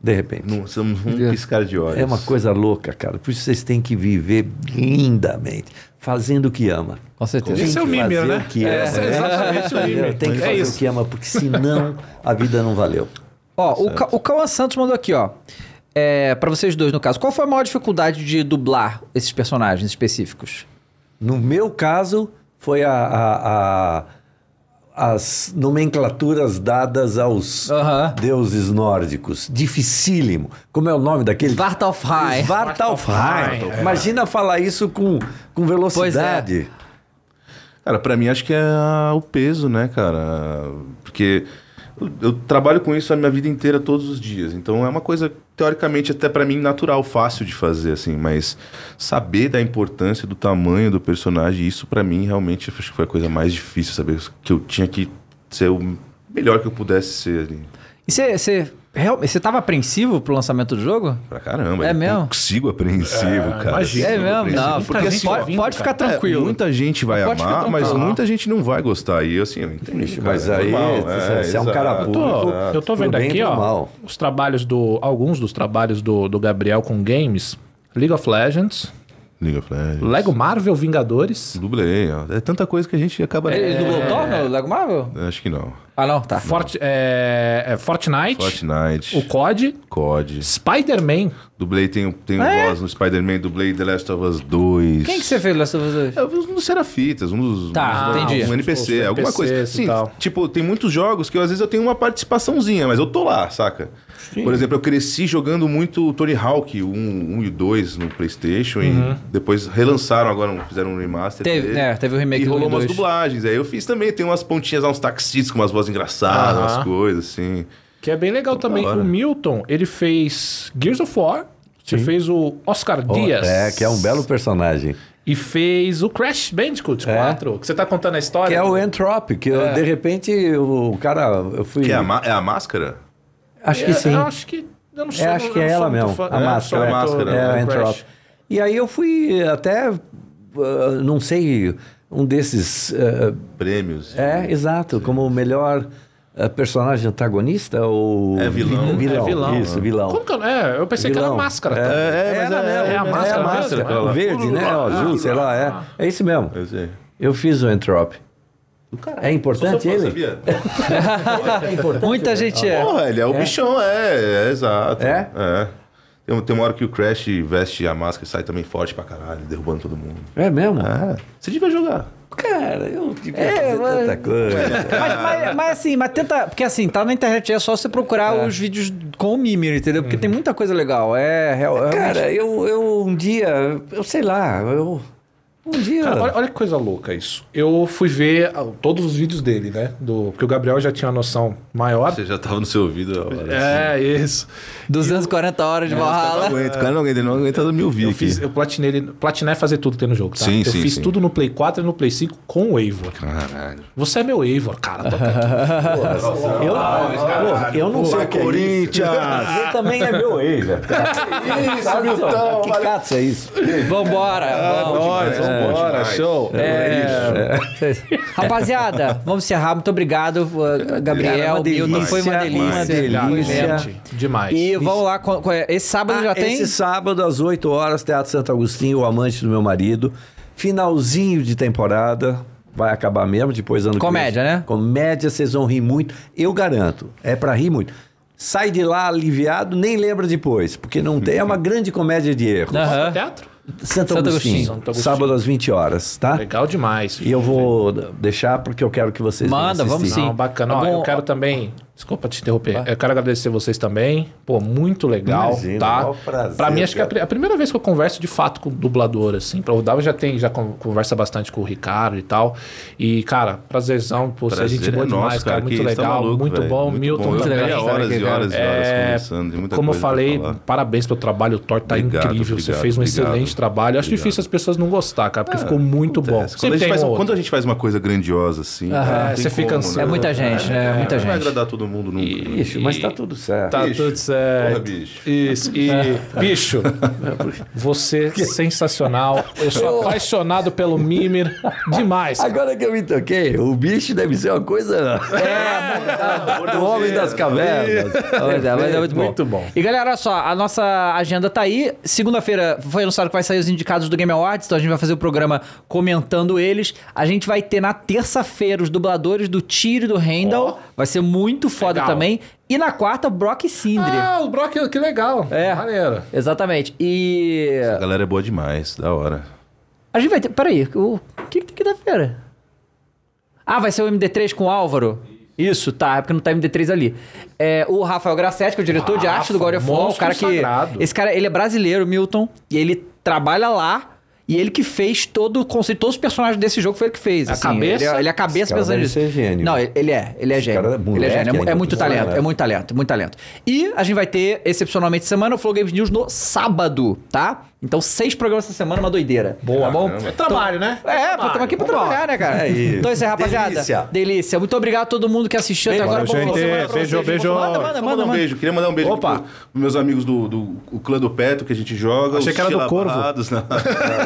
[SPEAKER 3] de repente.
[SPEAKER 4] Não, são um piscar de olhos.
[SPEAKER 3] É uma coisa louca, cara. Por isso vocês têm que viver lindamente, fazendo o que ama.
[SPEAKER 1] Com certeza.
[SPEAKER 2] Esse é o
[SPEAKER 3] que
[SPEAKER 2] mime,
[SPEAKER 3] fazer
[SPEAKER 2] né?
[SPEAKER 3] o que é,
[SPEAKER 2] Esse é
[SPEAKER 3] né?
[SPEAKER 2] exatamente o mime.
[SPEAKER 3] Tem que
[SPEAKER 2] é
[SPEAKER 3] fazer o
[SPEAKER 2] isso.
[SPEAKER 3] que ama, porque senão a vida não valeu.
[SPEAKER 1] Ó, o, Ca- o Cauã Santos mandou aqui, ó. É, pra vocês dois, no caso, qual foi a maior dificuldade de dublar esses personagens específicos?
[SPEAKER 3] No meu caso, foi a, a- a- as nomenclaturas dadas aos
[SPEAKER 1] Aham.
[SPEAKER 3] deuses nórdicos. Dificílimo. Como é o nome daquele?
[SPEAKER 1] Svartalfheim.
[SPEAKER 3] Svartalfheim.
[SPEAKER 2] é.
[SPEAKER 3] Imagina falar isso com, com velocidade.
[SPEAKER 4] É. Cara, pra mim acho que é o peso, né, cara? Porque eu, eu trabalho com isso a minha vida inteira, todos os dias. Então é uma coisa, teoricamente, até pra mim natural, fácil de fazer, assim. Mas saber da importância, do tamanho do personagem, isso pra mim realmente acho que foi a coisa mais difícil, saber que eu tinha que ser o melhor que eu pudesse ser assim. ali.
[SPEAKER 1] E você tava apreensivo pro lançamento do jogo?
[SPEAKER 4] Pra caramba.
[SPEAKER 1] É
[SPEAKER 4] eu
[SPEAKER 1] mesmo?
[SPEAKER 4] Consigo apreensivo, cara.
[SPEAKER 2] imagina.
[SPEAKER 1] É
[SPEAKER 4] Consigo
[SPEAKER 1] mesmo?
[SPEAKER 4] apreensivo.
[SPEAKER 1] Não,
[SPEAKER 4] porque
[SPEAKER 1] pode-
[SPEAKER 4] assim, ó,
[SPEAKER 1] pode, pode ficar tranquilo.
[SPEAKER 4] É, muita gente vai
[SPEAKER 1] Pode ficar
[SPEAKER 4] amar, mas
[SPEAKER 1] tranquilo.
[SPEAKER 4] muita gente não vai gostar. E eu, assim, eu entendo.
[SPEAKER 3] Ixi,
[SPEAKER 4] cara,
[SPEAKER 3] mas
[SPEAKER 4] é
[SPEAKER 3] aí,
[SPEAKER 4] normal,
[SPEAKER 3] você- você é um cara
[SPEAKER 4] exato.
[SPEAKER 2] Eu tô,
[SPEAKER 3] Exato.
[SPEAKER 2] eu tô
[SPEAKER 3] Tudo
[SPEAKER 2] vendo
[SPEAKER 3] bem,
[SPEAKER 2] aqui,
[SPEAKER 3] tudo
[SPEAKER 2] ó,
[SPEAKER 3] mal.
[SPEAKER 2] os trabalhos do. Alguns dos trabalhos do, do Gabriel com games. League of Legends,
[SPEAKER 4] Liga pra ele.
[SPEAKER 2] Lego Marvel Vingadores,
[SPEAKER 4] Dublei, ó. É tanta coisa que a gente acaba.
[SPEAKER 1] Ele dublou o Thor no Lego Marvel?
[SPEAKER 4] Acho que não.
[SPEAKER 1] Ah, não, tá.
[SPEAKER 2] Fort- é, é, Fortnite,
[SPEAKER 4] Fortnite,
[SPEAKER 2] o COD,
[SPEAKER 4] COD.
[SPEAKER 2] Spider-Man.
[SPEAKER 4] Dublei, tem, tem voz no Spider-Man, dublei The Last of Us 2.
[SPEAKER 1] É? Quem que você fez Last of Us dois?
[SPEAKER 4] É um dos Serafitas, um dos.
[SPEAKER 1] Tá,
[SPEAKER 4] um, dos-
[SPEAKER 1] entendi.
[SPEAKER 4] Um NPC,
[SPEAKER 2] Os
[SPEAKER 4] alguma
[SPEAKER 2] NPCs
[SPEAKER 4] coisa.
[SPEAKER 2] e
[SPEAKER 4] Sim,
[SPEAKER 2] tal.
[SPEAKER 4] tipo, tem muitos jogos que às vezes eu tenho uma participaçãozinha, mas eu tô lá, saca? Por exemplo, eu cresci jogando muito Tony Hawk 1, 1 e 2 no PlayStation e
[SPEAKER 2] Uhum.
[SPEAKER 4] depois relançaram agora, um- fizeram um remaster.
[SPEAKER 1] Teve,
[SPEAKER 4] dele.
[SPEAKER 1] né, teve o remake
[SPEAKER 4] E
[SPEAKER 1] do
[SPEAKER 4] rolou
[SPEAKER 1] 1 e
[SPEAKER 4] umas
[SPEAKER 1] 2.
[SPEAKER 4] dublagens. Aí eu fiz também, tem umas pontinhas lá, uns taxistas com umas vozes engraçadas,
[SPEAKER 2] Aham.
[SPEAKER 4] umas coisas assim.
[SPEAKER 2] Que é bem legal também.
[SPEAKER 4] hora.
[SPEAKER 2] O Milton, ele fez Gears of War, ele fez o Oscar
[SPEAKER 3] Ó,
[SPEAKER 2] Dias.
[SPEAKER 3] É, que é um belo personagem.
[SPEAKER 2] E fez o Crash Bandicoot
[SPEAKER 3] É.
[SPEAKER 2] 4, que você tá contando a história.
[SPEAKER 3] Que é o Entrop, que eu, de repente o cara. Eu fui.
[SPEAKER 4] Que é a, ma- é a máscara?
[SPEAKER 3] Acho que
[SPEAKER 2] É,
[SPEAKER 3] sim.
[SPEAKER 2] Eu acho que. Eu não sei.
[SPEAKER 3] É, acho
[SPEAKER 2] eu
[SPEAKER 3] que
[SPEAKER 2] não
[SPEAKER 3] é
[SPEAKER 2] sou
[SPEAKER 3] ela
[SPEAKER 2] muito
[SPEAKER 3] mesmo,
[SPEAKER 2] fã-
[SPEAKER 3] a
[SPEAKER 2] eu não sou
[SPEAKER 3] máscara.
[SPEAKER 4] a
[SPEAKER 2] muito
[SPEAKER 4] máscara,
[SPEAKER 2] fã
[SPEAKER 3] É,
[SPEAKER 2] do
[SPEAKER 3] a
[SPEAKER 2] Crash.
[SPEAKER 3] Entrop. E aí eu fui até, ah, não sei, um desses. ah,
[SPEAKER 4] Prêmios.
[SPEAKER 3] é, exato, como o melhor ah, personagem antagonista ou.
[SPEAKER 4] É vilão.
[SPEAKER 3] vilão.
[SPEAKER 2] É vilão.
[SPEAKER 3] Isso, vilão.
[SPEAKER 2] Como que eu, é, eu pensei que era a
[SPEAKER 3] Vilão.
[SPEAKER 2] máscara.
[SPEAKER 3] É,
[SPEAKER 2] também.
[SPEAKER 4] É, mas
[SPEAKER 1] né?
[SPEAKER 3] Era mesmo,
[SPEAKER 2] é a máscara
[SPEAKER 3] é a
[SPEAKER 2] mesmo?
[SPEAKER 3] máscara.
[SPEAKER 4] Aquela lá.
[SPEAKER 3] o verde, né? O azul,
[SPEAKER 2] Ah,
[SPEAKER 3] sei lá,
[SPEAKER 2] tá.
[SPEAKER 3] é. É isso mesmo.
[SPEAKER 4] Eu sei.
[SPEAKER 3] Eu fiz o Entrop. É importante
[SPEAKER 4] Sou fã,
[SPEAKER 3] ele?
[SPEAKER 4] sabia?
[SPEAKER 3] É
[SPEAKER 4] né,
[SPEAKER 3] importante.
[SPEAKER 1] Muita gente é.
[SPEAKER 4] Porra, ele é o bichão, é, é, exato.
[SPEAKER 3] É?
[SPEAKER 4] Tem, tem uma hora que o Crash veste a máscara e sai também forte pra caralho, derrubando todo mundo.
[SPEAKER 3] É mesmo?
[SPEAKER 4] É. Você devia jogar.
[SPEAKER 3] Cara, eu devia
[SPEAKER 1] É,
[SPEAKER 3] fazer
[SPEAKER 1] mas-
[SPEAKER 3] tanta coisa.
[SPEAKER 1] Mas, mas- mas assim, mas tenta. Porque assim, tá na internet, é só você procurar os vídeos com o Mimir, entendeu?
[SPEAKER 4] Uhum.
[SPEAKER 1] Porque tem muita coisa legal. É real. é-
[SPEAKER 3] Cara, eu, eu um dia, eu sei lá, eu. Um dia.
[SPEAKER 2] Cara, olha, olha que coisa louca isso. Eu fui ver ah, todos os vídeos dele, né? Do, porque o Gabriel já tinha uma noção maior.
[SPEAKER 4] Você já tava no seu ouvido. ó, assim.
[SPEAKER 2] É, isso.
[SPEAKER 1] 240 horas de
[SPEAKER 2] É,
[SPEAKER 4] Não
[SPEAKER 2] tá
[SPEAKER 1] Valhalla.
[SPEAKER 4] aguento, o cara não aguenta, ele não aguenta me ouvir
[SPEAKER 2] Eu,
[SPEAKER 4] aqui.
[SPEAKER 2] fiz, eu platinei ele. Platinar é fazer tudo que tem no jogo, tá?
[SPEAKER 4] Sim,
[SPEAKER 2] eu
[SPEAKER 4] sim,
[SPEAKER 2] fiz
[SPEAKER 4] sim.
[SPEAKER 2] tudo no Play 4 e no Play 5 com o Eivor.
[SPEAKER 4] Caralho.
[SPEAKER 2] Você é meu Eivor, cara. Tô aqui.
[SPEAKER 3] eu, porra, eu não sei o que é isso. Ele também é meu ex, velho.
[SPEAKER 4] Isso, Milton.
[SPEAKER 3] Que caça é isso?
[SPEAKER 1] Vambora.
[SPEAKER 2] Ah,
[SPEAKER 1] vamos.
[SPEAKER 4] Nós, vambora, show. É, isso.
[SPEAKER 1] Rapaziada, vamos encerrar. Muito obrigado, uh,
[SPEAKER 3] Cara,
[SPEAKER 1] Gabriel.
[SPEAKER 3] uma
[SPEAKER 1] Milton, foi uma delícia.
[SPEAKER 3] delícia, uma delícia.
[SPEAKER 1] Foi mesmo.
[SPEAKER 2] é Demais.
[SPEAKER 1] E vamos lá. co- co- Esse sábado já
[SPEAKER 3] Ah,
[SPEAKER 1] tem?
[SPEAKER 3] Esse sábado, às 8 horas, Teatro Santo Agostinho, o amante do meu marido. Finalzinho de temporada. Vai acabar mesmo, depois ano que
[SPEAKER 1] Comédia,
[SPEAKER 3] vem.
[SPEAKER 1] né?
[SPEAKER 3] Comédia, vocês vão rir muito. Eu garanto, é pra rir muito. Sai de lá aliviado, nem lembra depois, porque não tem. É uma grande comédia de erro.
[SPEAKER 1] Aham.
[SPEAKER 2] Pro teatro?
[SPEAKER 3] Santo,
[SPEAKER 1] Santo
[SPEAKER 3] Agostinho,
[SPEAKER 1] Agostinho.
[SPEAKER 2] Santo Agostinho.
[SPEAKER 3] sábado às 20 horas, tá?
[SPEAKER 2] Legal demais.
[SPEAKER 3] E eu vou deixar porque eu quero que vocês venham
[SPEAKER 1] Manda, vamos
[SPEAKER 3] assistir.
[SPEAKER 1] sim.
[SPEAKER 2] Não, bacana.
[SPEAKER 1] Tá
[SPEAKER 2] Ó,
[SPEAKER 1] bom.
[SPEAKER 2] eu quero também. Desculpa te interromper. Eu quero agradecer vocês também. Pô, muito legal,
[SPEAKER 3] Imagina,
[SPEAKER 2] tá?
[SPEAKER 3] maior prazer,
[SPEAKER 2] pra mim, acho que é a
[SPEAKER 3] cara.
[SPEAKER 2] pri- a primeira vez que eu converso de fato com dublador, assim. Pra- O Dava já tem, já con- conversa bastante com o Ricardo e tal. E, cara, prazerzão, pô, você é
[SPEAKER 4] Prazer
[SPEAKER 2] gente boa
[SPEAKER 4] é
[SPEAKER 2] demais,
[SPEAKER 4] nosso,
[SPEAKER 2] cara.
[SPEAKER 4] cara. que
[SPEAKER 2] Muito
[SPEAKER 4] isso, tá
[SPEAKER 2] legal,
[SPEAKER 4] maluco,
[SPEAKER 2] muito
[SPEAKER 4] velho.
[SPEAKER 2] bom. Milton
[SPEAKER 4] Eu
[SPEAKER 1] muito
[SPEAKER 2] também. tá
[SPEAKER 1] legal.
[SPEAKER 4] ficaria
[SPEAKER 1] também,
[SPEAKER 4] horas e
[SPEAKER 1] cara,
[SPEAKER 4] horas e horas
[SPEAKER 2] É,
[SPEAKER 4] conversando. tem muita
[SPEAKER 2] como eu
[SPEAKER 4] coisa pra
[SPEAKER 2] falei,
[SPEAKER 4] falar.
[SPEAKER 2] parabéns pelo trabalho, o Thor tá
[SPEAKER 4] Obrigado,
[SPEAKER 2] incrível. você
[SPEAKER 4] obrigado,
[SPEAKER 2] fez um
[SPEAKER 4] obrigado.
[SPEAKER 2] excelente trabalho. Eu acho
[SPEAKER 4] Obrigado. É,
[SPEAKER 2] difícil as pessoas não gostar, cara, porque ficou muito bom.
[SPEAKER 4] Acontece. Quando a, gente
[SPEAKER 2] tem
[SPEAKER 4] faz,
[SPEAKER 2] um outro.
[SPEAKER 4] quando a gente faz uma coisa grandiosa assim,
[SPEAKER 1] Aham.
[SPEAKER 4] não
[SPEAKER 2] É,
[SPEAKER 4] tem
[SPEAKER 2] você fica
[SPEAKER 4] como,
[SPEAKER 2] ansioso.
[SPEAKER 1] É muita gente, né? É muita
[SPEAKER 4] Não vai
[SPEAKER 1] gente.
[SPEAKER 4] agradar todo mundo nunca. né?
[SPEAKER 3] Ixi, mas tá tudo certo.
[SPEAKER 2] Tá
[SPEAKER 4] Bicho.
[SPEAKER 2] tudo certo.
[SPEAKER 4] Porra, bicho.
[SPEAKER 2] Isso. E, bicho, você sensacional. Eu sou apaixonado pelo Mimir. Demais. cara.
[SPEAKER 3] Agora que eu me toquei, o bicho deve ser uma coisa. É, o homem das cavernas.
[SPEAKER 1] Pois é, mas é muito bom.
[SPEAKER 2] Muito bom.
[SPEAKER 1] E galera, olha só, a nossa agenda tá aí. Segunda-feira foi anunciado que vai sair os indicados do Game Awards, então a gente vai fazer o programa comentando eles. A gente vai ter na terça-feira os dubladores do Tiro e do Handel. Vai ser muito foda
[SPEAKER 2] Legal.
[SPEAKER 1] também. E na quarta, Brock e Sindri.
[SPEAKER 2] Ah, o Brock, que legal.
[SPEAKER 1] É.
[SPEAKER 2] Maneiro.
[SPEAKER 1] Exatamente. E.
[SPEAKER 4] A galera é boa demais, da hora.
[SPEAKER 1] A gente vai ter. Peraí, o que, que tem quinta-feira? Ah, vai ser o MD3 com o Álvaro? Isso, tá, é porque não tá MD3 ali. É, o Rafael Grassetti, que é o diretor de
[SPEAKER 2] Rafa,
[SPEAKER 1] arte do God of War, o
[SPEAKER 2] monstro
[SPEAKER 1] cara que.
[SPEAKER 2] sagrado.
[SPEAKER 1] Esse cara, ele é brasileiro, Milton, e ele trabalha lá. E ele que fez todo o conceito, todos os personagens desse jogo foi ele que fez.
[SPEAKER 2] A cabeça?
[SPEAKER 1] Ele é, ele é a cabeça
[SPEAKER 3] Esse cara
[SPEAKER 1] pensando
[SPEAKER 3] deve
[SPEAKER 1] nisso.
[SPEAKER 3] ser gênio.
[SPEAKER 1] Não, ele ele é, ele é
[SPEAKER 3] Esse
[SPEAKER 1] gênio.
[SPEAKER 3] cara é
[SPEAKER 1] ele é gênio,
[SPEAKER 3] moleque
[SPEAKER 1] é mu- é,
[SPEAKER 3] ainda,
[SPEAKER 1] muito
[SPEAKER 3] por cima,
[SPEAKER 1] talento,
[SPEAKER 3] né?
[SPEAKER 1] é muito talento, muito talento. E a gente vai ter, excepcionalmente, semana, o Flow Games News no sábado, tá? Então, seis programas essa semana, uma doideira. Boa. Tá bom?
[SPEAKER 2] É trabalho, né?
[SPEAKER 1] É, pô, estamos aqui pra trabalhar, né, cara?
[SPEAKER 3] É isso.
[SPEAKER 1] Então é isso aí, rapaziada. Delícia.
[SPEAKER 3] Delícia.
[SPEAKER 1] Muito obrigado a todo mundo que assistiu até agora.
[SPEAKER 2] Valeu,
[SPEAKER 1] Bom, boa
[SPEAKER 2] gente.
[SPEAKER 1] semana pra
[SPEAKER 2] É, Beijo,
[SPEAKER 1] vocês.
[SPEAKER 2] beijo.
[SPEAKER 1] Manda,
[SPEAKER 4] Só
[SPEAKER 1] manda,
[SPEAKER 4] mandar
[SPEAKER 1] manda.
[SPEAKER 4] um
[SPEAKER 1] manda.
[SPEAKER 4] beijo. Queria mandar um beijo
[SPEAKER 2] Opa.
[SPEAKER 4] aqui pros meus amigos do, do o clã do Peto que a gente joga.
[SPEAKER 2] Achei
[SPEAKER 4] os
[SPEAKER 2] que era do Corvo.
[SPEAKER 4] chilabarrados, não.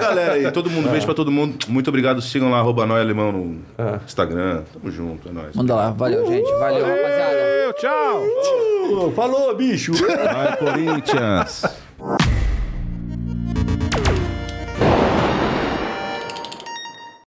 [SPEAKER 4] Galera aí, todo mundo, beijo pra todo mundo. Muito obrigado. Sigam lá, arroba Noia Alemão no Instagram. Tamo junto, é nóis.
[SPEAKER 1] Manda lá. Valeu, gente. Valeu, rapaziada.
[SPEAKER 2] Tchau.
[SPEAKER 3] Falou, bicho!
[SPEAKER 4] Vai, Corinthians!